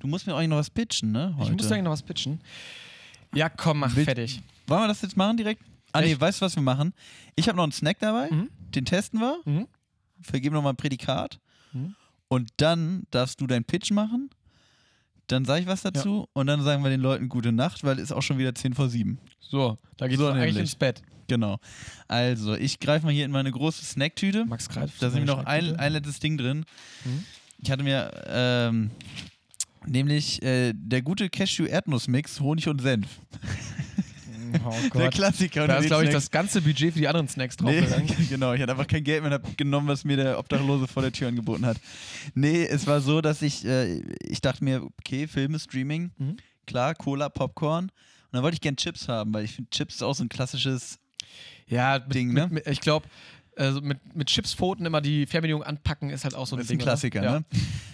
[SPEAKER 2] du musst mir eigentlich noch was pitchen, ne?
[SPEAKER 1] Ich
[SPEAKER 2] Heute.
[SPEAKER 1] muss eigentlich noch was pitchen. Ja, komm, mach
[SPEAKER 2] Mit-
[SPEAKER 1] fertig.
[SPEAKER 2] Wollen wir das jetzt machen direkt? Ah, nee,
[SPEAKER 1] Echt?
[SPEAKER 2] weißt du, was wir machen? Ich habe noch einen Snack dabei,
[SPEAKER 1] Mhm.
[SPEAKER 2] den testen wir,
[SPEAKER 1] Mhm.
[SPEAKER 2] vergeben nochmal ein Prädikat
[SPEAKER 1] Mhm.
[SPEAKER 2] und dann darfst du deinen Pitch machen, dann sage ich was dazu und dann sagen wir den Leuten gute Nacht, weil es ist auch schon wieder 10 vor 7.
[SPEAKER 1] So, da geht's
[SPEAKER 2] So
[SPEAKER 1] eigentlich
[SPEAKER 2] nämlich.
[SPEAKER 1] ins Bett.
[SPEAKER 2] Genau. Also, ich greife mal hier in meine große Snacktüte.
[SPEAKER 1] Max greift.
[SPEAKER 2] Da ist nämlich noch
[SPEAKER 1] Schneid-
[SPEAKER 2] ein, ein letztes Ding drin.
[SPEAKER 1] Mhm.
[SPEAKER 2] Ich hatte mir ähm, nämlich äh, der gute Cashew-Erdnuss-Mix, Honig und Senf.
[SPEAKER 1] Oh
[SPEAKER 2] Der
[SPEAKER 1] Gott.
[SPEAKER 2] Klassiker.
[SPEAKER 1] Da
[SPEAKER 2] unter
[SPEAKER 1] ist,
[SPEAKER 2] den
[SPEAKER 1] glaube ich,
[SPEAKER 2] Snacks.
[SPEAKER 1] das ganze Budget für die anderen Snacks drauf.
[SPEAKER 2] Nee, genau, ich hatte einfach kein Geld mehr und habe genommen, was mir der Obdachlose vor der Tür angeboten hat. Nee, es war so, dass ich, äh, ich dachte mir, okay, Filme, Streaming,
[SPEAKER 1] Mhm.
[SPEAKER 2] klar, Cola, Popcorn. Und dann wollte ich gern Chips haben, weil ich finde Chips ist auch so ein klassisches
[SPEAKER 1] Ja, mit,
[SPEAKER 2] Ding, ne?
[SPEAKER 1] mit, mit, ich glaube, also mit, mit Chipspfoten immer die Fernbedienung anpacken ist halt auch so ein
[SPEAKER 2] ist
[SPEAKER 1] Ding.
[SPEAKER 2] ein Klassiker,
[SPEAKER 1] oder?
[SPEAKER 2] ne?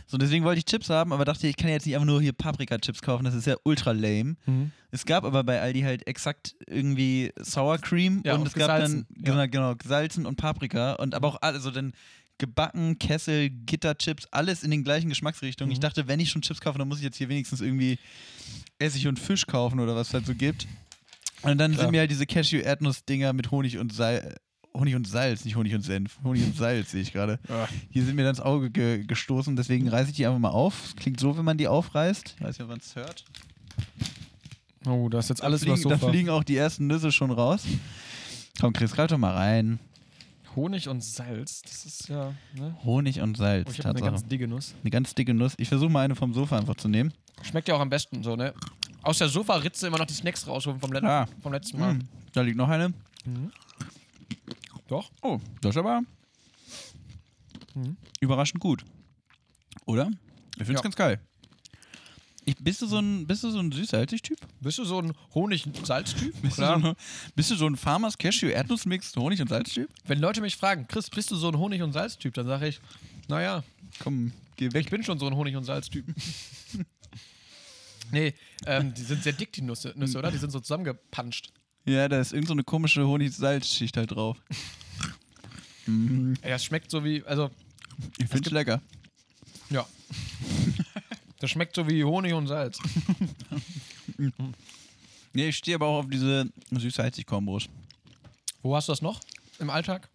[SPEAKER 2] So, deswegen wollte ich Chips haben, aber dachte, ich kann ja jetzt nicht einfach nur hier Paprika-Chips kaufen, das ist ja ultra lame.
[SPEAKER 1] Ja. Mhm.
[SPEAKER 2] Es gab aber bei Aldi halt exakt irgendwie Sour Cream
[SPEAKER 1] Ja,
[SPEAKER 2] und
[SPEAKER 1] und
[SPEAKER 2] es gab dann
[SPEAKER 1] gesalzen,
[SPEAKER 2] genau, genau, gesalzen und Paprika und aber auch also dann gebacken, Kessel, Gitterchips, alles in den gleichen Geschmacksrichtungen.
[SPEAKER 1] Mhm.
[SPEAKER 2] Ich dachte, wenn ich schon Chips kaufe, dann muss ich jetzt hier wenigstens irgendwie Essig und Fisch kaufen oder was es halt so gibt. Und dann
[SPEAKER 1] Klar.
[SPEAKER 2] sind mir halt diese Cashew-Erdnuss-Dinger mit Honig und Salz. Honig und Salz, nicht Honig und Senf. Honig und Salz sehe ich gerade.
[SPEAKER 1] Ah.
[SPEAKER 2] Die sind mir dann ins Auge ge gestoßen, deswegen reiße ich die einfach mal auf. Es klingt so, wenn man die aufreißt. Ich weiß nicht, ob man es hört.
[SPEAKER 1] Oh, da ist jetzt alles
[SPEAKER 2] da
[SPEAKER 1] übers
[SPEAKER 2] fliegen, da
[SPEAKER 1] Sofa.
[SPEAKER 2] fliegen auch die ersten Nüsse schon raus. Komm, Chris, greif doch mal rein.
[SPEAKER 1] Honig und Salz, das ist ja. Ne?
[SPEAKER 2] Honig und
[SPEAKER 1] Oh,
[SPEAKER 2] Salz,
[SPEAKER 1] ich habe eine
[SPEAKER 2] Tatsache.
[SPEAKER 1] ganz dicke Nuss.
[SPEAKER 2] eine ganz dicke Nuss. Ich versuche mal eine vom Sofa einfach zu nehmen.
[SPEAKER 1] Schmeckt ja auch am besten so, ne? Aus der Sofa-Ritze immer noch die Snacks rausholen vom, Let
[SPEAKER 2] Ah.
[SPEAKER 1] vom letzten Mal.
[SPEAKER 2] Mm, da liegt noch eine.
[SPEAKER 1] Mhm. Doch. Mhm.
[SPEAKER 2] Oh, das ist aber überraschend gut. Oder? Ich finde es
[SPEAKER 1] Ja.
[SPEAKER 2] ganz geil. Ich, bist du so ein, bist du so ein süß-salzig-Typ?
[SPEAKER 1] Bist du so ein Honig-Salz-Typ?
[SPEAKER 2] Bist, du so ein- bist du so ein Farmers Cashew Erdnussmix Honig und Salz-Typ?
[SPEAKER 1] Wenn Leute mich fragen, Chris, bist du so ein Honig- und Salz-Typ? Dann sage ich, naja,
[SPEAKER 2] Komm, geh
[SPEAKER 1] ich bin schon so ein Honig- und Salz-Typ. nee, ähm, die sind sehr dick, die Nüsse, Nüsse, oder? Die sind so zusammengepanscht.
[SPEAKER 2] Ja, da ist irgend so eine komische Honig-Salz-Schicht halt drauf.
[SPEAKER 1] Ey, das schmeckt so wie, also,
[SPEAKER 2] Ich finde es lecker.
[SPEAKER 1] ja. Das schmeckt so wie Honig und Salz.
[SPEAKER 2] Nee, ich stehe aber auch auf diese süß-salzig-Kombos.
[SPEAKER 1] Wo hast du das noch im Alltag?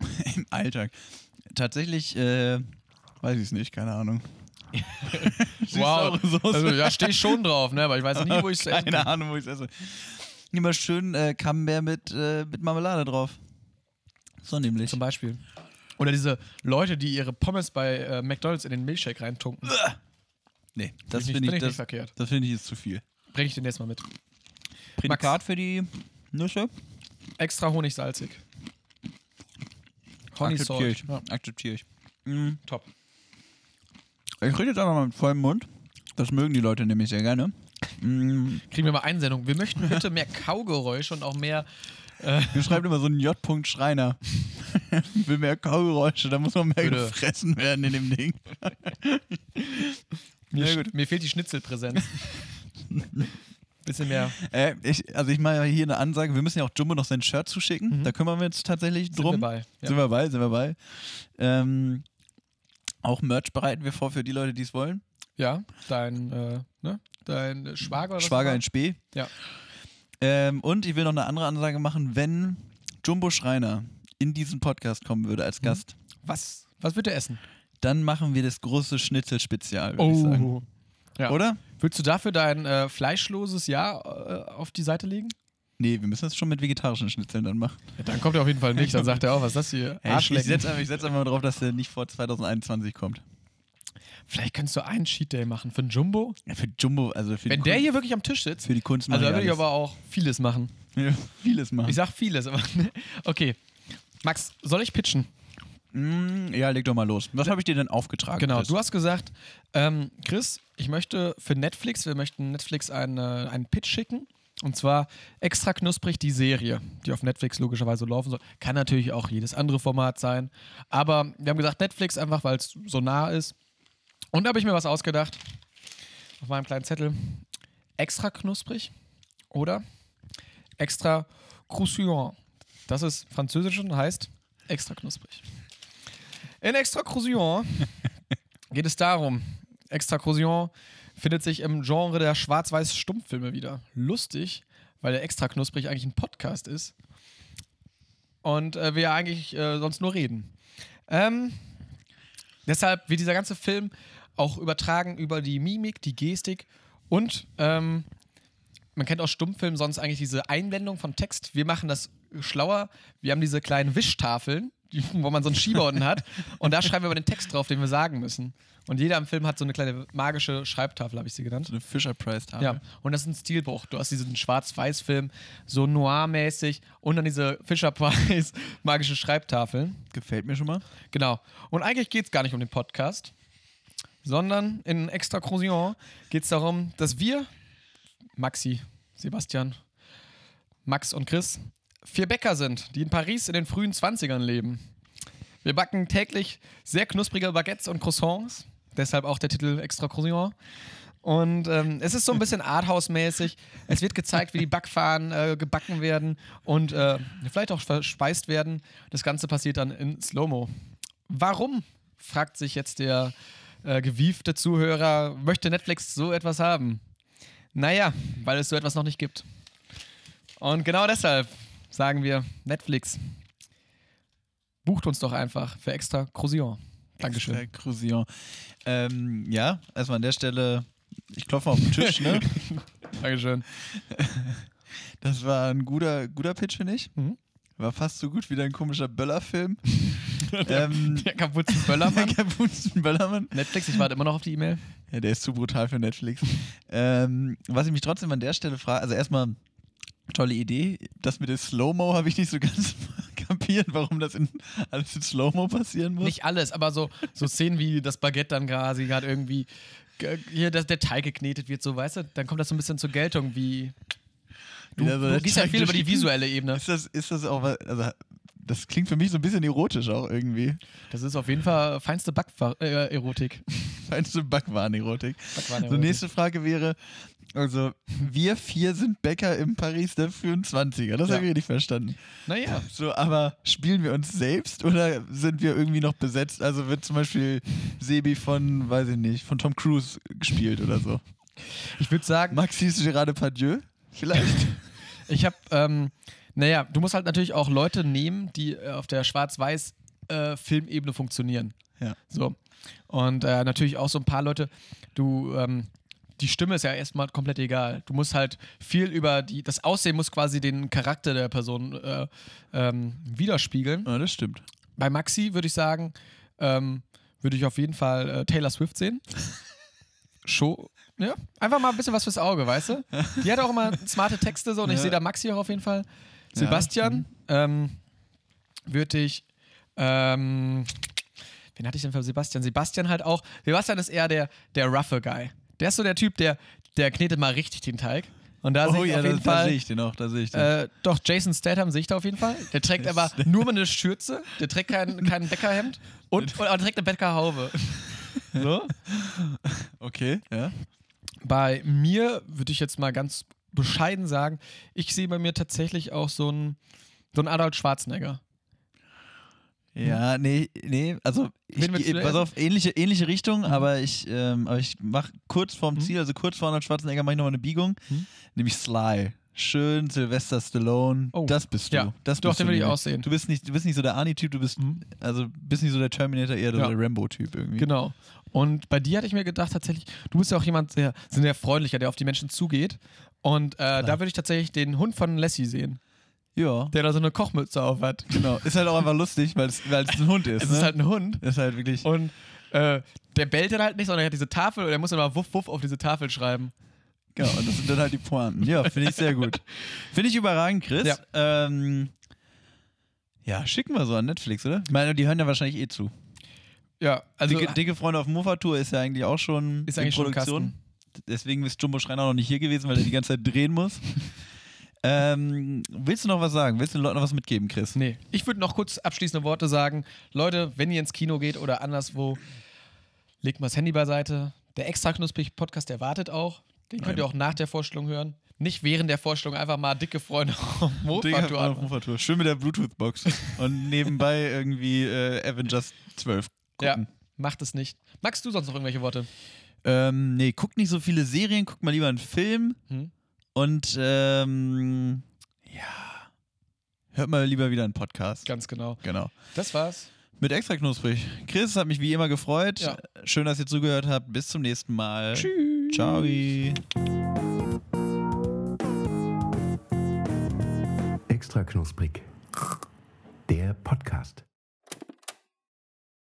[SPEAKER 2] Im Alltag. Tatsächlich, äh, weiß ich es nicht, keine Ahnung. Süß-saure Soße.
[SPEAKER 1] Also, da stehe ich schon drauf, ne? Aber ich weiß nie, wo ich es essen
[SPEAKER 2] keine
[SPEAKER 1] kann.
[SPEAKER 2] Ahnung, wo ich es esse. Immer schön äh, Camembert mit, äh, mit Marmelade drauf. So nämlich.
[SPEAKER 1] Zum Beispiel. Oder diese Leute, die ihre Pommes bei äh, McDonalds in den Milchshake reintunken.
[SPEAKER 2] Nee, das
[SPEAKER 1] ich nicht- find
[SPEAKER 2] finde ich,
[SPEAKER 1] ich nicht
[SPEAKER 2] das,
[SPEAKER 1] verkehrt.
[SPEAKER 2] Das finde ich ist zu viel.
[SPEAKER 1] Bring ich den jetzt mal mit.
[SPEAKER 2] Prädikat für die Nüsse?
[SPEAKER 1] Extra Honig salzig. Honey
[SPEAKER 2] Akzeptiere
[SPEAKER 1] Salt.
[SPEAKER 2] ich.
[SPEAKER 1] Ja,
[SPEAKER 2] Akzeptiere ich. Mhm.
[SPEAKER 1] top.
[SPEAKER 2] Ich rede jetzt einfach mal mit vollem Mund. Das mögen die Leute nämlich sehr gerne. Mhm.
[SPEAKER 1] Kriegen wir mal Einsendung. Wir möchten bitte mehr Kaugeräusche und auch mehr.
[SPEAKER 2] Hier schreibt immer so ein J. Schreiner. Will mehr Kaugeräusche, da muss man mehr
[SPEAKER 1] Bitte.
[SPEAKER 2] gefressen werden in dem Ding.
[SPEAKER 1] Mir,
[SPEAKER 2] Ja,
[SPEAKER 1] sch- mir fehlt die Schnitzelpräsenz. Bisschen mehr.
[SPEAKER 2] Äh, ich, also ich mache hier eine Ansage, wir müssen ja auch Jumbo noch sein Shirt zuschicken. Da kümmern wir uns tatsächlich
[SPEAKER 1] Mhm. wir
[SPEAKER 2] drum.
[SPEAKER 1] bei, ja.
[SPEAKER 2] Sind wir bei, sind wir bei. Ähm, auch Merch bereiten wir vor für die Leute, die es wollen.
[SPEAKER 1] Ja, dein, äh, ne? dein äh, Schwager oder was
[SPEAKER 2] Schwager
[SPEAKER 1] war?
[SPEAKER 2] in Spee.
[SPEAKER 1] Ja.
[SPEAKER 2] Ähm, und ich will noch eine andere Ansage machen, wenn Jumbo Schreiner in diesen Podcast kommen würde
[SPEAKER 1] Mhm.
[SPEAKER 2] als Gast,
[SPEAKER 1] Was, was wird er essen?
[SPEAKER 2] dann machen wir das große Schnitzel-Spezial, würde ich sagen.
[SPEAKER 1] Oh, Ja. Oder?
[SPEAKER 2] Oder?
[SPEAKER 1] Würdest du dafür dein äh, fleischloses Ja äh, auf die Seite legen?
[SPEAKER 2] Nee, wir müssen das schon mit vegetarischen Schnitzeln dann machen. Ah,
[SPEAKER 1] Ja, dann kommt er auf jeden Fall nicht. Dann sagt er auch, was ist das hier?
[SPEAKER 2] Hey, ich ich
[SPEAKER 1] Arschlecken.
[SPEAKER 2] setze einfach, ich setz einfach mal drauf, dass er nicht vor 2021 kommt.
[SPEAKER 1] Vielleicht könntest du einen Cheat Day machen für einen Jumbo.
[SPEAKER 2] Ja, für Jumbo, also für
[SPEAKER 1] Wenn
[SPEAKER 2] die
[SPEAKER 1] der
[SPEAKER 2] Kun-
[SPEAKER 1] hier wirklich am Tisch sitzt,
[SPEAKER 2] für die Kunst
[SPEAKER 1] also da
[SPEAKER 2] mache
[SPEAKER 1] würde
[SPEAKER 2] ich
[SPEAKER 1] ich aber auch vieles machen.
[SPEAKER 2] alles. ja, vieles machen.
[SPEAKER 1] Ich sag vieles, aber okay. Max, soll ich pitchen?
[SPEAKER 2] Mm, ja, leg doch mal los. Was habe ich dir denn aufgetragen?
[SPEAKER 1] Genau,
[SPEAKER 2] Chris?
[SPEAKER 1] du hast gesagt, ähm, Chris, ich möchte für Netflix, wir möchten Netflix einen, äh, einen Pitch schicken. Und zwar extra knusprig die Serie, die auf Netflix logischerweise laufen soll. Kann natürlich auch jedes andere Format sein. Aber wir haben gesagt, Netflix einfach, weil es so nah ist. Und da habe ich mir was ausgedacht. Auf meinem kleinen Zettel. Extra knusprig oder extra croustillant. Das ist französisch und heißt extra knusprig. In extra croustillant geht es darum. Extra Crousillon findet sich im Genre der Schwarz-Weiß-Stummfilme wieder. Lustig, weil der Extra Knusprig eigentlich ein Podcast ist. Und äh, wir ja eigentlich äh, sonst nur reden. Ähm, deshalb wird dieser ganze Film auch übertragen über die Mimik, die Gestik und ähm, man kennt aus Stummfilmen sonst eigentlich diese Einblendung von Text. Wir machen das schlauer. Wir haben diese kleinen Wischtafeln, die- wo man so einen Schieber unten hat. Und da schreiben wir aber den Text drauf, den wir sagen müssen. Und jeder im Film hat so eine kleine magische Schreibtafel, habe ich sie genannt.
[SPEAKER 2] so eine Fisher Price haben.
[SPEAKER 1] Ja, und das ist ein Stilbruch. Du hast diesen Schwarz-Weiß-Film, so noir-mäßig und dann diese Fischer-Preis magische Schreibtafeln.
[SPEAKER 2] Gefällt mir schon mal.
[SPEAKER 1] Genau. Und eigentlich geht es gar nicht um den Podcast, sondern in Extra Crousillon geht es darum, dass wir, Maxi, Sebastian, Max und Chris, vier Bäcker sind, die in Paris in den frühen 20ern leben. Wir backen täglich sehr knusprige Baguettes und Croissants, deshalb auch der Titel Extra Croissant. Und ähm, es ist so ein bisschen Arthouse-mäßig. Es wird gezeigt, wie die Backpfannen äh, gebacken werden und äh, vielleicht auch verspeist werden. Das Ganze passiert dann in Slow-Mo. Warum, fragt sich jetzt der äh, gewiefte Zuhörer, möchte Netflix so etwas haben? Naja, weil es so etwas noch nicht gibt. Und genau deshalb sagen wir, Netflix, bucht uns doch einfach für extra Croisillon. Dankeschon.
[SPEAKER 2] Extra Crousillon. Ähm, ja, erstmal an der Stelle, ich klopfe mal auf den Tisch, ne?
[SPEAKER 1] Dankeschön.
[SPEAKER 2] Das war ein guter, guter Pitch, finde ich.
[SPEAKER 1] Mhm.
[SPEAKER 2] War fast so gut wie dein komischer Böller-Film. ähm,
[SPEAKER 1] Der kaputzen Böllermann.
[SPEAKER 2] der Kapuzen Böllermann.
[SPEAKER 1] Netflix, ich warte immer noch auf die E-Mail.
[SPEAKER 2] Ja, der ist zu brutal für Netflix. ähm, was ich mich trotzdem an der Stelle frage, also erstmal, tolle Idee. Das mit dem Slow-Mo habe ich nicht so ganz kapiert, warum das in, alles in Slow-Mo passieren muss.
[SPEAKER 1] Nicht alles, aber so, so Szenen wie das Baguette dann quasi gerade irgendwie ge- hier dass der Teig geknetet wird, so weißt du, dann kommt das so ein bisschen zur Geltung, wie du,
[SPEAKER 2] Wieder so
[SPEAKER 1] du
[SPEAKER 2] der
[SPEAKER 1] gehst ja
[SPEAKER 2] Teig
[SPEAKER 1] viel über
[SPEAKER 2] durch
[SPEAKER 1] die
[SPEAKER 2] die-
[SPEAKER 1] visuelle Ebene.
[SPEAKER 2] Ist das, ist das auch was, also das klingt für mich so ein bisschen erotisch auch irgendwie.
[SPEAKER 1] Das ist auf jeden Fall feinste Backfa- äh, Erotik.
[SPEAKER 2] Feinste Backwaren-Erotik.
[SPEAKER 1] Backwaren-Erotik.
[SPEAKER 2] So, nächste Frage wäre, also wir vier sind Bäcker im Paris ne, der frühen 20er. Das
[SPEAKER 1] Ja.
[SPEAKER 2] habe ich richtig verstanden.
[SPEAKER 1] Naja,
[SPEAKER 2] So, aber spielen wir uns selbst oder sind wir irgendwie noch besetzt? Also wird zum Beispiel Sebi von, weiß ich nicht, von Tom Cruise gespielt oder so.
[SPEAKER 1] ich würde sagen,
[SPEAKER 2] Maxi ist Gerard Depardieu vielleicht?
[SPEAKER 1] ich habe, ähm, naja, du musst halt natürlich auch Leute nehmen, die äh, auf der schwarz-weiß äh, Filmebene funktionieren.
[SPEAKER 2] ja.
[SPEAKER 1] So. Und äh, natürlich auch so ein paar Leute, du, ähm, die Stimme ist ja erstmal komplett egal. Du musst halt viel über die, das Aussehen muss quasi den Charakter der Person äh, ähm, widerspiegeln.
[SPEAKER 2] ja, das stimmt.
[SPEAKER 1] Bei Maxi würde ich sagen, ähm, würde ich auf jeden Fall äh, Taylor Swift sehen. Show. Ja, einfach mal ein bisschen was fürs Auge, weißt du? Die hat auch immer smarte Texte so und ich
[SPEAKER 2] Ja. Mhm.
[SPEAKER 1] sehe da Maxi auch auf jeden Fall. Sebastian ähm, würde ich. Ähm, wen hatte ich denn für Sebastian? Sebastian halt auch. Sebastian ist eher der, der roughe Guy. Der ist so der Typ, der, der knetet mal richtig den Teig. Und da sehe ich auf
[SPEAKER 2] Oh da,
[SPEAKER 1] jeden
[SPEAKER 2] da
[SPEAKER 1] Fall.
[SPEAKER 2] sehe ich den auch, da sehe ich den.
[SPEAKER 1] Äh, doch, Jason Statham sehe ich da auf jeden Fall. Der trägt aber nur mal eine Schürze, der trägt kein, kein Bäckerhemd und, und aber trägt eine Bäckerhaube. So.
[SPEAKER 2] Äh, okay, ja.
[SPEAKER 1] Bei mir würde ich jetzt mal ganz bescheiden sagen, ich sehe bei mir tatsächlich auch so einen, so einen Adolf Schwarzenegger. Hm.
[SPEAKER 2] Ja, nee, nee, also ich,
[SPEAKER 1] Wen willst
[SPEAKER 2] geh-
[SPEAKER 1] du
[SPEAKER 2] pass
[SPEAKER 1] essen? Mhm.
[SPEAKER 2] auf, ähnliche, ähnliche Richtung, aber ich, ähm, aber ich mach kurz vorm Ziel, also kurz vor Arnold Schwarzenegger mache ich nochmal eine Biegung,
[SPEAKER 1] Mhm.
[SPEAKER 2] nämlich Sly. Schön, Sylvester Stallone,
[SPEAKER 1] Oh.
[SPEAKER 2] das bist du.
[SPEAKER 1] Ja,
[SPEAKER 2] das
[SPEAKER 1] doch,
[SPEAKER 2] bist
[SPEAKER 1] den
[SPEAKER 2] du,
[SPEAKER 1] will ich
[SPEAKER 2] Junge.
[SPEAKER 1] auch sehen.
[SPEAKER 2] Du bist nicht, du bist nicht so der Arnie-Typ, du bist,
[SPEAKER 1] Mhm.
[SPEAKER 2] also bist nicht so der Terminator, eher
[SPEAKER 1] Ja.
[SPEAKER 2] der Rambo-Typ irgendwie.
[SPEAKER 1] Genau. Und bei dir hatte ich mir gedacht, tatsächlich, du bist ja auch jemand, der sehr, sehr freundlicher, der auf die Menschen zugeht. Und äh, da würde ich tatsächlich den Hund von Lassie sehen,
[SPEAKER 2] Ja,
[SPEAKER 1] der da so eine Kochmütze auf hat.
[SPEAKER 2] genau. Ist halt auch einfach lustig, weil es weil es ein Hund ist.
[SPEAKER 1] Es
[SPEAKER 2] ne?
[SPEAKER 1] ist halt ein Hund.
[SPEAKER 2] ist halt wirklich.
[SPEAKER 1] Und äh, der bellt dann halt nicht, sondern er hat diese Tafel und er muss dann mal wuff wuff auf diese Tafel schreiben.
[SPEAKER 2] Genau, und das sind dann halt die Pointen. Ja, finde ich sehr gut. Finde ich überragend, Chris.
[SPEAKER 1] Ja.
[SPEAKER 2] Ja. Ähm, ja, schicken wir so an Netflix, oder? Ich meine, die hören ja wahrscheinlich eh zu.
[SPEAKER 1] Ja, also
[SPEAKER 2] dicke, dicke Freunde auf Mofa-Tour ist ja eigentlich auch schon
[SPEAKER 1] Ist eigentlich
[SPEAKER 2] in
[SPEAKER 1] schon im
[SPEAKER 2] Produktion.
[SPEAKER 1] Kasten.
[SPEAKER 2] Deswegen ist Jumbo Schreiner noch nicht hier gewesen, weil er die ganze Zeit drehen muss. ähm, willst du noch was sagen? Willst du den Leuten noch was mitgeben, Chris?
[SPEAKER 1] Nee. Ich würde noch kurz abschließende Worte sagen. Leute, wenn ihr ins Kino geht oder anderswo, legt mal das Handy beiseite. Der extra knusprig Podcast, der wartet auch. Den könnt ihr auch nach der Vorstellung hören. Nicht während der Vorstellung, einfach mal dicke Freunde auf
[SPEAKER 2] Dicke Freunde auf
[SPEAKER 1] Mofa-Tour.
[SPEAKER 2] Mofa-Tour. Schön mit der Bluetooth-Box. Und nebenbei irgendwie äh, Avengers 12
[SPEAKER 1] Ja,
[SPEAKER 2] gucken.
[SPEAKER 1] macht es nicht. Magst du sonst noch irgendwelche Worte?
[SPEAKER 2] Ähm, nee, guckt nicht so viele Serien, guckt mal lieber einen Film.
[SPEAKER 1] Hm?
[SPEAKER 2] Und ähm, ja, hört mal lieber wieder einen Podcast.
[SPEAKER 1] Ganz genau.
[SPEAKER 2] Genau.
[SPEAKER 1] Das war's.
[SPEAKER 2] Mit extra knusprig. Chris, hat mich wie immer gefreut.
[SPEAKER 1] Ja.
[SPEAKER 2] Schön, dass ihr zugehört habt. Bis zum nächsten Mal.
[SPEAKER 1] Tschüss.
[SPEAKER 2] Ciao.
[SPEAKER 3] Extra knusprig. Der Podcast.